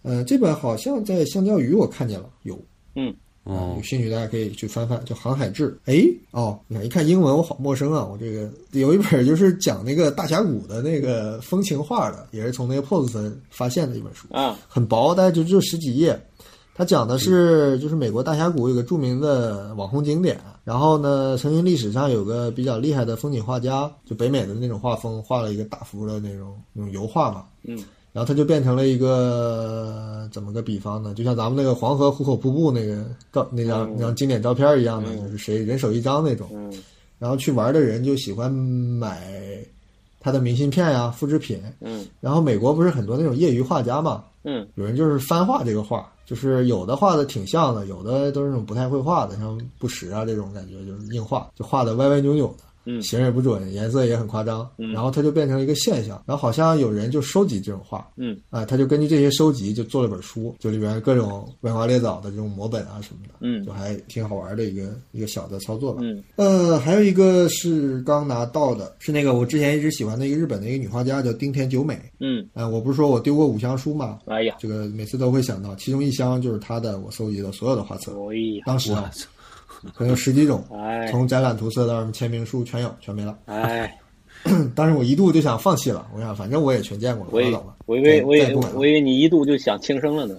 Speaker 4: 呃，这本好像在香蕉鱼我看见了，有
Speaker 5: 嗯
Speaker 3: 哦
Speaker 4: 有，兴趣大家可以去翻翻，叫《航海志》。哎，哦，你看一看英文我好陌生啊，我这个有一本就是讲那个大峡谷的那个风情画的，也是从那个 p o s 森发现的一本书，
Speaker 5: 啊
Speaker 4: 很薄，大概就只有十几页。它讲的是，就是美国大峡谷有个著名的网红景点，然后呢，曾经历史上有个比较厉害的风景画家，就北美的那种画风，画了一个大幅的那种那种油画嘛，
Speaker 5: 嗯
Speaker 4: 然后它就变成了一个怎么个比方呢？就像咱们那个黄河壶口瀑布那个照那张那张经典照片一样的，就是谁人手一张那种。
Speaker 5: 嗯
Speaker 4: 然后去玩的人就喜欢买他的明信片呀、复制品。
Speaker 5: 嗯
Speaker 4: 然后美国不是很多那种业余画家嘛，
Speaker 5: 嗯
Speaker 4: 有人就是翻画这个画，就是有的画的挺像的，有的都是那种不太会画的，像不识啊这种感觉，就是硬画，就画的歪歪扭扭的。
Speaker 5: 嗯
Speaker 4: 形也不准，颜色也很夸张，
Speaker 5: 嗯
Speaker 4: 然后它就变成了一个现象。然后好像有人就收集这种画，
Speaker 5: 嗯，
Speaker 4: 啊，他就根据这些收集就做了本书，就里边各种歪瓜裂枣的这种摹本啊什么的，
Speaker 5: 嗯
Speaker 4: 就还挺好玩的一个一个小的操作吧。
Speaker 5: 嗯
Speaker 4: 呃，还有一个是刚拿到的，是那个我之前一直喜欢的一个日本的一个女画家叫丁田久美。
Speaker 5: 嗯，
Speaker 4: 啊、我不是说我丢过五箱书嘛，
Speaker 5: 哎呀，
Speaker 4: 这个每次都会想到，其中一箱就是她的我搜集的所有的画册，
Speaker 5: 哎呀，
Speaker 4: 当时啊
Speaker 3: 我操
Speaker 4: 可能有十几种，
Speaker 5: 哎
Speaker 4: 从展览图册到什么签名书全有，全没了。
Speaker 5: 哎，
Speaker 4: 啊当时我一度就想放弃了，我想反正我也全见过
Speaker 5: 我
Speaker 4: 了，
Speaker 5: 以
Speaker 4: 拉倒吧。
Speaker 5: 我以为我以
Speaker 4: 再
Speaker 5: 为
Speaker 4: 不买了
Speaker 5: 我以为你一度就想轻生了呢。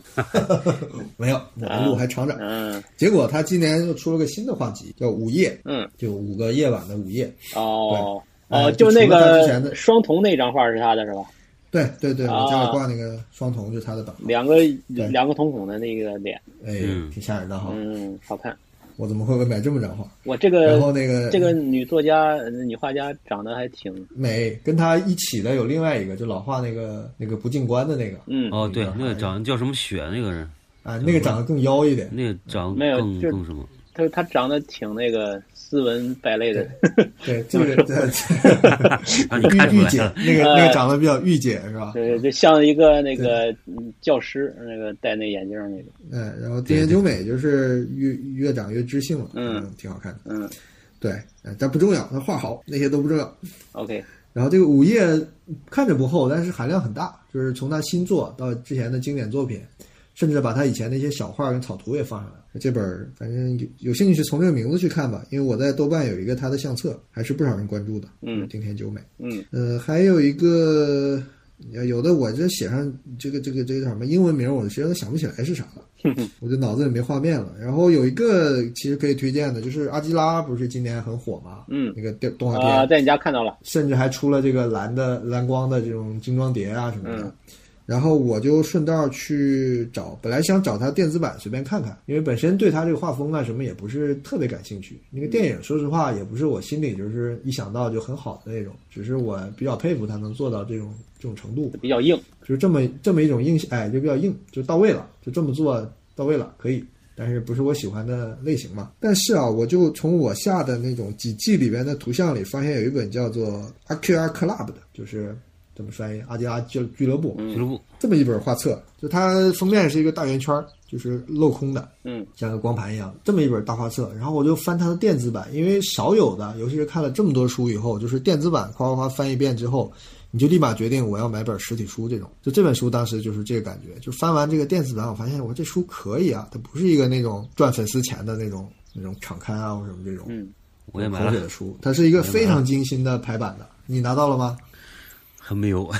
Speaker 4: 没有，我的路还长着。
Speaker 5: 嗯
Speaker 4: 结果他今年又出了个新的画集，叫《午夜》，
Speaker 5: 嗯
Speaker 4: 就五个夜晚的午夜。
Speaker 5: 哦
Speaker 4: 对
Speaker 5: 哦，
Speaker 4: 呃
Speaker 5: 就
Speaker 4: 就
Speaker 5: 那
Speaker 4: 除了他之前
Speaker 5: 个
Speaker 4: 的
Speaker 5: 双瞳那张画是他的是吧？
Speaker 4: 对对对，
Speaker 5: 啊
Speaker 4: 我家里挂那个双瞳就是他的版画，
Speaker 5: 两个两个瞳孔的那个脸，
Speaker 4: 哎
Speaker 3: 嗯，
Speaker 4: 挺吓人的哈。
Speaker 5: 嗯，好看。
Speaker 4: 我怎么会买这么张画？
Speaker 5: 我这个
Speaker 4: 然后那个
Speaker 5: 这个女作家、呃女画家长得还挺，
Speaker 4: 美跟他一起的有另外一个，就老画那个那个不进关的那个
Speaker 5: 嗯，
Speaker 3: 哦，对，
Speaker 4: 那个
Speaker 3: 那个长得叫什么雪那个人，
Speaker 4: 啊，
Speaker 3: 嗯
Speaker 4: 那个长得更妖一点。
Speaker 3: 那个长
Speaker 5: 没有
Speaker 3: 更
Speaker 5: 就
Speaker 3: 更什么？
Speaker 5: 她她长得挺那个斯文败类的，
Speaker 4: 对，这个
Speaker 3: 啊，你看
Speaker 4: 御
Speaker 3: 出
Speaker 4: 御
Speaker 3: 来
Speaker 4: 姐
Speaker 3: 了，哎
Speaker 4: 那个那个长得比较御姐是吧？
Speaker 5: 对，就像一个那个嗯教师，那个戴那眼镜儿那个，
Speaker 4: 嗯，然后丁原久美就是越越长越知性了，
Speaker 5: 嗯，
Speaker 4: 挺好看的。
Speaker 5: 嗯
Speaker 4: 对，呃但不重要，那画好那些都不重要。
Speaker 5: ，OK，
Speaker 4: 然后这个午夜看着不厚，但是含量很大，就是从他新作到之前的经典作品，甚至把他以前的一些小画跟草图也放上来。这本儿反正有有兴趣从这个名字去看吧，因为我在豆瓣有一个他的相册，还是不少人关注的。
Speaker 5: 嗯
Speaker 4: 丁田久美。
Speaker 5: 嗯
Speaker 4: 呃，还有一个，呃有的我这写上这个这个这个叫什么英文名儿，我实际上都想不起来是啥 了，我就脑子里没画面了。然后有一个其实可以推荐的，就是阿基拉不是今年很火吗？
Speaker 5: 嗯
Speaker 4: 那个电动画片，
Speaker 5: 啊、在你家看到了，
Speaker 4: 甚至还出了这个蓝的蓝光的这种精装碟啊什么的。
Speaker 5: 嗯
Speaker 4: 然后我就顺道去找，本来想找他电子版随便看看，因为本身对他这个画风啊什么也不是特别感兴趣。那个电影说实话也不是我心里就是一想到就很好的那种，只是我比较佩服他能做到这种这种程度，
Speaker 5: 比较硬，
Speaker 4: 就是这么这么一种硬哎就比较硬，就到位了，就这么做到位了可以。但是不是我喜欢的类型嘛？但是啊，我就从我下的那种几 G 里边的图像里发现有一本叫做《阿 QR Club》的，就是怎么翻译阿迪拉俱俱乐部
Speaker 3: 俱乐部
Speaker 4: 这么一本画册，就它封面是一个大圆圈儿，就是镂空的，
Speaker 5: 嗯
Speaker 4: 像个光盘一样，这么一本大画册。然后我就翻它的电子版，因为少有的，尤其是看了这么多书以后，就是电子版夸夸夸翻一遍之后，你就立马决定我要买本实体书。这种，就这本书当时就是这个感觉，就翻完这个电子版，我发现我说这书可以啊，它不是一个那种赚粉丝钱的那种那种场刊啊或什么这种
Speaker 5: 嗯，
Speaker 3: 我也买
Speaker 4: 口水
Speaker 3: 了，
Speaker 4: 的书，它是一个非常精心的排版的。你拿到了吗？
Speaker 3: 还没有，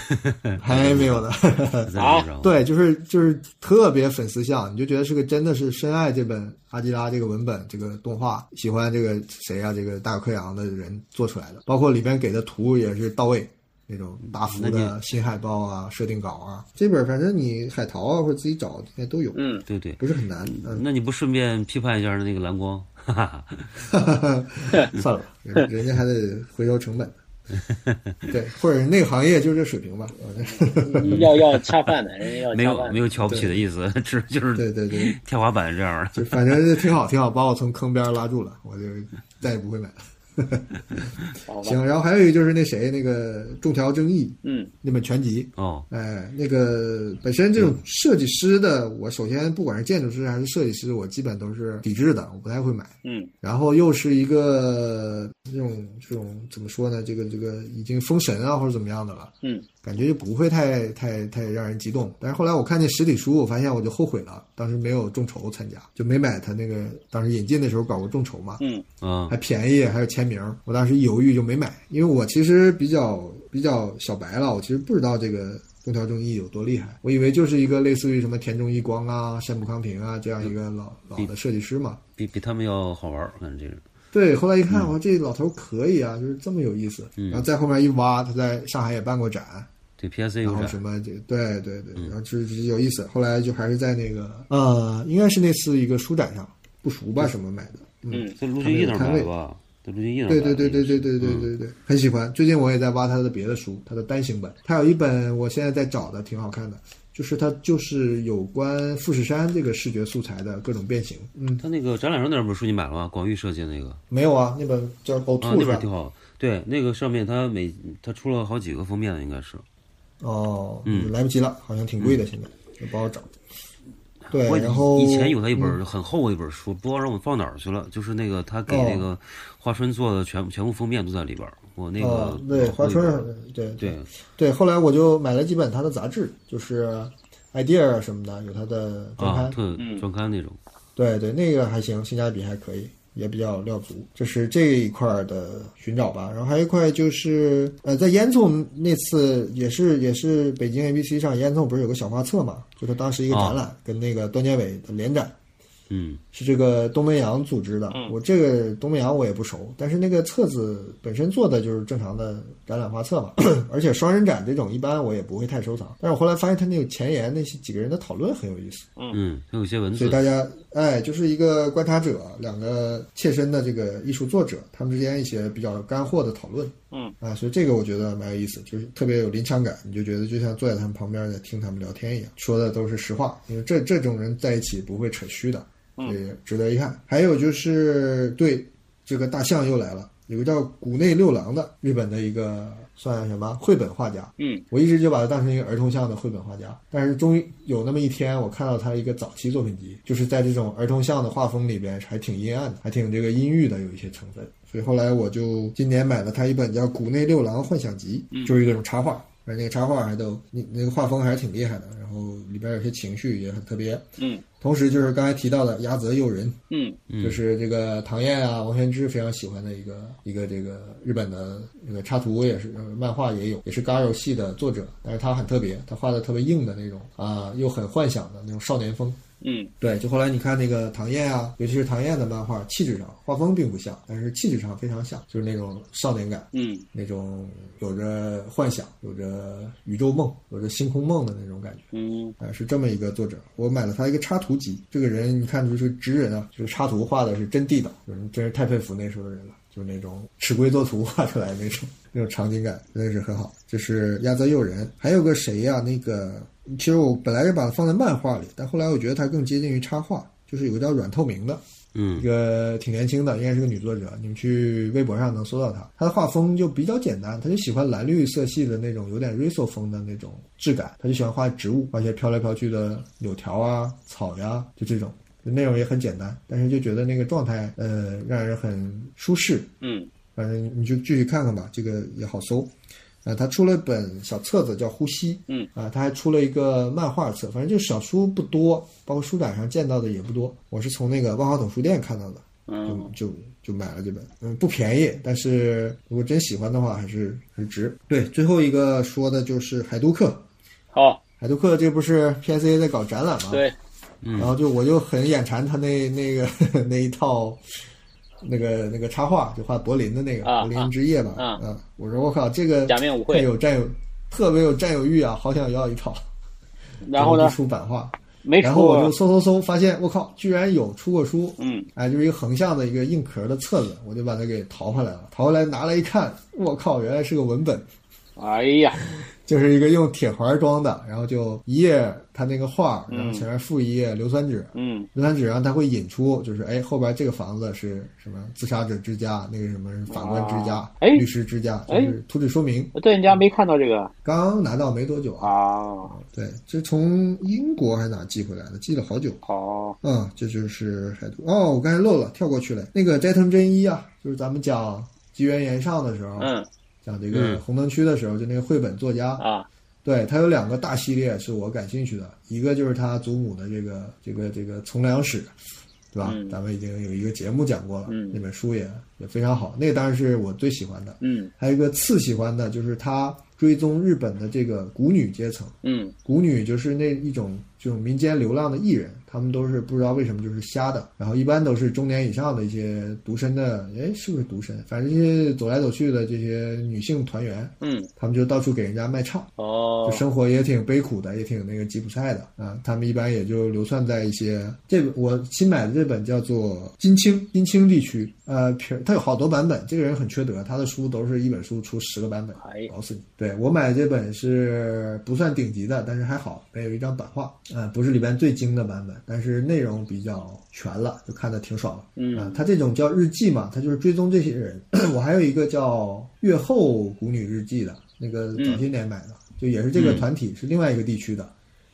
Speaker 4: 还没有呢。
Speaker 3: 在上。
Speaker 4: 对，就是就是特别粉丝向，你就觉得是个真的是深爱这本《阿基拉》这个文本这个动画，喜欢这个谁啊这个大柯阳的人做出来的，包括里边给的图也是到位，那种大幅
Speaker 3: 那
Speaker 4: 的新海报啊、设定稿啊，这本反正你海淘啊或者自己找应该都有，
Speaker 5: 嗯，
Speaker 3: 对对，
Speaker 4: 不是很难。嗯，
Speaker 3: 那你不顺便批判一下那个蓝光？ 哈哈，
Speaker 4: 算了，人人家还得回收成本。对，或者那个行业就这水平吧。 反正
Speaker 5: 要要恰饭的，人家要
Speaker 3: 没
Speaker 5: 恰
Speaker 3: 有
Speaker 5: 饭
Speaker 3: 没
Speaker 5: 的。
Speaker 3: 有瞧不起的意思， 只就是
Speaker 4: 对对对，
Speaker 3: 天花板这样的。
Speaker 4: 就反正是挺好，挺好，把我从坑边拉住了，我就再也不会买了。
Speaker 5: 好吧
Speaker 4: 行，然后还有一个就是那谁，那个《众条争议》
Speaker 5: 嗯
Speaker 4: 那本全集，
Speaker 3: 哦，
Speaker 4: 哎，那个本身这种设计师的，我首先不管是建筑师还是设计师，我基本都是抵制的，我不太会买。
Speaker 5: 嗯
Speaker 4: 然后又是一个这种这种怎么说呢？这个这个已经封神啊，或者怎么样的了。
Speaker 5: 嗯
Speaker 4: 感觉就不会太太太让人激动。但是后来我看见实体书，我发现我就后悔了，当时没有众筹参加，就没买他那个当时引进的时候搞过众筹嘛，
Speaker 5: 嗯
Speaker 3: 啊
Speaker 4: 还便宜，还有签名。我当时犹豫就没买，因为我其实比较比较小白了，我其实不知道这个。中条中义有多厉害？我以为就是一个类似于什么田中义光啊、山浦康平啊这样一个老
Speaker 3: 嗯
Speaker 4: 老的设计师嘛。
Speaker 3: 比比他们要好玩儿，反正这个
Speaker 4: 对，后来一
Speaker 3: 嗯
Speaker 4: 看，哇，这老头可以啊，就是这么有意思。然后再后面一挖，他在上海也办过展，
Speaker 3: 对 PSA 有
Speaker 4: 然后什
Speaker 3: 展，嗯
Speaker 4: 么这对对对，然后就是就是有意思。后来就还是在那个呃，应该是那次一个书展上，不熟吧什么买的，嗯，
Speaker 5: 嗯，
Speaker 3: 在卢俊义那儿买的吧？在卢俊义那儿买
Speaker 4: 对
Speaker 3: 的。
Speaker 4: 对对对对对对
Speaker 3: 嗯
Speaker 4: 对对，很喜欢。最近我也在挖他的别的书，他的单行本，他有一本我现在在找的，挺好看的。就是他就是有关富士山这个视觉素材的各种变形，嗯，
Speaker 3: 他那个展览上那本书你买了吗？广域设计那个啊，
Speaker 4: 没有啊，那本叫《呕吐》
Speaker 3: 那
Speaker 4: 是
Speaker 3: 本
Speaker 4: 吧
Speaker 3: 挺？好。对，那个上面他每他出了好几个封面，应该是。
Speaker 4: 哦，
Speaker 3: 嗯
Speaker 4: 来不及了，好像挺贵的，现在也不好找。对
Speaker 3: 我，
Speaker 4: 然后嗯
Speaker 3: 以前有他一本很厚的一本书，不知道让我放哪儿去了。就是那个他给
Speaker 4: 哦
Speaker 3: 那个花春做的全全部封面都在里边儿。我那个
Speaker 4: 哦，对，华春
Speaker 3: 老
Speaker 4: 儿
Speaker 3: 厚一本，
Speaker 4: 对
Speaker 3: 对啊
Speaker 4: 对，后来我就买了几本他的杂志，就是《idea》什么的，有他的专刊。
Speaker 3: 啊，特专刊那种。
Speaker 4: 对对，那个还行，性价比还可以，也比较料足。这是这一块儿的寻找吧。然后还有一块就是，呃，在烟囱那次也是也是北京 ABC 上烟囱不是有个小画册嘛，就是当时一个展览、跟那个段建伟的联展。
Speaker 3: 嗯，
Speaker 4: 是这个东门洋组织的。我这个东门洋我也不熟，但是那个册子本身做的就是正常的展览画册嘛， 而且双人展这种一般我也不会太收藏。但是我后来发现他那个前言那些几个人的讨论很有意思，
Speaker 3: 嗯，它有些文
Speaker 4: 所
Speaker 3: 字
Speaker 4: 以，大家哎，就是一个观察者，两个切身的这个艺术作者，他们之间一些比较干货的讨论。
Speaker 5: 嗯
Speaker 4: 啊，所以这个我觉得蛮有意思，就是特别有临场感，你就觉得就像坐在他们旁边在听他们聊天一样，说的都是实话，因为这这种人在一起不会扯虚的，所以值得一看。还有就是对这个大象又来了，有个叫谷内六郎的日本的一个算什么绘本画家，
Speaker 5: 嗯
Speaker 4: 我一直就把他当成一个儿童向的绘本画家，但是终于有那么一天，我看到他一个早期作品集，就是在这种儿童向的画风里边，还挺阴暗的，还挺这个阴郁的，有一些成分。所以后来我就今年买了他一本叫《谷内六郎幻想集》，
Speaker 5: 嗯
Speaker 4: 就是一种插画，而那个插画还都那那个画风还是挺厉害的，然后里边有些情绪也很特别。
Speaker 5: 嗯
Speaker 4: 同时就是刚才提到的鸭泽诱人，
Speaker 5: 嗯
Speaker 4: 就是这个唐燕啊、王玄之非常喜欢的一个一个这个日本的那个插图，也是呃漫画也有，也是 Garo 系的作者，但是他很特别，他画的特别硬的那种啊，又很幻想的那种少年风。
Speaker 5: 嗯
Speaker 4: 对，就后来你看那个唐燕啊，尤其是唐燕的漫画，气质上画风并不像，但是气质上非常像，就是那种少年感，
Speaker 5: 嗯
Speaker 4: 那种有着幻想、有着宇宙梦、有着星空梦的那种感觉。
Speaker 5: 嗯
Speaker 4: 啊，是这么一个作者，我买了他一个插图集。这个人你看出是直人啊，就是插图画的是真地道，就是真是太佩服那时候的人了，就是那种尺规作图画出来那种那种场景感，真的是很好。这是亚泽诱人，还有个谁呀、那个其实我本来是把它放在漫画里，但后来我觉得它更接近于插画，就是有个叫软透明的，
Speaker 3: 嗯
Speaker 4: 一，个挺年轻的，应该是个女作者，你们去微博上能搜到她。她的画风就比较简单，她就喜欢蓝绿色系的那种有点 riso 风的那种质感，她就喜欢画植物，画一些飘来飘去的柳条啊、草呀，就这种。内容也很简单，但是就觉得那个状态，呃，让人很舒适，
Speaker 5: 嗯
Speaker 4: 反正你就继续看看吧，这个也好搜。啊，他出了本小册子叫《呼吸》，
Speaker 5: 嗯，
Speaker 4: 啊，他还出了一个漫画册，反正就小书不多，包括书展上见到的也不多。我是从那个万花筒书店看到的，
Speaker 5: 嗯，
Speaker 4: 就就就买了这本，嗯，不便宜，但是如果真喜欢的话，还是很值。对，最后一个说的就是海都克，
Speaker 5: 好，
Speaker 4: 海都克这不是 PSA 在搞展览吗？
Speaker 5: 对，嗯
Speaker 4: 然后就我就很眼馋他那那个 那一套，那个那个插画，就画柏林的那个、
Speaker 5: 啊
Speaker 4: 柏林之夜嘛。
Speaker 5: 啊
Speaker 4: 嗯我说我靠，这个
Speaker 5: 假面舞会
Speaker 4: 太有占有，特别有占有欲啊，好想要一套。
Speaker 5: 然后
Speaker 4: 就
Speaker 5: 呢
Speaker 4: 是，出版画，
Speaker 5: 没出
Speaker 4: 然后我
Speaker 5: 过
Speaker 4: 就，搜搜搜，发现我靠，居然有出过书。
Speaker 5: 嗯，
Speaker 4: 哎，就是一个横向的一个硬壳的册子，我就把它给淘回来了。淘回来拿来一看，我靠，原来是个文本。
Speaker 5: 哎呀，
Speaker 4: 就是一个用铁环装的，然后就一页它那个画，
Speaker 5: 嗯
Speaker 4: 然后前面附一页硫酸纸，
Speaker 5: 嗯
Speaker 4: 硫酸纸上它会引出，就是哎后边这个房子是什么自杀者之家，那个什么是法官之家
Speaker 5: 啊、哎
Speaker 4: 律师之家，就
Speaker 5: 哎
Speaker 4: 是图纸说明。
Speaker 5: 对，人家没看到这个
Speaker 4: 刚拿到没多久啊，
Speaker 5: 啊，
Speaker 4: 对，这从英国还是哪寄回来的，寄了好久。
Speaker 5: 好，
Speaker 4: 嗯，这就是海图。哦，我刚才漏了，跳过去了。那个斋藤真一啊，就是咱们讲吉原岩上的时候，
Speaker 5: 嗯
Speaker 4: 讲这个红灯区的时候，就那个绘本作家，
Speaker 5: 啊，
Speaker 4: 对，它有两个大系列是我感兴趣的，一个就是他祖母的这个这个这个从良史，对吧？
Speaker 5: 嗯
Speaker 4: 咱们已经有一个节目讲过了，
Speaker 5: 嗯
Speaker 4: 那本书也也非常好，那个当然是我最喜欢的。
Speaker 5: 嗯
Speaker 4: 还有一个次喜欢的就是他追踪日本的这个古女阶层，
Speaker 5: 嗯
Speaker 4: 古女就是那一种这种民间流浪的艺人，他们都是不知道为什么就是瞎的，然后一般都是中年以上的一些独身的，哎，是不是独身？反正这些走来走去的这些女性团员，
Speaker 5: 嗯，
Speaker 4: 他们就到处给人家卖唱。
Speaker 5: 哦
Speaker 4: 就，生活也挺悲苦的，也挺那个吉普赛的啊。他们一般也就流窜在一些这本我新买的这本叫做《金青》，金青地区，呃，皮儿它有好多版本。这个人很缺德，他的书都是一本书出十个版本，
Speaker 5: 哎
Speaker 4: 搞死你！对我买的这本是不算顶级的，但是还好，没有一张版画，啊、不是里边最精的版本，但是内容比较全了，就看得挺爽了。啊
Speaker 5: 嗯，
Speaker 4: 他这种叫日记嘛，他就是追踪这些人。 我还有一个叫《月后古女日记》的，那个早些年买的，就也是这个团体，是另外一个地区的，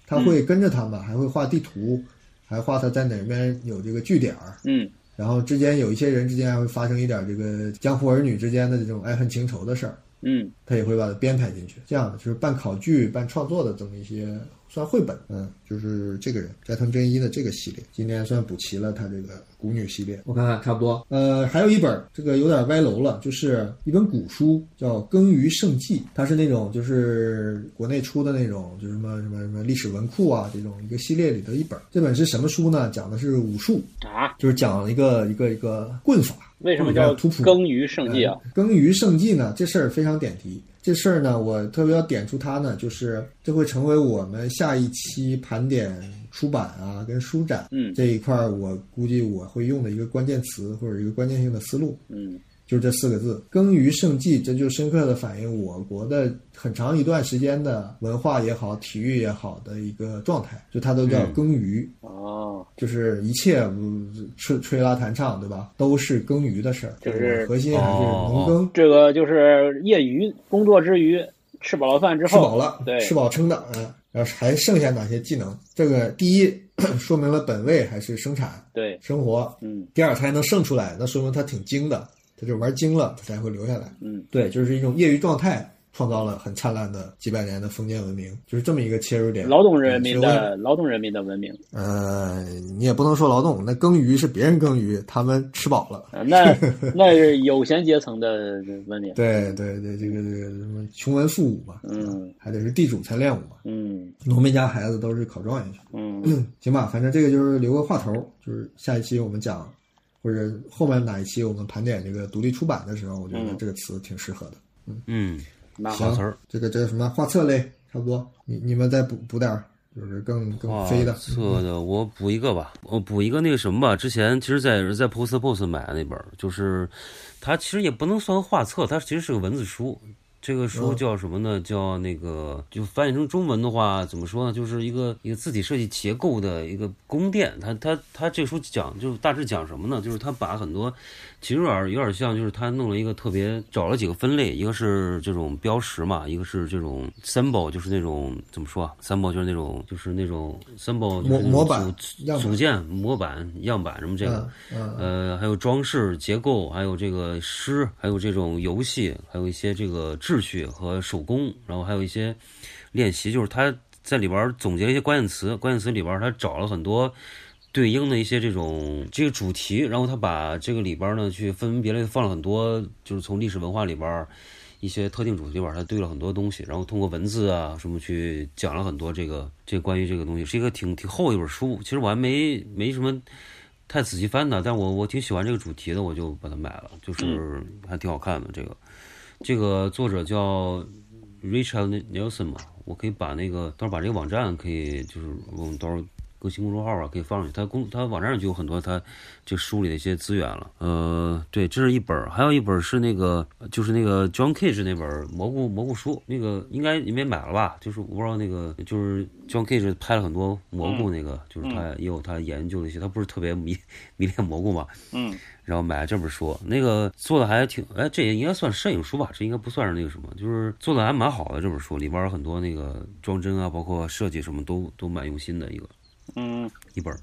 Speaker 4: 他会跟着他们，还会画地图，还画他在哪边有这个据点儿，
Speaker 5: 嗯
Speaker 4: 然后之间有一些人之间还会发生一点这个江湖儿女之间的这种爱恨情仇的事儿，
Speaker 5: 嗯
Speaker 4: 他也会把它编排进去。这样的就是半考据、半创作的这么一些算绘本，嗯，就是这个人斋藤真一的这个系列，今天算补齐了他这个古女系列。我看看差不多。呃，还有一本儿这个有点歪楼了，就是一本古书叫《耕于圣记》，它是那种就是国内出的那种，就是什么什么什么历史文库啊这种一个系列里的一本儿。这本是什么书呢？讲的是武术，
Speaker 5: 啊，
Speaker 4: 就是讲一个一个一个棍法。
Speaker 5: 为什么叫
Speaker 4: 图谱
Speaker 5: 耕于圣迹啊？
Speaker 4: 嗯耕于圣迹呢，这事儿非常点题。这事儿呢，我特别要点出它呢，就是这会成为我们下一期盘点出版啊跟书展
Speaker 5: 嗯
Speaker 4: 这一块儿，我估计我会用的一个关键词或者一个关键性的思路。
Speaker 5: 嗯
Speaker 4: 就是这四个字“耕于盛绩”，这就深刻的反映我国的很长一段时间的文化也好、体育也好的一个状态，就它都叫
Speaker 3: 嗯
Speaker 4: 耕于。
Speaker 5: 哦，
Speaker 4: 就是一切嗯吹吹拉弹唱，对吧？都是耕耘的事儿，
Speaker 5: 就是哦
Speaker 4: 核心还是农耕，
Speaker 5: 这个就是业余工作之余吃饱了饭之
Speaker 4: 吃饱
Speaker 5: 后，
Speaker 4: 了，
Speaker 5: 对
Speaker 4: 吃饱撑的啊。嗯然后还剩下哪些技能？这个第一 说明了本位还是生产
Speaker 5: 对，
Speaker 4: 生活，
Speaker 5: 嗯
Speaker 4: 第二才能剩出来，那说明他挺精的，他就玩精了，他才会留下来。
Speaker 5: 嗯，
Speaker 4: 对，就是一种业余状态。创造了很灿烂的几百年的封建文明，就是这么一个切入点。
Speaker 5: 劳动人民
Speaker 4: 嗯所以我
Speaker 5: 的劳动人民的文明。
Speaker 4: 呃，你也不能说劳动，那耕耘是别人耕耘，他们吃饱了，
Speaker 5: 啊，那那是有钱阶层的文明。
Speaker 4: 对对对，这个这个什么穷文富武嘛，
Speaker 5: 嗯
Speaker 4: 还得是地主才练武嘛，
Speaker 5: 嗯
Speaker 4: 农民家孩子都是考状元去。
Speaker 5: 嗯，
Speaker 4: 行吧，反正这个就是留个话头，就是下一期我们讲，或者后面哪一期我们盘点这个独立出版的时候，我觉得
Speaker 5: 嗯
Speaker 4: 这个词挺适合的。
Speaker 3: 嗯，
Speaker 5: 蛮好
Speaker 3: 好。词儿
Speaker 4: 这个这个什么画册类差不多，你你们再补补点儿，就是更更飞的。
Speaker 3: 测的，我补一个吧，我补一个那个什么吧。之前其实在，在 Post Post 买的那本儿，就是它其实也不能算画册，它其实是个文字书。这个书叫什么呢？叫那个，就翻译成中文的话，怎么说呢？就是一个一个字体设计结构的一个宫殿。它它它这个书讲，就是呃大致讲什么呢？就是它把很多其实有点有点像，就是他弄了一个特别，找了几个分类，一个是这种标识嘛，一个是这种 symbol，就是那种怎么说啊？symbol 就是那种就是那种 symbol 就是那种
Speaker 4: 模模板
Speaker 3: 组
Speaker 4: 样板
Speaker 3: 组件、模板、样板什么这个。
Speaker 4: 嗯
Speaker 3: 呃，还有装饰结构，还有这个诗，还有这种游戏，还有一些这个秩序和手工，然后还有一些练习，就是他在里边儿总结一些关键词，关键词里边儿他找了很多对应的一些这种这个主题，然后他把这个里边呢去分门别类地放了很多，就是从历史文化里边一些特定主题里边，他对了很多东西，然后通过文字啊什么去讲了很多这个这个关于这个东西，是一个挺挺厚的一本书。其实我还没没什么太仔细翻它，但我我挺喜欢这个主题的，我就把它买了，就是还挺好看的。这个这个作者叫 Richard Nelson 嘛，我可以把那个到时候把这个网站可以就是我们到时候。更新公众号啊，可以放上去。他公他网站上就有很多他这书里的一些资源了。呃，对，这是一本儿，还有一本儿是那个就是那个 John Cage 那本儿《蘑菇蘑菇书》，那个应该你们也买了吧？就是我不知道那个就是 John Cage 拍了很多蘑菇，那个、就是他也有他研究的一些，他不是特别迷迷恋蘑菇嘛，
Speaker 5: 嗯，
Speaker 3: 然后买了这本书，那个做的还挺，哎，这也应该算摄影书吧？这应该不算是那个什么，就是做的还蛮好的这本书，里边有很多那个装帧啊，包括设计什么都都蛮用心的一个。
Speaker 5: 嗯，
Speaker 3: 一本儿。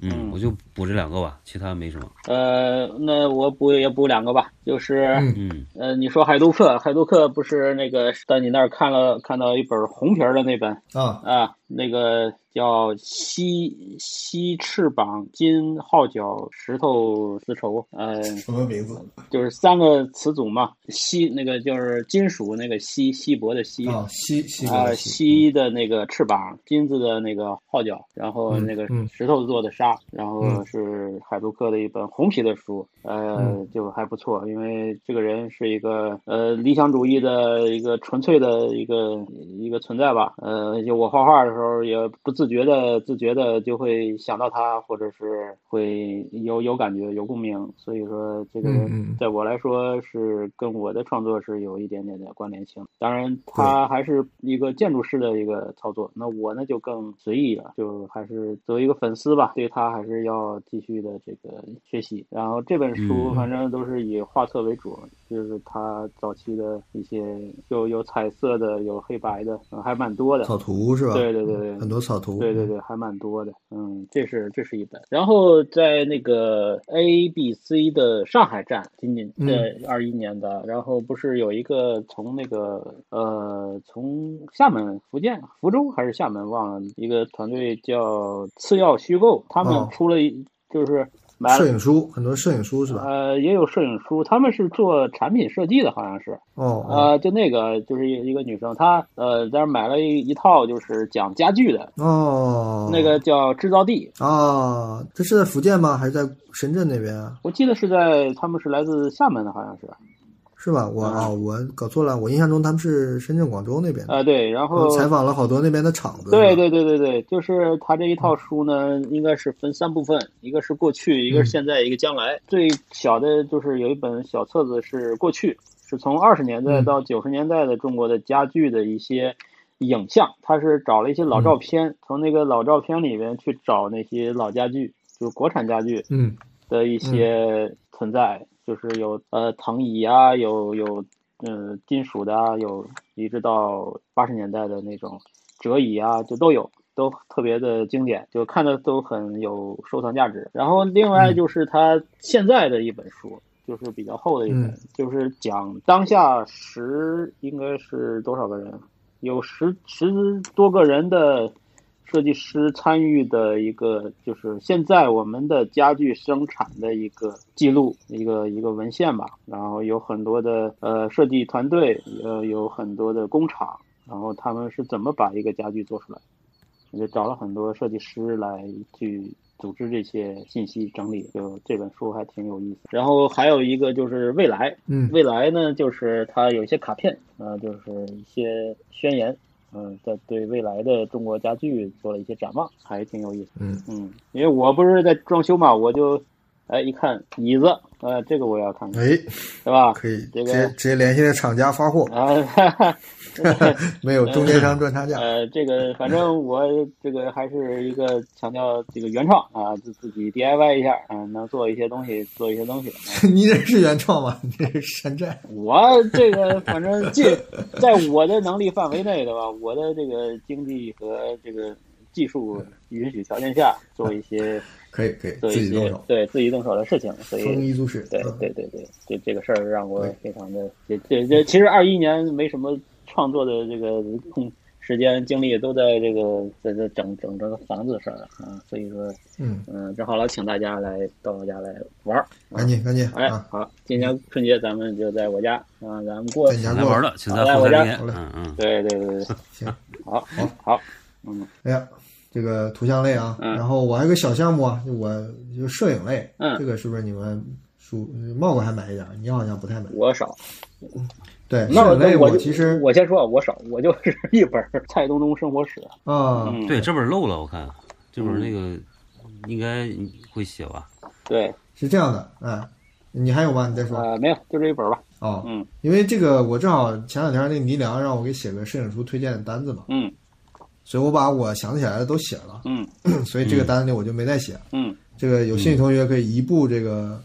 Speaker 3: 嗯，我就补这两个吧，其他没什么。
Speaker 5: 呃，那我补也补两个吧，就是，
Speaker 3: 嗯，
Speaker 5: 呃，你说海杜克，海杜克不是那个在你那儿看了看到一本红皮儿的那本
Speaker 4: 啊，
Speaker 5: 啊，那个叫《西西翅膀金号角石头丝绸》，呃，
Speaker 4: 什么名字
Speaker 5: 就是三个词组嘛，锡那个就是金属那个锡，锡箔的锡
Speaker 4: 啊？西西嗯
Speaker 5: 啊，
Speaker 4: 格
Speaker 5: 蜥蜴的那个翅膀，金子的那个号角，然后那个
Speaker 4: 嗯嗯
Speaker 5: 石头做的沙，然后
Speaker 4: 嗯
Speaker 5: 是海杜克的一本红皮的书，呃
Speaker 4: 嗯，
Speaker 5: 就还不错，因为这个人是一个呃理想主义的一个纯粹的一个一个存在吧，呃，就我画画的时候也不自觉的自觉的就会想到他，或者是会有有感觉有共鸣，所以说这个人
Speaker 4: 嗯嗯
Speaker 5: 在我来说是跟我的创作是有一点点的关联性。当然，它还是一个建筑师的一个操作。那我呢就更随意了，就还是作为一个粉丝吧，对他还是要继续的这个学习。然后这本书
Speaker 3: 嗯
Speaker 5: 反正都是以画册为主，就是他早期的一些有有彩色的，有黑白的，嗯还蛮多的。
Speaker 4: 草图是吧？
Speaker 5: 对对对对，
Speaker 4: 很多草图。
Speaker 5: 对对对，还蛮多的。嗯，这是这是一本。然后在那个 A B C 的上海站，今年
Speaker 4: 嗯
Speaker 5: 呃二一年的，然后不是有一个从那个呃从厦门、福建、福州还是厦门忘了，一个团队叫次要虚构，他们
Speaker 4: 哦
Speaker 5: 出了一、就是买
Speaker 4: 摄
Speaker 5: 了。
Speaker 4: 影书很多摄影书是吧？
Speaker 5: 呃，也有摄影书，他们是做产品设计的，好像是。
Speaker 4: 哦哦
Speaker 5: 呃，就那个就是一一个女生，她呃在那儿买了一一套就是讲家具的，
Speaker 4: 哦，
Speaker 5: 啊那个叫制造地，
Speaker 4: 啊，这是在福建吗？还是在深圳那边啊？
Speaker 5: 我记得是在他们是来自厦门的，好像是。
Speaker 4: 是吧？我啊，我搞错了，我印象中他们是深圳、广州那边的。
Speaker 5: 呃，对，然后
Speaker 4: 我采访了好多那边的厂子。
Speaker 5: 对
Speaker 4: 是吧，
Speaker 5: 对对对对，就是他这一套书呢，应该是分三部分，一个是过去，一
Speaker 4: 嗯
Speaker 5: 个是现在，一个将来。最小的就是有一本小册子是过去，是从二十年代
Speaker 4: 嗯
Speaker 5: 到九十年代的中国的家具的一些影像，他是找了一些老
Speaker 4: 嗯
Speaker 5: 照片，从那个老照片里面去找那些老家具，就是国产家具。
Speaker 4: 嗯
Speaker 5: 的一些存在，就是有呃藤椅啊，有有呃金属的啊，有一直到八十年代的那种折椅啊，就都有，都特别的经典，就看的都很有收藏价值。然后另外
Speaker 4: 嗯
Speaker 5: 就是他现在的一本书。就是比较厚的一本，
Speaker 4: 嗯
Speaker 5: 就是讲当下十应该是多少个人啊，有十十多个人的设计师参与的一个，就是现在我们的家具生产的一个记录，一个一个文献吧。然后有很多的呃设计团队，呃有很多的工厂，然后他们是怎么把一个家具做出来的？我就找了很多设计师来去组织这些信息整理，就这本书还挺有意思。然后还有一个就是未来，
Speaker 4: 嗯
Speaker 5: 未来呢，就是它有一些卡片，呃，就是一些宣言，嗯、在对未来的中国家具做了一些展望，还挺有意思。
Speaker 4: 嗯
Speaker 5: 嗯，因为我不是在装修嘛，我就，哎，一看椅子，呃，这个我要看看，
Speaker 4: 哎，
Speaker 5: 对吧？
Speaker 4: 可以直
Speaker 5: 这个
Speaker 4: 接直接联系厂家发货，
Speaker 5: 啊， 哈哈，嗯
Speaker 4: 没有中间商赚差价。
Speaker 5: 呃，这个反正我这个还是一个强调这个原创啊，自自己 DIY 一下，嗯、能做一些东西，做一些东西。啊
Speaker 4: 你这是原创吗？你这是山寨？
Speaker 5: 我这个反正尽 在我的能力范围内的吧，我的这个经济和这个技术允许条件下，做一些
Speaker 4: 可以可以，
Speaker 5: 做
Speaker 4: 自
Speaker 5: 一
Speaker 4: 己动
Speaker 5: 些
Speaker 4: 手，
Speaker 5: 对自己动手的事情，所以
Speaker 4: 丰衣足食。
Speaker 5: 对
Speaker 4: 嗯
Speaker 5: 对对对，这这个事儿让我非常的这这这，其实二一年没什么创作的这个空时间精力都在这个在这整整这个房子的事儿啊，所以说，
Speaker 4: 嗯，
Speaker 5: 嗯，正好了，请大家来到我家来玩儿。
Speaker 4: 赶紧赶紧
Speaker 5: 哎，
Speaker 4: 啊，
Speaker 5: 好，今年春节咱们就在我家啊，咱们过
Speaker 4: 在。你家
Speaker 3: 来
Speaker 4: 过
Speaker 3: 玩
Speaker 4: 了，
Speaker 3: 了，请在后台留言。嗯嗯，
Speaker 5: 对对对对，
Speaker 4: 行，
Speaker 5: 好，
Speaker 4: 好
Speaker 5: 好，嗯
Speaker 4: 哎呀。这个图像类啊，
Speaker 5: 嗯
Speaker 4: 然后我还有个小项目啊，就我就摄影类，
Speaker 5: 嗯
Speaker 4: 这个是不是你们属茂哥还买一点儿？你好像不太买。
Speaker 5: 我少。
Speaker 4: 对，
Speaker 5: 那
Speaker 4: 摄影类
Speaker 5: 我就
Speaker 4: 其实
Speaker 5: 我先说啊，我少，我就是一本儿《蔡东东生活史》。
Speaker 4: 啊，
Speaker 5: 嗯，
Speaker 3: 对，这本漏了，我看这本那个
Speaker 4: 嗯
Speaker 3: 应该会写吧？
Speaker 5: 对，
Speaker 4: 是这样的，哎，你还有吗？你再说
Speaker 5: 呃，没有，就这一本儿吧。
Speaker 4: 哦，
Speaker 5: 嗯
Speaker 4: 因为这个我正好前两天那个倪良让我给写个摄影书推荐的单子嘛，
Speaker 5: 嗯
Speaker 4: 所以我把我想起来的都写了，
Speaker 5: 嗯
Speaker 4: 所以这个单子里我就没再写。
Speaker 5: 嗯
Speaker 4: 这个有兴趣同学可以移步这个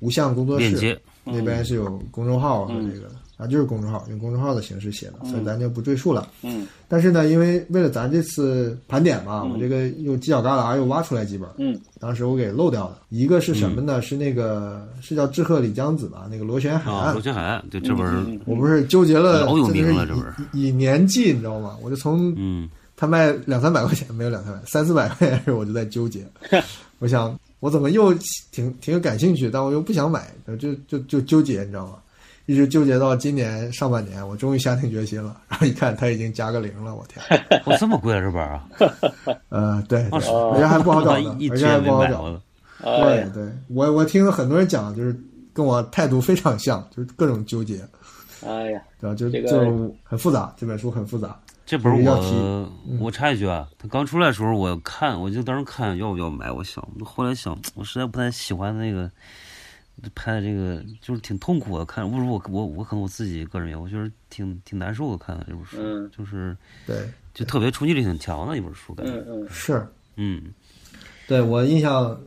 Speaker 4: 无相工作
Speaker 3: 链
Speaker 4: 室
Speaker 3: 接，
Speaker 4: 那边是有公众号和这
Speaker 3: 嗯
Speaker 4: 个、啊，就是公众号用公众号的形式写的，所以咱就不赘述了。
Speaker 5: 嗯
Speaker 4: 但是呢，因为为了咱这次盘点嘛，
Speaker 5: 嗯
Speaker 4: 我这个又犄角旮旯又挖出来几本，
Speaker 5: 嗯
Speaker 4: 当时我给漏掉了。一个是什么呢？是那个是叫志贺里江子吧？那个螺旋海
Speaker 3: 啊，
Speaker 4: 岸
Speaker 3: 罗。圈海岸，对这本，
Speaker 4: 我不是纠结了，
Speaker 3: 老有
Speaker 4: 真的
Speaker 3: 名
Speaker 4: 是
Speaker 3: 了这本
Speaker 4: 以以以年计你知道吗？我就从
Speaker 3: 嗯
Speaker 4: 他卖两三百块钱，没有两三百，三四百块钱，我就在纠结。我想，我怎么又挺挺感兴趣，但我又不想买，就就就纠结，你知道吗？一直纠结到今年上半年，我终于下定决心了。然后一看，它已经加个零了，我天！
Speaker 3: 哦，这么贵啊这本 啊，
Speaker 4: 呃，对，对
Speaker 3: 是
Speaker 4: 而且还不好找 呢，
Speaker 3: 哦一
Speaker 4: 而且还
Speaker 3: 天没
Speaker 4: 不好
Speaker 3: 买，
Speaker 4: 找。
Speaker 3: 我
Speaker 5: 哎
Speaker 4: 对，对，我我听很多人讲，就是跟我态度非常像，就是各种纠结，
Speaker 5: 哎呀，
Speaker 4: 对吧？就
Speaker 5: 这个
Speaker 4: 就很复杂，这本书很复杂。
Speaker 3: 这本
Speaker 4: 要
Speaker 3: 我
Speaker 4: 提嗯
Speaker 3: 我插一句啊，它刚出来的时候我看，我就当时看要不要买，我想，后来想我实在不太喜欢那个拍的这个，就是挺痛苦的看，不如我我我可能我自己个人原因，我觉得挺挺难受的看的这本书，
Speaker 5: 嗯
Speaker 3: 就是
Speaker 4: 对，
Speaker 3: 就特别冲击力挺强的一本书感觉，
Speaker 5: 嗯嗯
Speaker 4: 是，
Speaker 3: 嗯
Speaker 4: 对我印象，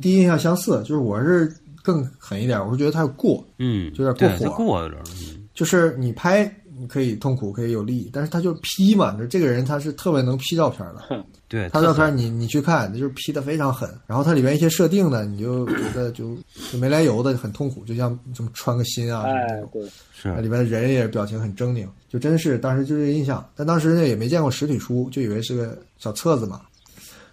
Speaker 4: 第一印象相似，就是我是更狠一点，我是觉得它过，
Speaker 3: 嗯，
Speaker 4: 有点
Speaker 3: 对
Speaker 4: 过火啊
Speaker 3: 它过有点儿，嗯
Speaker 4: 就是你拍你可以痛苦，可以有利益，但是他就 P 嘛，就这个人他是特别能 P 照片的，
Speaker 3: 对，
Speaker 4: 他
Speaker 3: 特
Speaker 4: 照
Speaker 3: 狠
Speaker 4: 片你你去看，就是 P 的非常狠，然后它里面一些设定呢，你就觉得就就没来由的很痛苦，就像什么穿个心啊
Speaker 5: 嗯，
Speaker 4: 什么
Speaker 5: 哎
Speaker 4: 那种，
Speaker 5: 对，
Speaker 3: 是
Speaker 4: 那里面的人也表情很狰狞，就真是当时就是印象。但当时呢也没见过实体书，就以为是个小册子嘛。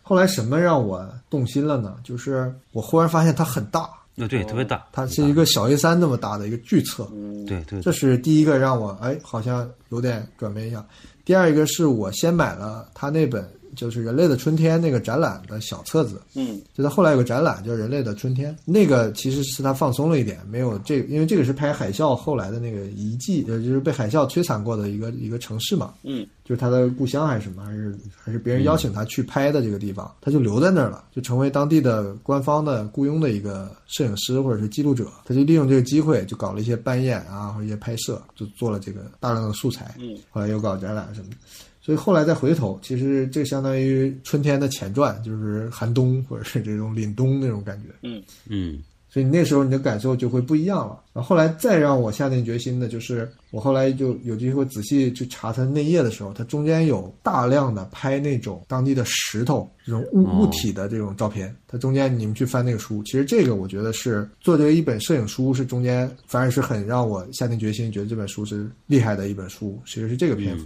Speaker 4: 后来什么让我动心了呢？就是我忽然发现它很大，
Speaker 3: 那哦对特别大，
Speaker 4: 它是一个小 A 三那么大的一个巨册。
Speaker 5: 嗯
Speaker 3: 对对
Speaker 4: 这是第一个让我哎好像有点转变一样。第二一个是我先买了他那本就是《人类的春天》那个展览的小册子，
Speaker 5: 嗯
Speaker 4: 就他后来有个展览叫《人类的春天》，那个其实是他放松了一点，没有这个，因为这个是拍海啸后来的那个遗迹，呃，就是被海啸摧残过的一个一个城市嘛，
Speaker 5: 嗯
Speaker 4: 就是他的故乡还是什么，还是还是别人邀请他去拍的这个地方，他就留在那儿了，就成为当地的官方的雇佣的一个摄影师或者是记录者，他就利用这个机会就搞了一些扮演啊或者一些拍摄，就做了这个大量的素材，
Speaker 5: 嗯
Speaker 4: 后来又搞展览什么的。所以后来再回头，其实这相当于春天的前传，就是寒冬或者是这种凛冬那种感觉。
Speaker 5: 嗯
Speaker 3: 嗯
Speaker 4: 所以你那时候你的感受就会不一样了。然后后来再让我下定决心的就是，我后来就有机会仔细去查它内页的时候，它中间有大量的拍那种当地的石头这种物
Speaker 3: 哦
Speaker 4: 物体的这种照片。它中间你们去翻那个书，其实这个我觉得是做这个一本摄影书是中间反而是很让我下定决心，觉得这本书是厉害的一本书，其实是这个篇幅。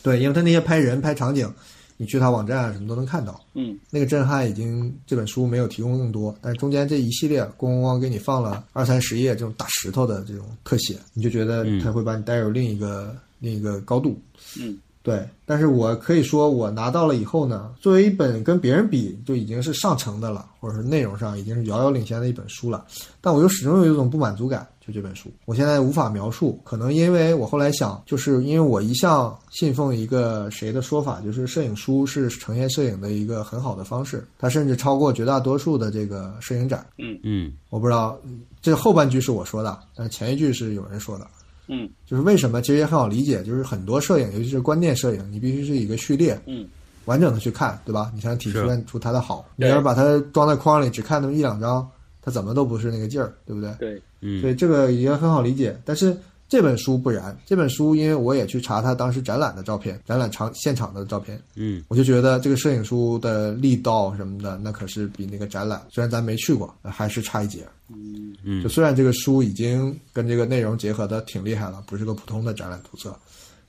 Speaker 4: 对，因为它那些拍人、拍场景，你去它网站啊什么都能看到。
Speaker 5: 嗯
Speaker 4: 那个震撼已经这本书没有提供更多，但是中间这一系列咣咣咣给你放了二三十页这种大石头的这种特写，你就觉得
Speaker 3: 嗯
Speaker 4: 它会把你带入另一个、另一个高度。
Speaker 5: 嗯
Speaker 4: 对，但是我可以说，我拿到了以后呢，作为一本跟别人比就已经是上乘的了，或者是内容上已经是遥遥领先的一本书了，但我又始终有一种不满足感，就这本书，我现在无法描述，可能因为我后来想，就是因为我一向信奉一个谁的说法，就是摄影书是呈现摄影的一个很好的方式，它甚至超过绝大多数的这个摄影展。
Speaker 3: 嗯
Speaker 4: 我不知道，嗯这后半句是我说的，但是前一句是有人说的。
Speaker 5: 嗯
Speaker 4: 就是为什么其实也很好理解，就是很多摄影，尤其是观念摄影，你必须是一个序列
Speaker 5: 嗯
Speaker 4: 完整的去看，对吧？你才能体
Speaker 3: 是
Speaker 4: 现出它的好。你
Speaker 5: 对
Speaker 4: 要是把它装在框里，只看那么一两张，它怎么都不是那个劲儿，对不对？
Speaker 5: 对，
Speaker 3: 嗯
Speaker 4: 所以这个也很好理解。但是这本书不然，这本书因为我也去查它当时展览的照片，展览场现场的照片，
Speaker 3: 嗯
Speaker 4: 我就觉得这个摄影书的力道什么的，那可是比那个展览，虽然咱没去过，还是差一截。
Speaker 5: 嗯
Speaker 3: 嗯
Speaker 4: 就虽然这个书已经跟这个内容结合的挺厉害了，不是个普通的展览图册，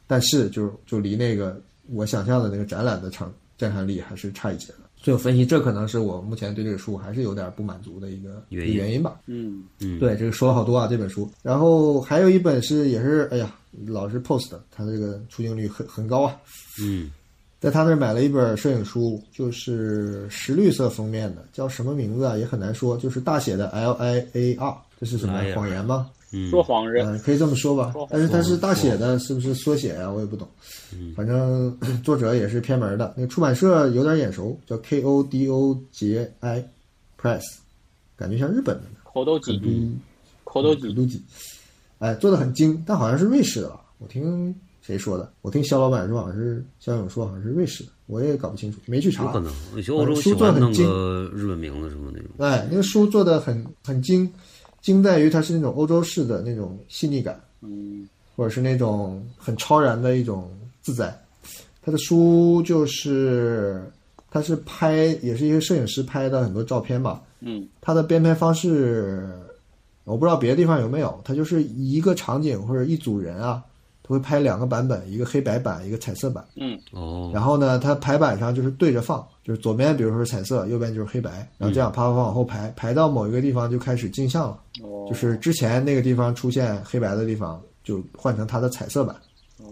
Speaker 4: 但是就就离那个我想象的那个展览的场震撼力还是差一些的。所以我分析，这可能是我目前对这个书还是有点不满足的一个
Speaker 3: 原因
Speaker 4: 原因吧。
Speaker 5: 嗯，
Speaker 3: 嗯，
Speaker 4: 对，这个说了好多啊，这本书。然后还有一本是也是，哎呀，老是 post，的它这个出镜率很很高啊。
Speaker 3: 嗯，
Speaker 4: 在他那儿买了一本摄影书，就是石绿色封面的，叫什么名字啊？也很难说，就是大写的 L I A R，这是什么
Speaker 3: 哎呀
Speaker 4: 谎言吗？
Speaker 3: 嗯，
Speaker 5: 说谎人，
Speaker 4: 嗯，可以这么说吧
Speaker 5: 说谎。
Speaker 4: 但是它是大写的，是不是缩写啊？我也不懂。反正作者也是偏门的，那个出版社有点眼熟，叫 K O D O 杰 I Press，感觉像日本的呢。
Speaker 5: 口头
Speaker 4: 肯
Speaker 5: 几，
Speaker 4: 都
Speaker 5: 口头
Speaker 4: 肯
Speaker 5: 几，
Speaker 4: 都几，哎，做的很精，但好像是瑞士的吧？我听谁说的？我听肖老板说好像是肖勇说好像是瑞士的，我也搞不清楚，没去
Speaker 3: 有
Speaker 4: 查
Speaker 3: 可。能，有些欧洲
Speaker 4: 嗯
Speaker 3: 喜
Speaker 4: 书做
Speaker 3: 欢
Speaker 4: 得
Speaker 3: 弄
Speaker 4: 很精
Speaker 3: 个日本名字什么那种。
Speaker 4: 哎，那个书做的很很精，精在于它是那种欧洲式的那种细腻感，
Speaker 5: 嗯，
Speaker 4: 或者是那种很超然的一种自在。他的书就是，他是拍，也是一个摄影师拍的很多照片吧。
Speaker 5: 嗯，
Speaker 4: 他的编排方式，我不知道别的地方有没有，他就是一个场景或者一组人啊，他会拍两个版本，一个黑白版，一个彩色版。
Speaker 3: 哦，
Speaker 4: 然后呢，它排版上就是对着放，就是左边比如说是彩色，右边就是黑白，然后这样啪啪啪往后排，排到某一个地方就开始镜像了，
Speaker 5: 哦，
Speaker 4: 就是之前那个地方出现黑白的地方就换成它的彩色版。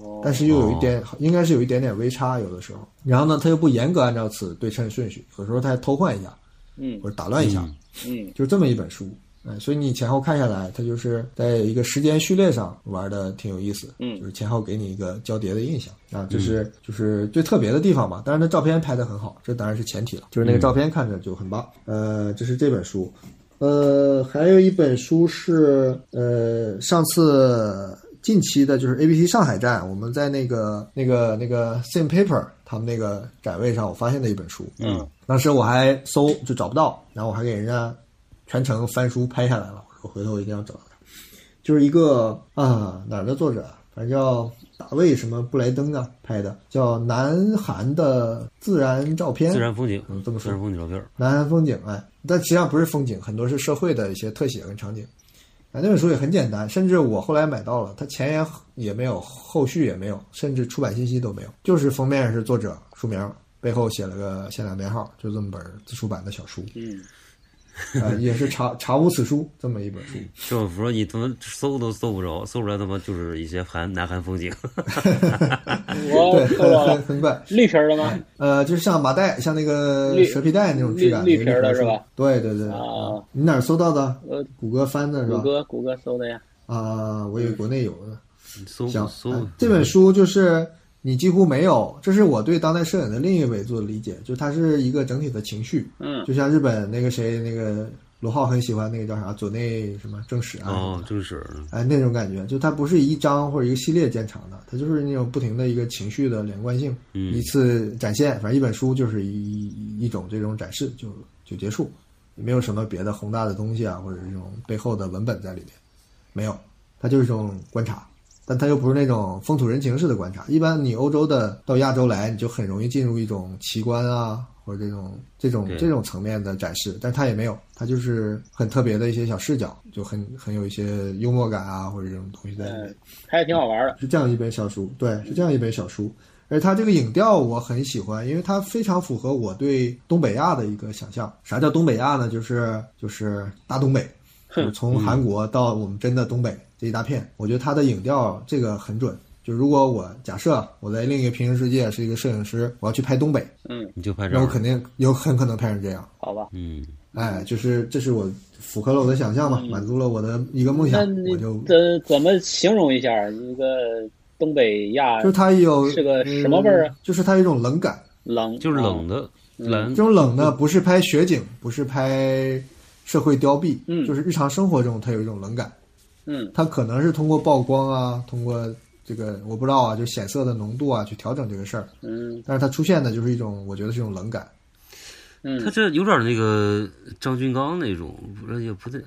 Speaker 5: 哦，
Speaker 4: 但是又有一点，应该是有一点点微差，有的时候。然后呢，他又不严格按照此对称顺序，有时候他还偷换一下
Speaker 5: 嗯
Speaker 4: 或者打乱一下，
Speaker 3: 嗯
Speaker 5: 嗯
Speaker 4: 就这么一本书。哎，所以你前后看下来，它就是在一个时间序列上玩的挺有意思，
Speaker 5: 嗯
Speaker 4: 就是前后给你一个交叠的印象啊，这是、就是最特别的地方吧。当然，它照片拍的很好，这当然是前提了，就是那个照片看着就很棒。呃，这是这本书，呃，还有一本书是呃，上次近期的就是 ABC 上海站，我们在那个那个那个 Same Paper 他们那个展位上，我发现的一本书。
Speaker 3: 嗯，
Speaker 4: 当时我还搜就找不到，然后我还给人家全程翻书拍下来了，我说回头我一定要找到它。就是一个啊哪儿的作者啊，反正叫大卫什么布莱登啊拍的，叫南韩的自然照片，
Speaker 3: 自然风景
Speaker 4: 嗯，这么
Speaker 3: 自
Speaker 4: 说
Speaker 3: 然风景照片儿。
Speaker 4: 南韩风景哎，但实际上不是风景，很多是社会的一些特写跟场景。啊，那本书也很简单，甚至我后来买到了，它前言也没有，后续也没有，甚至出版信息都没有，就是封面是作者书名，背后写了个限量编号，就这么本自出版的小书，
Speaker 5: 嗯，
Speaker 4: 啊、也是查查无此书这么一本书。
Speaker 3: 政府说你他妈搜都搜不着，搜出来他妈就是一些韩南韩风景。
Speaker 5: 我 嗯
Speaker 4: 对，
Speaker 5: 搜
Speaker 4: 很
Speaker 5: 到
Speaker 4: 很
Speaker 5: 了
Speaker 4: 很怪，
Speaker 5: 绿皮儿的吗？
Speaker 4: 呃，就是像麻袋，像那个
Speaker 5: 绿
Speaker 4: 蛇皮袋那种质感，
Speaker 5: 绿绿皮儿的是吧
Speaker 4: 那个书？对对对，
Speaker 5: 啊，
Speaker 4: 你哪儿搜到的？
Speaker 5: 呃，
Speaker 4: 谷歌翻的是
Speaker 5: 谷
Speaker 4: 吧？
Speaker 5: 歌谷歌搜的呀，
Speaker 4: 啊，我以为国内有呢。
Speaker 3: 搜
Speaker 4: 行，
Speaker 3: 搜、嗯
Speaker 4: 哎这本书就是你几乎没有，这是我对当代摄影的另一维度的理解，就它是一个整体的情绪，
Speaker 5: 嗯
Speaker 4: 就像日本那个谁那个罗浩很喜欢那个叫啥佐内什么正史啊，
Speaker 3: 哦，真是
Speaker 4: 哎那种感觉，就它不是一章或者一个系列见长的，它就是那种不停的一个情绪的连贯性，
Speaker 3: 嗯
Speaker 4: 一次展现，反正一本书就是一一一种这种展示就就结束，也没有什么别的宏大的东西啊，或者是这种背后的文本在里面，没有，它就是一种观察，但它又不是那种风土人情式的观察。一般你欧洲的到亚洲来，你就很容易进入一种奇观啊，或者这种这种
Speaker 3: 对
Speaker 4: 这种层面的展示，但它也没有，它就是很特别的一些小视角，就很很有一些幽默感啊，或者这种东西在里面。
Speaker 5: 嗯，还挺好玩的，
Speaker 4: 是这样一本小书，对，是这样一本小书。而它这个影调我很喜欢，因为它非常符合我对东北亚的一个想象。啥叫东北亚呢？就是就是大东北，就是从韩国到我们真的东北这一大片。我觉得它的影调这个很准。就如果我假设我在另一个平行世界是一个摄影师，我要去拍东北，
Speaker 5: 嗯，
Speaker 3: 你就拍
Speaker 4: 那
Speaker 3: 照
Speaker 4: 我，肯定有很可能拍成这样。
Speaker 5: 好吧。
Speaker 3: 嗯，
Speaker 4: 哎，就是这是我符合了我的想象嘛，满足了我的一个梦想
Speaker 5: 嗯那，你
Speaker 4: 我就
Speaker 5: 怎怎么形容一下一个东北亚
Speaker 4: 就是它有
Speaker 5: 是个什么味儿啊
Speaker 4: 嗯就是它有一种冷感，
Speaker 5: 冷？
Speaker 3: 就是冷
Speaker 5: 啊，
Speaker 3: 的
Speaker 4: 哦
Speaker 3: 蓝
Speaker 4: 这。种冷呢，不是拍雪景，不是拍社会凋敝，
Speaker 5: 嗯
Speaker 4: 就是日常生活中它有一种冷感，
Speaker 5: 嗯
Speaker 4: 它可能是通过曝光啊，通过这个我不知道啊，就显色的浓度啊去调整这个事儿，
Speaker 5: 嗯
Speaker 4: 但是它出现的就是一种，我觉得是一种冷感
Speaker 3: 他
Speaker 5: 嗯，
Speaker 3: 这有点那个张军刚那种，不是也不对，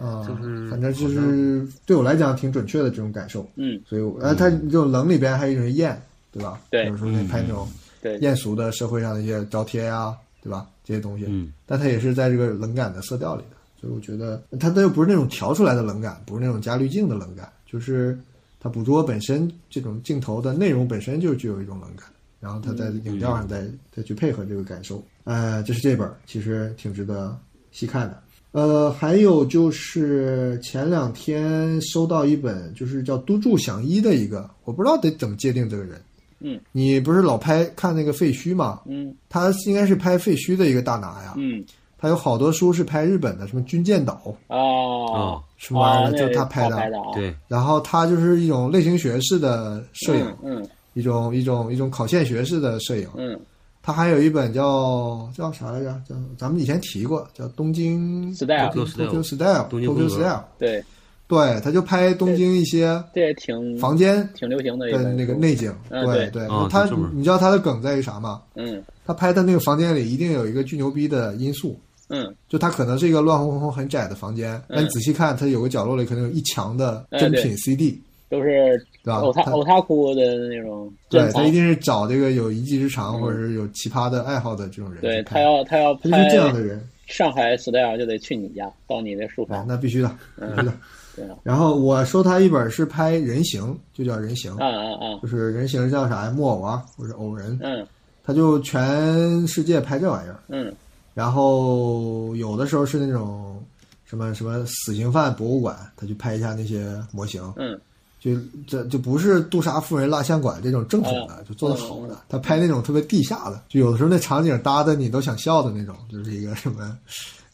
Speaker 4: 啊，
Speaker 3: 就是
Speaker 4: 反正
Speaker 3: 好
Speaker 4: 就是对我来讲挺准确的这种感受，
Speaker 5: 嗯，
Speaker 4: 所以我呃，它这种冷里边还有一种艳，对吧？
Speaker 5: 对嗯
Speaker 4: 有时候在拍那种
Speaker 5: 对，
Speaker 4: 艳俗的社会上的一些招贴啊，对吧？这些东西，
Speaker 3: 嗯，
Speaker 4: 但它也是在这个冷感的色调里的，所以我觉得它它又不是那种调出来的冷感，不是那种加滤镜的冷感，就是它捕捉本身这种镜头的内容本身就具有一种冷感，然后它在影调上再再去配合这个感受。呃，这是这本儿，其实挺值得细看的。呃，还有就是前两天收到一本，就是叫都筑响一的一个，我不知道得怎么界定这个人。
Speaker 5: 嗯，
Speaker 4: 你不是老拍看那个废墟吗？
Speaker 5: 嗯
Speaker 4: 他应该是拍废墟的一个大拿呀。
Speaker 5: 嗯
Speaker 4: 他有好多书是拍日本的，什么军舰岛
Speaker 5: 哦
Speaker 3: 啊，
Speaker 4: 什么玩意
Speaker 5: 啊
Speaker 4: 儿的，
Speaker 5: 那
Speaker 4: 就是
Speaker 5: 个
Speaker 4: 他
Speaker 5: 好
Speaker 4: 拍
Speaker 5: 拍
Speaker 4: 的。
Speaker 5: 啊，
Speaker 3: 哦对，
Speaker 4: 然后他就是一种类型学式的摄影，
Speaker 5: 嗯
Speaker 4: 一种一种一种考现学式的摄影。
Speaker 5: 嗯嗯
Speaker 4: 他还有一本叫叫啥来着？叫咱们以前提过，叫东京
Speaker 5: Style
Speaker 4: 东京
Speaker 3: Tokyo
Speaker 4: Tokyo Style，
Speaker 3: 东京风
Speaker 4: Tokyo
Speaker 3: 格
Speaker 4: Style。
Speaker 5: 啊对，
Speaker 4: 对，他就拍东京一些
Speaker 5: 这也挺
Speaker 4: 房间
Speaker 5: 挺流行的一
Speaker 4: 的那个
Speaker 5: 书
Speaker 4: 内景。
Speaker 5: 嗯
Speaker 4: 对
Speaker 5: 对
Speaker 4: 对
Speaker 3: 啊，
Speaker 4: 他
Speaker 3: 就这么
Speaker 4: 你知道他的梗在于啥吗？
Speaker 5: 嗯
Speaker 4: 他拍的那个房间里一定有一个巨牛逼的因素，
Speaker 5: 嗯
Speaker 4: 就它可能是一个乱哄哄、很窄的房间，
Speaker 5: 嗯
Speaker 4: 但仔细看，它有个角落里可能有一墙的
Speaker 5: 哎
Speaker 4: 真
Speaker 5: 对哦
Speaker 4: 品 CD，、
Speaker 5: 都是
Speaker 4: 对吧
Speaker 5: 偶？他
Speaker 4: 啊它
Speaker 5: 偶他哭的那种
Speaker 4: 对
Speaker 5: 珍
Speaker 4: 他
Speaker 5: 藏
Speaker 4: 一，定是找这个有一技之长、
Speaker 5: 嗯
Speaker 4: 或者是有奇葩的爱好的这种人
Speaker 5: 对
Speaker 4: 去
Speaker 5: 他
Speaker 4: 拍，
Speaker 5: 要他要
Speaker 4: 他就是
Speaker 5: 拍
Speaker 4: 这样的人，
Speaker 5: 上海 style 就得去你家，到你的书
Speaker 4: 哎
Speaker 5: 房，
Speaker 4: 那必须的，必须的。
Speaker 5: 对啊
Speaker 4: 然后我收他一本是拍人形，就叫人形，
Speaker 5: 啊啊啊，
Speaker 4: 就是人形叫啥呀？木偶啊，或者偶人，
Speaker 5: 嗯
Speaker 4: 他就全世界拍这玩意儿。
Speaker 5: 嗯
Speaker 4: 然后有的时候是那种什么什么死刑犯博物馆，他去拍一下那些模型，
Speaker 5: 嗯
Speaker 4: 就这就不是杜莎夫人蜡像馆这种正统
Speaker 5: 啊
Speaker 4: 的，就做的好
Speaker 5: 嗯
Speaker 4: 的。他拍那种特别地下的，就有的时候那场景搭的你都想笑的那种，就是一个什么，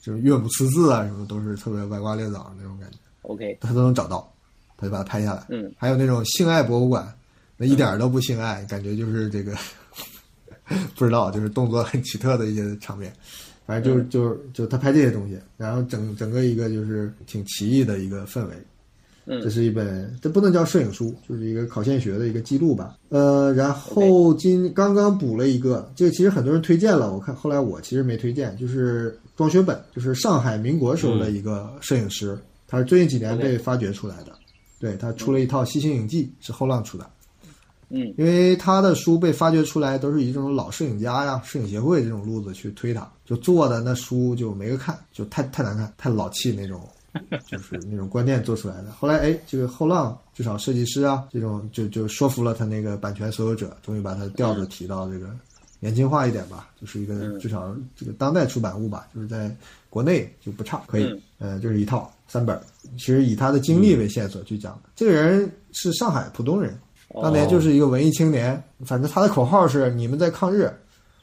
Speaker 4: 就是岳母刺字啊什么，都是特别歪瓜裂枣的那种感觉，
Speaker 5: ，OK，
Speaker 4: 他都能找到，他就把它拍下来。
Speaker 5: 嗯
Speaker 4: 还有那种性爱博物馆，那一点儿都不性爱，感觉就是这个不知道，就是动作很奇特的一些场面。反正就是就是就他拍这些东西，然后整整个一个就是挺奇异的一个氛围。
Speaker 5: 嗯
Speaker 4: 这是一本，这不能叫摄影书，就是一个考现学的一个记录吧。呃，然后今刚刚补了一个，这个其实很多人推荐了，我看后来我其实没推荐，就是庄学本，就是上海民国时候的一个摄影师，他是最近几年被发掘出来的。对他出了一套《西行影记》，是后浪出的。
Speaker 5: 嗯
Speaker 4: 因为他的书被发掘出来，都是以这种老摄影家呀、摄影协会这种路子去推他，就做的那书就没个看，就太太难看、太老气那种， 就是那种观念做出来的。后来哎，这个后浪至少设计师啊这种就就说服了他那个版权所有者，终于把他调子提到这个年轻化一点吧，就是一个
Speaker 5: 嗯
Speaker 4: 至少这个当代出版物吧，就是在国内就不差，可以。
Speaker 5: 嗯
Speaker 4: 呃，这是一套三本儿，其实以他的经历为线索去讲
Speaker 5: 嗯
Speaker 4: 的。这个人是上海浦东人，
Speaker 5: 哦
Speaker 4: 当年就是一个文艺青年，反正他的口号是“你们在抗日，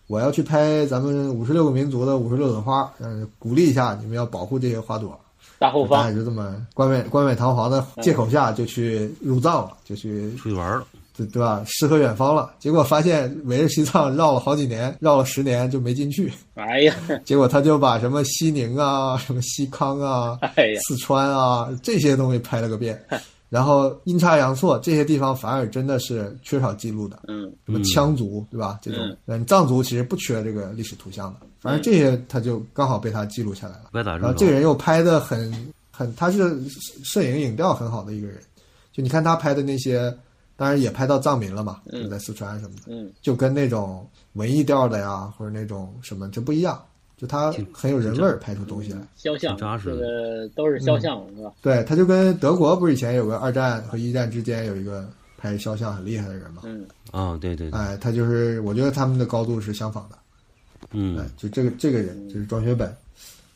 Speaker 4: 我要去拍咱们五十六个民族的五十六朵花”，嗯，鼓励一下你们要保护这些花朵。
Speaker 5: 大后
Speaker 4: 大家
Speaker 5: 方，嗯
Speaker 4: 也就这么冠冕冠冕堂皇的借口下就去入藏了，就去
Speaker 3: 出去玩儿了，
Speaker 4: 对对吧？诗和远方了。结果发现围着西藏绕了好几年，绕了十年就没进去。
Speaker 5: 哎呀，
Speaker 4: 结果他就把什么西宁啊、 什么西康啊、
Speaker 5: 哎呀，
Speaker 4: 四川啊这些东西拍了个 遍，然后阴差阳错，这些地方反而真的是缺少记录的，
Speaker 5: 嗯
Speaker 4: 什么羌族对吧？这种
Speaker 5: 嗯，
Speaker 4: 嗯，藏族其实不缺这个历史图像的，反正这些他就刚好被他记录下来了。
Speaker 3: 歪打
Speaker 4: 然后
Speaker 3: 正
Speaker 4: 啊这个
Speaker 3: 着。
Speaker 4: 人又拍的很很，他是摄影影调很好的一个人，就你看他拍的那些，当然也拍到藏民了嘛，
Speaker 5: 嗯
Speaker 4: 就在四川什么的。
Speaker 5: 嗯
Speaker 4: 就跟那种文艺调的呀，或者那种什么，这不一样。就他很有人味儿，拍出东西来。
Speaker 5: 肖像
Speaker 3: 挺扎实
Speaker 5: 这
Speaker 3: 的嗯
Speaker 5: 个都是肖像是吧？
Speaker 4: 对，他就跟德国不是以前有个二战和一战之间有一个拍肖像很厉害的人嘛？
Speaker 5: 嗯
Speaker 3: 啊，对对对，
Speaker 4: 哎，他就是，我觉得他们的高度是相仿的。哎
Speaker 3: 嗯，，
Speaker 4: 就这个这个人就是庄学本。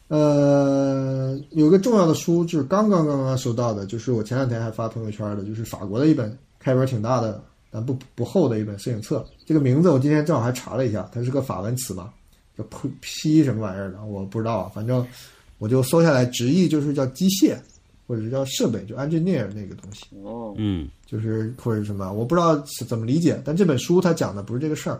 Speaker 4: 呃，有个重要的书就是刚刚刚刚收到的，就是我前两天还发朋友圈的，就是法国的一本开本挺大的，但不不厚的一本摄影册。这个名字我今天正好还查了一下，它是个法文词嘛，叫 P P 什么玩意儿的，我不知道啊。反正我就搜下来，直译就是叫机械，或者是叫设备，就 engineer 那个东西。
Speaker 5: 哦
Speaker 3: 嗯，
Speaker 4: 就是或者什么，我不知道是怎么理解。但这本书它讲的不是这个事儿，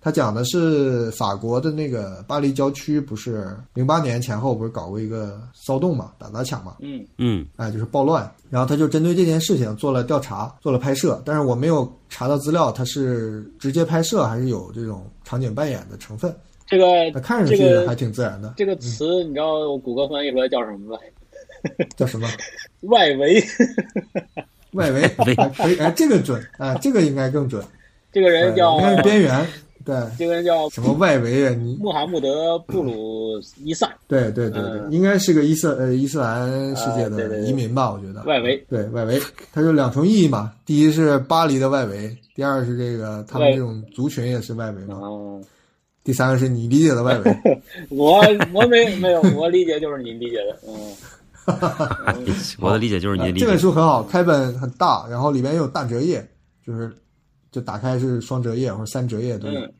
Speaker 4: 它讲的是法国的那个巴黎郊区，不是零八年前后不是搞过一个骚动嘛，打砸抢嘛，
Speaker 5: 嗯
Speaker 3: 嗯，
Speaker 4: 哎，就是暴乱。然后他就针对这件事情做了调查，做了拍摄，但是我没有查到资料，它是直接拍摄还是有这种场景扮演的成分？
Speaker 5: 这个
Speaker 4: 那呃看上
Speaker 5: 这
Speaker 4: 去
Speaker 5: 个
Speaker 4: 还挺自然的，
Speaker 5: 这个词你知道我谷歌翻译出来叫什么吧？
Speaker 4: 叫什么？
Speaker 5: 外围。
Speaker 4: 外围，
Speaker 3: 围
Speaker 4: 哎可以，哎，这个准，哎，这个应该更准，
Speaker 5: 这个
Speaker 4: 哎
Speaker 5: 人叫
Speaker 4: 应该是边缘，对，
Speaker 5: 这个人叫
Speaker 4: 什么外围啊？你
Speaker 5: 穆罕默德·布鲁伊萨，
Speaker 4: 对对对对，
Speaker 5: 嗯
Speaker 4: 应该是个伊斯呃伊斯兰世界
Speaker 5: 啊对对
Speaker 4: 的
Speaker 5: 对
Speaker 4: 嗯移民吧，我觉得。
Speaker 5: 外围。
Speaker 4: 对外围，它就两重意义嘛。第一是巴黎的外围，第二是这个他们这种族群也是外围嘛，
Speaker 5: 嗯，
Speaker 4: 第三个是你理解的外 围。
Speaker 5: 我我没 没有，我理解就是你理解的，嗯，
Speaker 3: 我的理解就是你的理
Speaker 4: 这本
Speaker 3: 解。
Speaker 4: 书很好，开本很大，然后里面又有大折页，就是就打开是双折页或者三折页都有。
Speaker 5: 嗯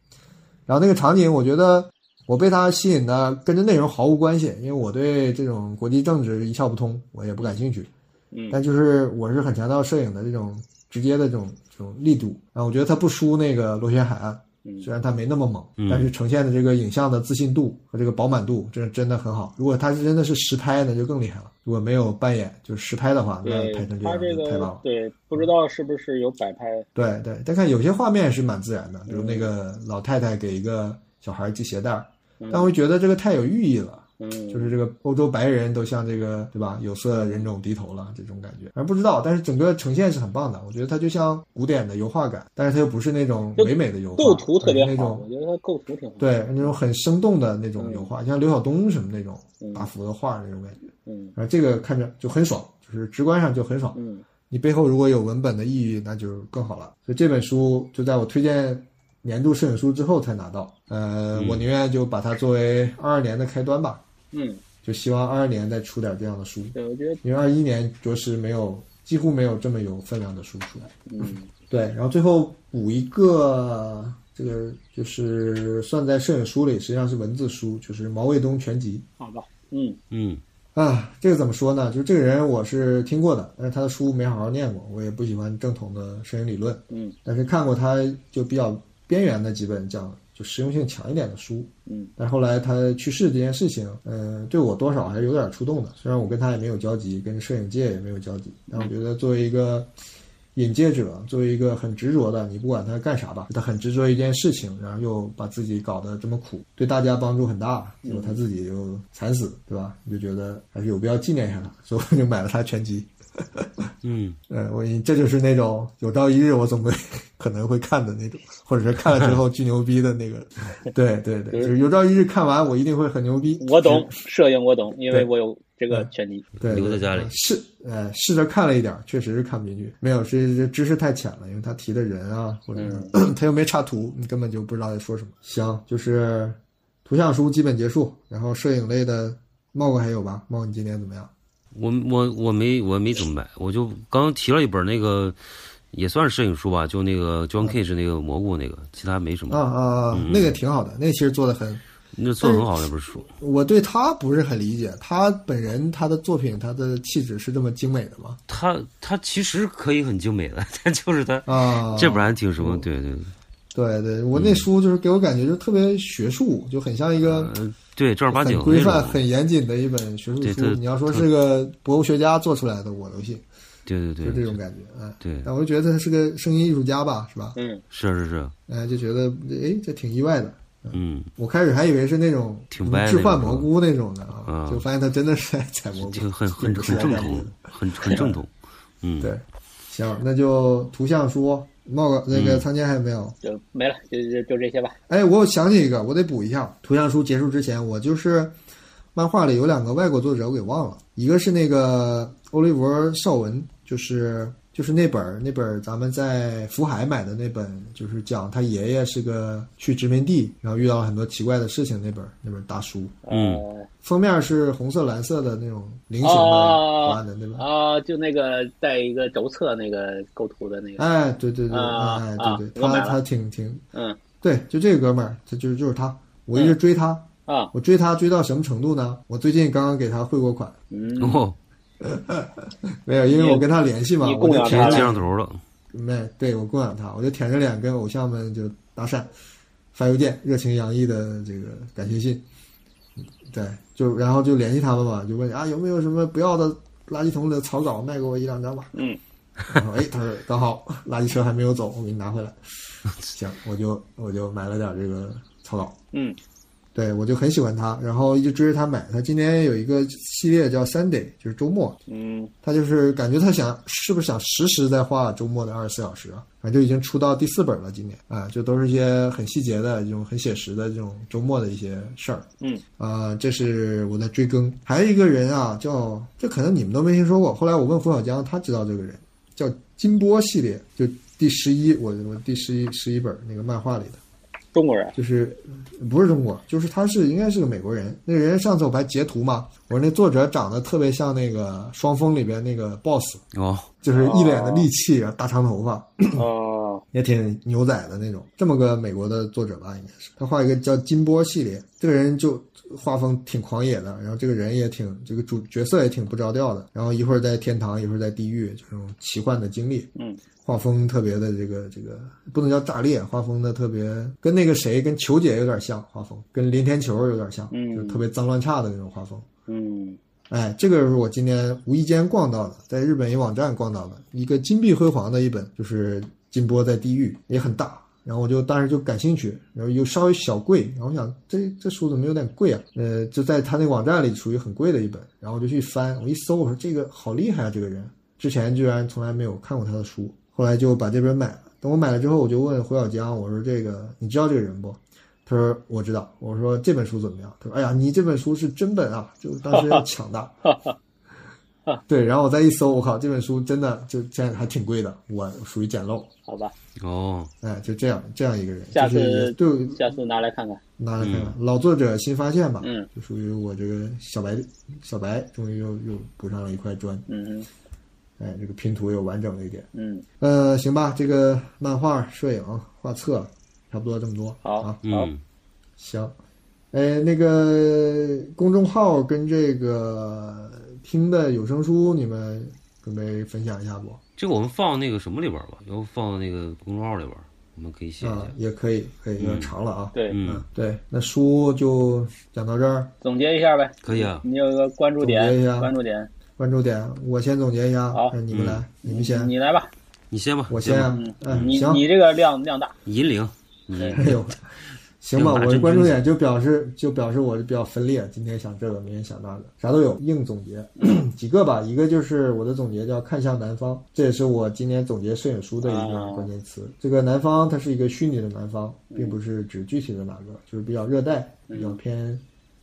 Speaker 4: 然后那个场景，我觉得我被它吸引的跟这内容毫无关系，因为我对这种国际政治一窍不通，我也不感兴趣。
Speaker 5: 嗯
Speaker 4: 但就是我是很强调摄影的这种直接的这种这种力度啊，我觉得它不输那个《螺旋海岸》，
Speaker 5: 嗯
Speaker 4: 虽然它没那么猛，但是呈现的这个影像的自信度和这个饱满度，这真的很好。如果它是真的是实拍，那就更厉害了。如果没有扮演就是实拍的话，那
Speaker 5: 对
Speaker 4: 拍成这
Speaker 5: 他
Speaker 4: 样
Speaker 5: 这
Speaker 4: 就太棒
Speaker 5: 个
Speaker 4: 了。嗯
Speaker 5: 对，不知道是不是有摆拍，
Speaker 4: 对对，但看有些画面是蛮自然的，比如那个老太太给一个小孩系鞋带儿，但我觉得这个太有寓意了。
Speaker 5: 嗯，
Speaker 4: 就是这个欧洲白人都向这个对吧有色人种低头了这种感觉，而不知道，但是整个呈现是很棒的，我觉得它就像古典的油画感，但是它又不是那种
Speaker 5: 就
Speaker 4: 唯美的油画，
Speaker 5: 构图特别
Speaker 4: 而是那
Speaker 5: 好，
Speaker 4: 种
Speaker 5: 我觉得他构图挺好，，
Speaker 4: 对那种很生动的那种油画，像刘晓东什么那种
Speaker 5: 嗯
Speaker 4: 大幅的画那种感觉，
Speaker 5: 嗯
Speaker 4: 然后这个看着就很爽，就是直观上就很爽，
Speaker 5: 嗯
Speaker 4: 你背后如果有文本的意义，那就更好了。所以这本书就在我推荐年度摄影书之后才拿到，呃，我宁愿就把它作为二二年的开端吧。
Speaker 5: 嗯，
Speaker 4: 就希望二二年再出点这样的书，
Speaker 5: 对，我觉得
Speaker 4: 因为二一年着实没有，几乎没有这么有分量的书出来。
Speaker 5: 嗯
Speaker 4: 对，然后最后补一个，这个就是算在摄影书里，实际上是文字书，就是毛卫东全集
Speaker 5: 好吧，嗯
Speaker 3: 嗯
Speaker 4: 啊。这个怎么说呢？就是这个人我是听过的，但是他的书没好好念过，我也不喜欢正统的摄影理论，
Speaker 5: 嗯
Speaker 4: 但是看过他就比较边缘的几本讲就实用性强一点的书，
Speaker 5: 嗯
Speaker 4: 但后来他去世这件事情，呃，对我多少还是有点触动的。虽然我跟他也没有交集，跟摄影界也没有交集，但我觉得作为一个引介者，作为一个很执着的，你不管他干啥吧，他很执着一件事情，然后又把自己搞得这么苦，对大家帮助很大，结果他自己就惨死，对吧？你就觉得还是有必要纪念一下他，所以我就买了他全集。
Speaker 3: 嗯，
Speaker 4: 嗯，我这就是那种有朝一日我总会 可能会看的那种，或者是看了之后巨牛逼的那个。对对对，就是有朝一日看完我一定会很牛逼。
Speaker 5: 我懂摄影，我懂，因为我有这个
Speaker 4: 嗯
Speaker 5: 全集，
Speaker 4: 对，
Speaker 3: 留在
Speaker 4: 对
Speaker 3: 家里
Speaker 4: 试呃试着看了一点儿，确实是看不进去。没有，是是知识太浅了，因为他提的人啊，或者是、
Speaker 3: 嗯
Speaker 4: 他又没插图，你根本就不知道在说什么。行，就是图像书基本结束，然后摄影类的茂哥还有吧？茂，你今年怎么样？
Speaker 3: 我我我没我没怎么买，我就刚刚提了一本那个也算是摄影书吧，就那个 John Cage 那个蘑菇那个，其他没什
Speaker 4: 啊
Speaker 3: 么。
Speaker 4: 啊，嗯啊
Speaker 3: 嗯
Speaker 4: 那个挺好的，那个其实做的很
Speaker 3: 那做得很好那本书，
Speaker 4: 我对他不是很理解，他本人他的作品他的气质是这么精美的吗？
Speaker 3: 它它其实可以很精美的， 但就是它
Speaker 4: 啊，哦
Speaker 3: 这本嗯还挺什么，对对
Speaker 4: 对对，我那书就是给我感觉就特别学术，就很像一
Speaker 3: 啊
Speaker 4: 个
Speaker 3: 呃对，正儿八经
Speaker 4: 很规
Speaker 3: 那
Speaker 4: 范、
Speaker 3: 种，
Speaker 4: 很严谨的一本学术
Speaker 3: 对
Speaker 4: 书
Speaker 3: 特。
Speaker 4: 你要说是个博物学家做出来的，我都信，
Speaker 3: 对对
Speaker 4: 就这
Speaker 3: 对，
Speaker 4: 种感觉。嗯，
Speaker 3: 对
Speaker 4: 但我就觉得他是个声音艺术家吧，是吧？
Speaker 5: 嗯
Speaker 3: 是啊是是，
Speaker 4: 嗯，就觉得哎，这挺意外的。
Speaker 3: 嗯，
Speaker 4: 我开始还以为是那种
Speaker 3: 挺歪的
Speaker 4: 置换
Speaker 3: 那种
Speaker 4: 蘑菇那种的啊
Speaker 3: 啊，
Speaker 4: 就发现他真的是在采蘑菇
Speaker 3: 就，很很很正统，很很正统，嗯，
Speaker 4: 嗯对，行，那就图像书，茂哥那个
Speaker 3: 嗯
Speaker 4: 苍天还有没有？
Speaker 5: 就没了，就就就这些吧，
Speaker 4: 哎，我想起一个，我得补一下。图像书结束之前，我就是漫画里有两个外国作者，我给忘了，一个是那个欧利弗·绍文，就是就是那本儿那本儿咱们在福海买的那本，就是讲他爷爷是个去殖民地，然后遇到了很多奇怪的事情那本儿那本儿大书，
Speaker 3: 嗯
Speaker 4: 封面是红色蓝色的那种菱形的
Speaker 5: 哦
Speaker 4: 图案的，对吧
Speaker 5: 呃，？啊，就那个带一个轴测那个构图的那个，
Speaker 4: 哎，对对对，
Speaker 5: 啊
Speaker 4: 哎
Speaker 5: 啊
Speaker 4: 对对，
Speaker 5: 我买
Speaker 4: 他
Speaker 5: 了
Speaker 4: 他挺挺
Speaker 5: 嗯
Speaker 4: 对，就这个哥们儿，他就是就是他，我一直追他，
Speaker 5: 啊，
Speaker 4: 我追他追到什么程度呢？我最近刚刚给他汇过款，
Speaker 5: 嗯，
Speaker 3: 哦，
Speaker 4: 没有，因为我跟他联系嘛，
Speaker 5: 你
Speaker 4: 我就
Speaker 5: 供
Speaker 3: 直
Speaker 4: 舔
Speaker 5: 养
Speaker 3: 接接
Speaker 5: 他
Speaker 4: 着
Speaker 3: 上头了，
Speaker 4: 没，对我供养他，我就舔着脸跟偶像们就搭讪，发邮件，热情洋溢的这个感谢信，对，就然后就联系他们嘛，就问啊有没有什么不要的垃圾桶里的草稿，卖给我一两张吧。
Speaker 5: 嗯，
Speaker 4: 然后哎，他说刚好垃圾车还没有走，我给你拿回来。行，我就我就买了点这个草稿。
Speaker 5: 嗯，
Speaker 4: 对，我就很喜欢他，然后一直追着他买。他今年有一个系列叫 Sunday，就是周末，
Speaker 5: 嗯
Speaker 4: 他就是感觉他想是不是想实时在画周末的二十四小时啊？反正就已经出到第四本了，今年啊，就都是一些很细节的这种很写实的这种周末的一些事儿。
Speaker 5: 嗯，
Speaker 4: 啊，这是我在追更。还有一个人啊，叫这可能你们都没听说过。后来我问冯小江，他知道这个人，叫金波系列，就第十一，我我第十一十一本那个漫画里的，
Speaker 5: 中国人
Speaker 4: 就是不是中国，就是他是应该是个美国人。那人上次我不还截图嘛，我说那作者长得特别像那个《双峰》里边那个 BOSS，
Speaker 3: 哦，
Speaker 4: 就是一脸的戾气，然后大长头发，
Speaker 5: 哦，
Speaker 4: 也挺牛仔的那种，这么个美国的作者吧，应该是他画一个叫金波系列，这个人就画风挺狂野的，然后这个人也挺这个主角色也挺不着调的，然后一会儿在天堂，一会儿在地狱，就这种奇幻的经历，
Speaker 5: 嗯，
Speaker 4: 画风特别的这个这个不能叫炸裂，画风的特别跟那个谁跟球姐有点像，画风跟林天球有点像，
Speaker 5: 嗯
Speaker 4: 就特别脏乱差的那种画风。
Speaker 5: 嗯，
Speaker 4: 哎，这个是我今天无意间逛到的，在日本一网站逛到的一个金碧辉煌的一本，就是金波在地狱，也很大。然后我就当时就感兴趣，然后又稍微小贵，然后我想这这书怎么有点贵啊？呃，就在他那网站里属于很贵的一本，然后我就去翻，我一搜，我说这个好厉害啊，这个人之前居然从来没有看过他的书，后来就把这本买了。等我买了之后，我就问胡小江，我说这个你知道这个人不？他说我知道。我说这本书怎么样？他说哎呀，你这本书是真本啊，就当时要抢 的。对，然后我再一搜，我靠，这本书真的就这样还挺贵的，我属于捡漏。
Speaker 5: 好吧，
Speaker 3: 哦，
Speaker 4: 哎，就这样这样一个人，
Speaker 5: 下
Speaker 4: 就
Speaker 5: 次
Speaker 4: 是对
Speaker 5: 下次拿来看看。
Speaker 4: 拿来看看、老作者新发现吧，
Speaker 5: 嗯
Speaker 4: 就属于我这个小白小白终于又又补上了一块砖，
Speaker 5: 嗯哼
Speaker 4: 哎，这个拼图又完整了一点。
Speaker 5: 嗯，
Speaker 4: 呃，行吧，这个漫画、摄影、画册，差不多这么多。
Speaker 5: 好
Speaker 4: 啊，
Speaker 5: 好
Speaker 3: 嗯，
Speaker 4: 行，呃，那个公众号跟这个听的有声书，你们准备分享一下不？
Speaker 3: 这个我们放那个什么里边儿吧，要不放那个公众号里边儿，我们可以写一
Speaker 4: 啊
Speaker 3: 下，。
Speaker 4: 也可以，可以，有点长了啊。
Speaker 5: 嗯对，
Speaker 3: 嗯，
Speaker 4: 对，那书就讲到这儿，
Speaker 5: 总结一下呗，
Speaker 3: 可以啊。
Speaker 5: 你有个关注
Speaker 4: 总结
Speaker 5: 点
Speaker 4: 一下，
Speaker 5: 关注点，
Speaker 4: 关注点，我先总结一下，
Speaker 5: 好
Speaker 4: 呃你们来，你们先，
Speaker 5: 嗯你来吧，
Speaker 3: 你先吧，
Speaker 4: 我先啊
Speaker 3: 吧，
Speaker 4: 嗯，
Speaker 5: 你
Speaker 4: 行，
Speaker 5: 你这个量量大，
Speaker 3: 引领，你
Speaker 5: 对
Speaker 4: 哎呦，行吧，
Speaker 3: 这个
Speaker 4: 我
Speaker 3: 马
Speaker 4: 的
Speaker 3: 真
Speaker 4: 关注
Speaker 3: 真
Speaker 4: 点就表示就表示我比较分裂，今天想这个，明天想那个，啥都有。硬总结 几个吧，一个就是我的总结叫“看向南方”，这也是我今年总结摄影书的一个
Speaker 5: 啊
Speaker 4: 关键词。这个南方它是一个虚拟的南方，并不是指具体的哪个，就是比较热带，比较偏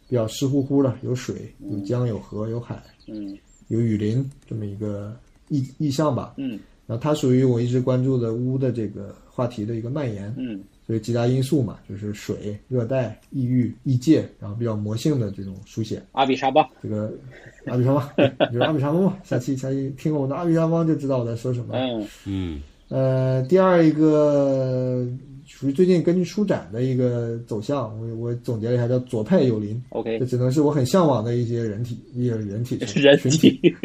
Speaker 4: 比较湿乎乎的，有水、有江、有河、有海、
Speaker 5: 嗯
Speaker 4: 有雨林这么一个意意象吧。
Speaker 5: 嗯
Speaker 4: 然后它属于我一直关注的乌的这个话题的一个蔓延。
Speaker 5: 嗯
Speaker 4: 所以几大因素嘛，就是水、热带、异域、异界，然后比较魔性的这种书写。
Speaker 5: 阿比沙邦，
Speaker 4: 这个阿比沙邦，对就是阿比沙邦嘛。下期下期听我的阿比沙邦就知道我在说什么。
Speaker 5: 嗯
Speaker 3: 嗯
Speaker 4: 呃，第二一个属于最近根据书展的一个走向，我我总结了一下，叫左派友邻。
Speaker 5: ，OK，
Speaker 4: 这只能是我很向往的一些人体，一些人 体
Speaker 5: 人
Speaker 4: 群体，
Speaker 5: 体，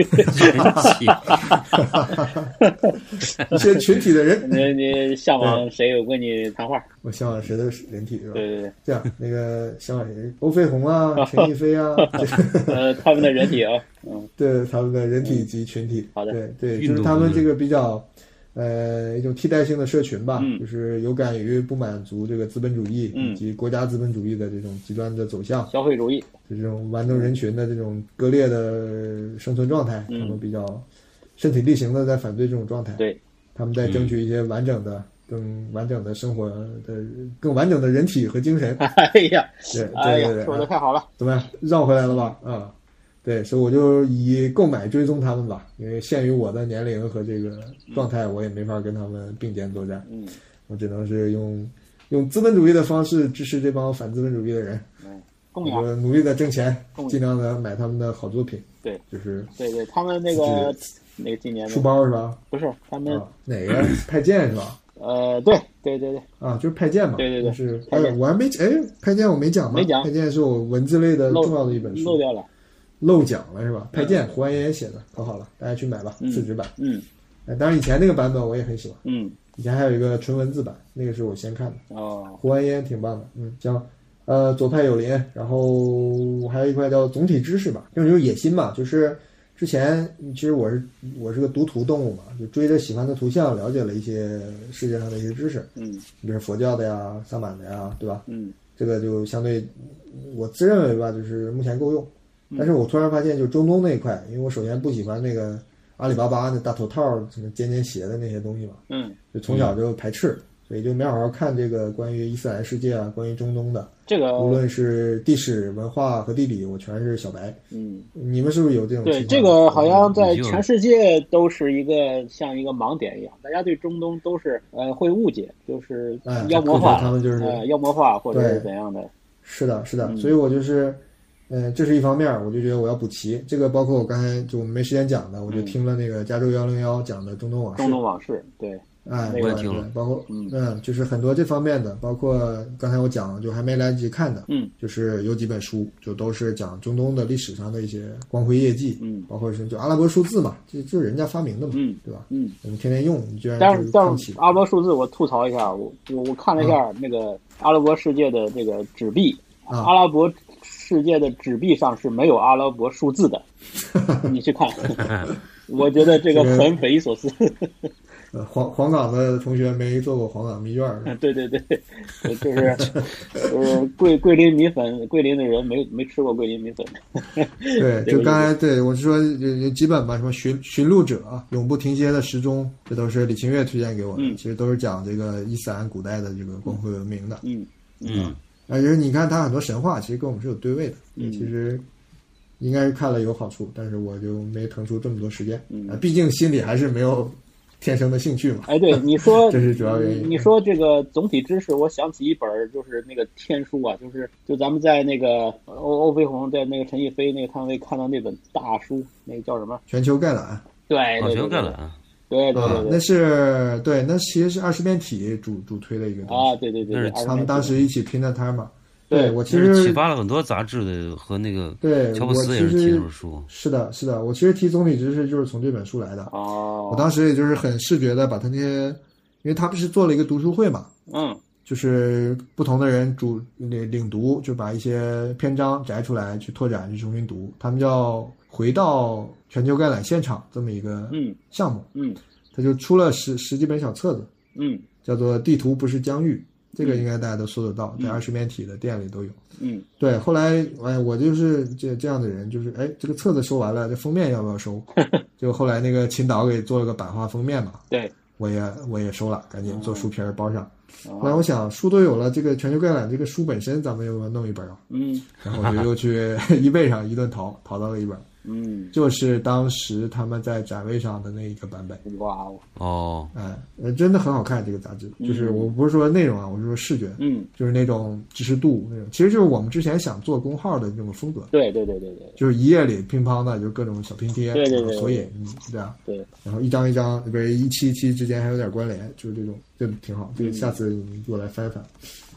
Speaker 5: 啊
Speaker 4: 一些群体的人。
Speaker 5: 你你向
Speaker 4: 嗯
Speaker 5: 往谁有跟你谈话？
Speaker 4: 我向往谁的人体是吧？
Speaker 5: 对对对，
Speaker 4: 这样，那个向往谁？欧飞鸿啊，陈逸飞啊，这
Speaker 5: 呃，他们的人体啊，嗯
Speaker 4: 对他们的人体及群体。
Speaker 5: 好的
Speaker 4: 对对，
Speaker 3: 运
Speaker 4: 就
Speaker 3: 动
Speaker 4: 是他们这个比较，呃，一种替代性的社群吧，
Speaker 5: 嗯
Speaker 4: 就是有感于不满足这个资本主义
Speaker 5: 嗯
Speaker 4: 以及国家资本主义的这种极端的走向，
Speaker 5: 消费主义，
Speaker 4: 就这种完整人群的这种割裂的生存状态，
Speaker 5: 嗯
Speaker 4: 他们比较身体力行的在反对这种状态。
Speaker 5: 对，嗯
Speaker 4: 他们在争取一些完整的、更完整的生活的、更完整的人体和精神。
Speaker 5: 哎呀，
Speaker 4: 对
Speaker 5: 哎
Speaker 4: 对
Speaker 5: 呀
Speaker 4: 对，对，
Speaker 5: 说
Speaker 4: 啊
Speaker 5: 的太好了，
Speaker 4: 怎么样？绕回来了吧？啊，对，所以我就以购买追踪他们吧，因为限于我的年龄和这个状态，我也没法跟他们并肩作战，
Speaker 5: 嗯，
Speaker 4: 我只能是用用资本主义的方式支持这帮反资本主义的人，
Speaker 5: 供
Speaker 4: 我
Speaker 5: 养，
Speaker 4: 就努力的挣钱
Speaker 5: 共，赢
Speaker 4: 尽量的买他们的好作品。
Speaker 5: 对，
Speaker 4: 就是
Speaker 5: 对对，他们那个那个今年的
Speaker 4: 书包是吧？
Speaker 5: 不是他们
Speaker 4: 啊，哪个派件是吧？
Speaker 5: 呃，对对对对，
Speaker 4: 啊，就是派件嘛，
Speaker 5: 对对对
Speaker 4: 就是
Speaker 5: 派
Speaker 4: 哎
Speaker 5: 件，
Speaker 4: 我还没哎，派件我没讲吗？
Speaker 5: 没讲
Speaker 4: 派件是我文字类的
Speaker 5: 漏
Speaker 4: 重要的一本书，
Speaker 5: 漏掉了，
Speaker 4: 漏奖了是吧？派件胡安也写的，可好了，大家去买吧，
Speaker 5: 嗯
Speaker 4: 四纸版。
Speaker 5: 嗯
Speaker 4: 哎，当然以前那个版本我也很喜欢，
Speaker 5: 嗯，
Speaker 4: 以前还有一个纯文字版，那个是我先看的。
Speaker 5: 哦，
Speaker 4: 胡安烟挺棒的，嗯，行，呃，左派有林，然后还有一块叫总体知识吧，这种就是野心嘛，就是之前其实我是我是个读图动物嘛，就追着喜欢的图像了解了一些世界上的一些知识，
Speaker 5: 嗯
Speaker 4: 比如佛教的呀、萨满的呀，对吧？
Speaker 5: 嗯
Speaker 4: 这个就相对我自认为吧，就是目前够用。但是我突然发现，就中东那一块，因为我首先不喜欢那个阿里巴巴那大头套、什么尖尖鞋的那些东西嘛，
Speaker 5: 嗯
Speaker 4: 就从小就排斥，所以就没好好看这个关于伊斯兰世界啊、关于中东的。
Speaker 5: 这个
Speaker 4: 无论是地史、文化和地理，我全是小白。
Speaker 5: 嗯，
Speaker 4: 你们是不是有嗯这种情
Speaker 5: 对，
Speaker 4: 况？
Speaker 5: 这个好像在
Speaker 3: 你就
Speaker 5: 全世界都是一个像一个盲点一样，大家对中东都是呃会误解，就是
Speaker 4: 哎
Speaker 5: 妖魔
Speaker 4: 我觉
Speaker 5: 化
Speaker 4: 得，他们就是
Speaker 5: 呃妖魔化或者
Speaker 4: 对
Speaker 5: 是怎样的。
Speaker 4: 是的，是的，
Speaker 5: 嗯
Speaker 4: 所以我就是，嗯，这是一方面儿，我就觉得我要补齐这个，包括我刚才就没时间讲的，我就
Speaker 5: 嗯
Speaker 4: 听了那个加州幺零幺讲的中东往事，
Speaker 5: 中东往事，对，
Speaker 4: 哎，
Speaker 5: 那
Speaker 4: 对
Speaker 5: 个
Speaker 4: 对
Speaker 3: 听了
Speaker 4: 包括
Speaker 5: 嗯
Speaker 4: 就是很多这方面的，包括刚才我讲就还没来得及看的，
Speaker 5: 嗯，
Speaker 4: 就是有几本书就都是讲中东的历史上的一些光辉业绩，
Speaker 5: 嗯
Speaker 4: 包括是就阿拉伯数字嘛，这就是人家发明的嘛，
Speaker 5: 嗯
Speaker 4: 对吧？
Speaker 5: 嗯。
Speaker 4: 我们天天用，你居然
Speaker 5: 但
Speaker 4: 就是看不
Speaker 5: 但
Speaker 4: 起
Speaker 5: 是，阿拉伯数字，我吐槽一下，我我我看了一下那个阿拉伯世界的这个纸币，
Speaker 4: 啊
Speaker 5: 阿拉伯世界的纸币上是没有阿拉伯数字的，你去看，我觉得这个很匪夷所思。
Speaker 4: 呃，黄黄冈的同学没做过黄冈密卷儿，
Speaker 5: 对对对，就是就是桂桂林米粉，桂林的人没没吃过桂林米粉。
Speaker 4: 对，
Speaker 5: 这个
Speaker 4: 就
Speaker 5: 意
Speaker 4: 刚才对我是说有有几本吧，什么寻寻路者、啊永不停歇的时钟，这都是李清月推荐给我的，
Speaker 5: 嗯
Speaker 4: 其实都是讲这个伊斯兰古代的这个光辉文明的。
Speaker 5: 嗯，
Speaker 3: 嗯，
Speaker 4: 而且呃你看他很多神话，其实跟我们是有对位的，
Speaker 5: 嗯
Speaker 4: 其实应该是看了有好处，但是我就没腾出这么多时间，
Speaker 5: 嗯
Speaker 4: 啊毕竟心里还是没有天生的兴趣嘛。
Speaker 5: 哎，对，你说
Speaker 4: 这是主要原因
Speaker 5: 你你说这个总体知识，我想起一本儿就是那个天书啊，就是就咱们在那个欧欧飞鸿在那个陈逸飞那个摊位看到那本大书，那个叫什么？
Speaker 4: 全球概览嗯
Speaker 5: 对
Speaker 3: 好
Speaker 5: 对对
Speaker 3: 像
Speaker 5: 对
Speaker 3: 概览，
Speaker 5: 对对
Speaker 4: 啊，那
Speaker 5: 对
Speaker 4: 是对，那其实是二十面体主主推的一个
Speaker 5: 对
Speaker 4: 东
Speaker 5: 啊，
Speaker 4: 西，
Speaker 5: 对对对
Speaker 3: 那是
Speaker 5: 对，
Speaker 4: 他们当时一起拼的摊嘛。
Speaker 5: 对
Speaker 4: 我其
Speaker 3: 其实
Speaker 4: 实
Speaker 3: 启发了很多杂志的和那个
Speaker 4: 对
Speaker 3: 乔布
Speaker 4: 我
Speaker 3: 斯也
Speaker 4: 其
Speaker 3: 是提那
Speaker 4: 实
Speaker 3: 本书。
Speaker 4: 是的，是的，我其实提总体知识就是从这本书来的。
Speaker 5: 哦，
Speaker 4: 我当时也就是很视觉的把他那些，因为他不是做了一个读书会嘛，
Speaker 5: 嗯
Speaker 4: 就是不同的人主领领读，就把一些篇章摘出来去拓展去重新读。他们叫回到全球概览现场这么一个
Speaker 5: 嗯
Speaker 4: 项目，
Speaker 5: 嗯
Speaker 4: 他就出了十十几本小册子，
Speaker 5: 嗯
Speaker 4: 叫做《地图不是疆域》，这个应该大家都搜得到，在二十面体的店里都有。
Speaker 5: 嗯
Speaker 4: 对，后来哎，我就是这这样的人，就是哎，这个册子收完了，这封面要不要 收？就后来那个秦导给做了个版画封面嘛，
Speaker 5: 对，
Speaker 4: 我也我也收了，赶紧做书皮儿包上。
Speaker 5: 哦
Speaker 4: 后来我想，书都有了，这个全球概览这个书本身，咱们要不要弄一本啊？
Speaker 5: 嗯
Speaker 4: 然后我就又去易贝上一顿淘，淘到了一本，
Speaker 5: 嗯，
Speaker 4: 就是当时他们在展位上的那一个版本。
Speaker 5: 哇哦，
Speaker 3: 哦，
Speaker 4: 哎，呃真的很好看，这个杂志。就是我不是说内容啊，我是说视觉，
Speaker 5: 嗯，
Speaker 4: 就是那种知识度那种，其实就是我们之前想做公号的那种风格。
Speaker 5: 对对对对对
Speaker 4: 就是一页里乒乓的，就各种小拼贴，
Speaker 5: 对对对
Speaker 4: 然后
Speaker 5: 对
Speaker 4: 索引，嗯，对啊，
Speaker 5: 对，
Speaker 4: 然后一张一张，不是一期一期之间还有点关联，就是这种，这挺好。这个下次你给我来翻翻。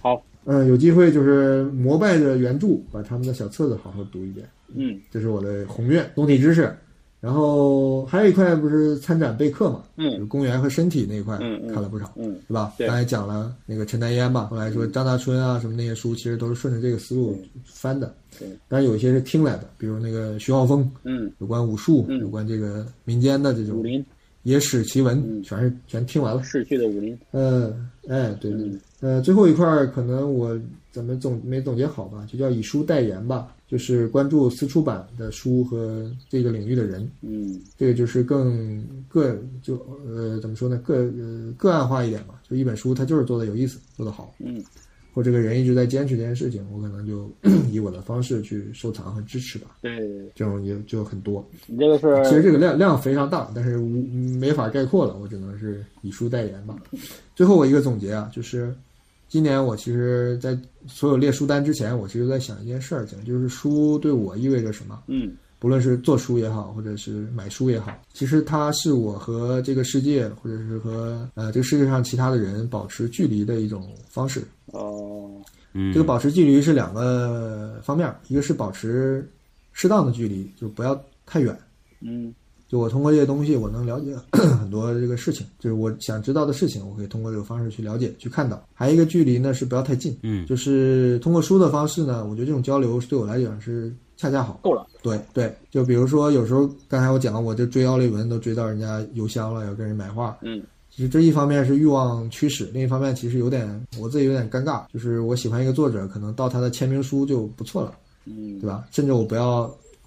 Speaker 5: 好，
Speaker 4: 嗯，有机会就是膜拜着原著，把他们的小册子好好读一遍。
Speaker 5: 嗯
Speaker 4: 这是我的宏愿，总体知识。然后还有一块不是参展备课嘛，
Speaker 5: 嗯
Speaker 4: 就是公园和身体那一块
Speaker 5: 嗯嗯
Speaker 4: 看了不少，
Speaker 5: 嗯
Speaker 4: 是吧？
Speaker 5: 对
Speaker 4: 刚才讲了那个陈丹烟嘛，后来说张大春啊什么那些书，其实都是顺着这个思路翻的。
Speaker 5: 对，
Speaker 4: 但是有一些是听来的，比如那个徐浩峰，
Speaker 5: 嗯，
Speaker 4: 有关武术，
Speaker 5: 嗯
Speaker 4: 有关这个民间的这种
Speaker 5: 武林
Speaker 4: 野史奇闻，
Speaker 5: 嗯
Speaker 4: 全是全听完了。
Speaker 5: 逝去的武林，
Speaker 4: 嗯，哎，对对，
Speaker 5: 嗯
Speaker 4: 呃，最后一块儿可能我怎么总没总结好吧，就叫以书代言吧，就是关注私出版的书和这个领域的人，
Speaker 5: 嗯
Speaker 4: 这个就是更个就呃怎么说呢，个呃个案化一点吧，就一本书它就是做的有意思，做的好，
Speaker 5: 嗯
Speaker 4: 或者这个人一直在坚持这件事情，我可能就嗯以我的方式去收藏和支持吧，
Speaker 5: 对对对，
Speaker 4: 这种也就很多。
Speaker 5: 你这个是
Speaker 4: 其实这个量量非常大，但是无没法概括了，我只能是以书代言吧。最后我一个总结啊，就是今年我其实，在所有列书单之前，我其实在想一件事儿情，就是书对我意味着什么。
Speaker 5: 嗯
Speaker 4: 不论是做书也好，或者是买书也好，其实它是我和这个世界，或者是和呃这个世界上其他的人保持距离的一种方式。
Speaker 5: 哦
Speaker 3: 嗯，
Speaker 4: 这个保持距离是两个方面儿，一个是保持适当的距离，就不要太远。
Speaker 5: 嗯
Speaker 4: 就我通过这些东西，我能了解 很多这个事情，就是我想知道的事情，我可以通过这个方式去了解、去看到。还有一个距离呢，是不要太近，
Speaker 3: 嗯
Speaker 4: 就是通过书的方式呢，我觉得这种交流是对我来讲是恰恰好。
Speaker 5: 够了，
Speaker 4: 对对，就比如说有时候刚才我讲，我这追奥利文都追到人家邮箱了，要跟人买画，
Speaker 5: 嗯
Speaker 4: 其实这一方面是欲望驱使，另一方面其实有点我自己有点尴尬，就是我喜欢一个作者，可能到他的签名书就不错了，
Speaker 5: 嗯
Speaker 4: 对吧？甚至我不要，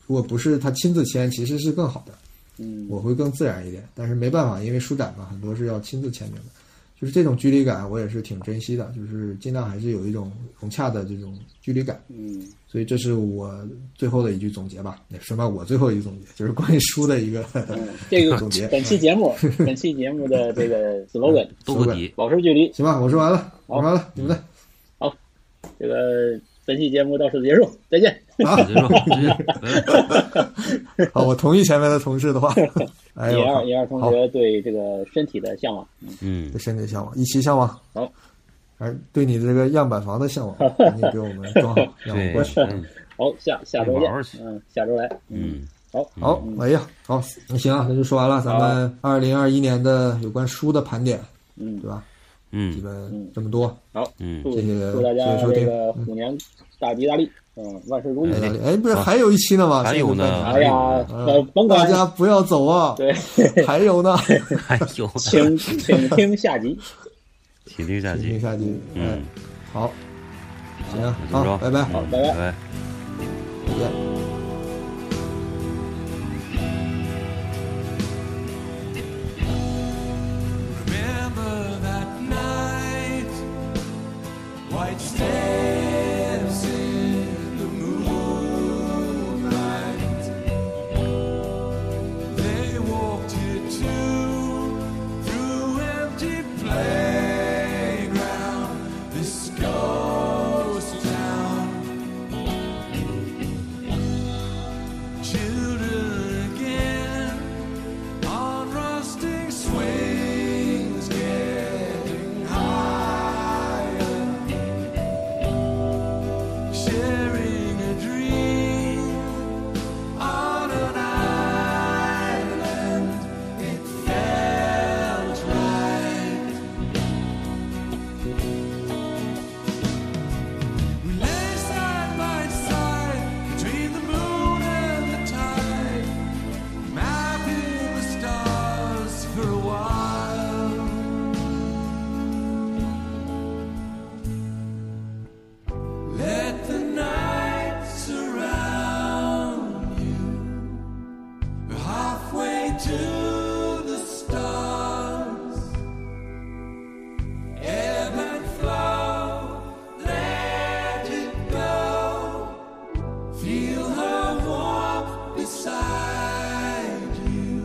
Speaker 4: 如果不是他亲自签，其实是更好的。
Speaker 5: 嗯
Speaker 4: 我会更自然一点。但是没办法，因为书展嘛，很多是要亲自签名的。就就是这种距离感，我也是挺珍惜的，就是尽量还是有一种融洽的这种距离感。
Speaker 5: 嗯，
Speaker 4: 所以这是我最后的一句总结吧，也顺便我最后一句总结，就是关于书的一个
Speaker 5: 这个
Speaker 4: 总结。
Speaker 5: 本期节 目，本期节目的这个 slogan
Speaker 3: 都不提。
Speaker 5: 保持距离。
Speaker 4: 行吧，我说完了，我说完了，你们的
Speaker 5: 这个本期节目到此结束，再见。
Speaker 4: 啊
Speaker 3: 直接说，直接 哎
Speaker 4: 好，我同意前面的同事的 话。哎
Speaker 5: 野
Speaker 4: 呦，
Speaker 5: 二野二同
Speaker 4: 好
Speaker 5: 学对这个身体的向往，
Speaker 3: 嗯
Speaker 4: 对，深圳向往，一期向往。
Speaker 5: 好，
Speaker 4: 而对你这个样板房的向 往，赶紧给我们装好，让我们
Speaker 3: 对
Speaker 4: 过去。，
Speaker 3: 嗯
Speaker 5: 好，下下周
Speaker 3: 玩
Speaker 5: 见
Speaker 3: 玩去，
Speaker 5: 嗯，下周来，
Speaker 3: 嗯，
Speaker 5: 好，
Speaker 4: 好，哎呀，好，那行啊，那就说完了咱们二零二一年的有关书的盘点，
Speaker 5: 嗯
Speaker 4: 对，吧？基
Speaker 3: 嗯
Speaker 4: 本这么多。
Speaker 5: 好，
Speaker 3: 嗯，
Speaker 5: 祝
Speaker 4: 谢谢
Speaker 5: 祝大家
Speaker 4: 谢谢收听
Speaker 5: 这个虎年大吉大利，嗯，万事如意
Speaker 4: 哎。呀，哎，不是还有一期呢吗？
Speaker 3: 还有呢
Speaker 5: 哎呀，呃，甭管
Speaker 4: 大家不要走啊！
Speaker 5: 对，
Speaker 4: 还有呢，
Speaker 3: 还有
Speaker 5: 请请听下集。
Speaker 3: 体力下
Speaker 4: 请听
Speaker 3: 去，
Speaker 4: 下集。哎
Speaker 3: 嗯，，
Speaker 4: 好，行啊，
Speaker 3: 那
Speaker 4: 好，
Speaker 3: 就
Speaker 4: 拜
Speaker 3: 这么着，
Speaker 4: 拜，
Speaker 3: 嗯
Speaker 5: 好拜拜
Speaker 3: 拜拜。
Speaker 4: 再见。
Speaker 6: Remember that night, white steps in the moonlight. They walked you two through empty playground. This ghost town, children again on rusting swings getting higher, sharing a dream on an island. It felt right. We lay side by side between the moon and the tide mapping the stars for a while. Let the night surround you. We're halfway to the stars. Ebb and flow, let it go. Feel her warmth beside you.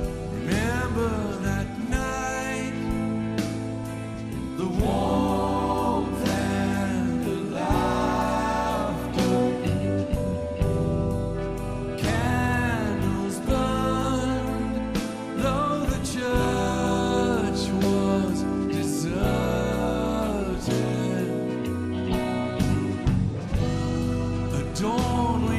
Speaker 6: Remember that night, the warmth and the laughter. Candles burned, though the church was deserted. The dawn we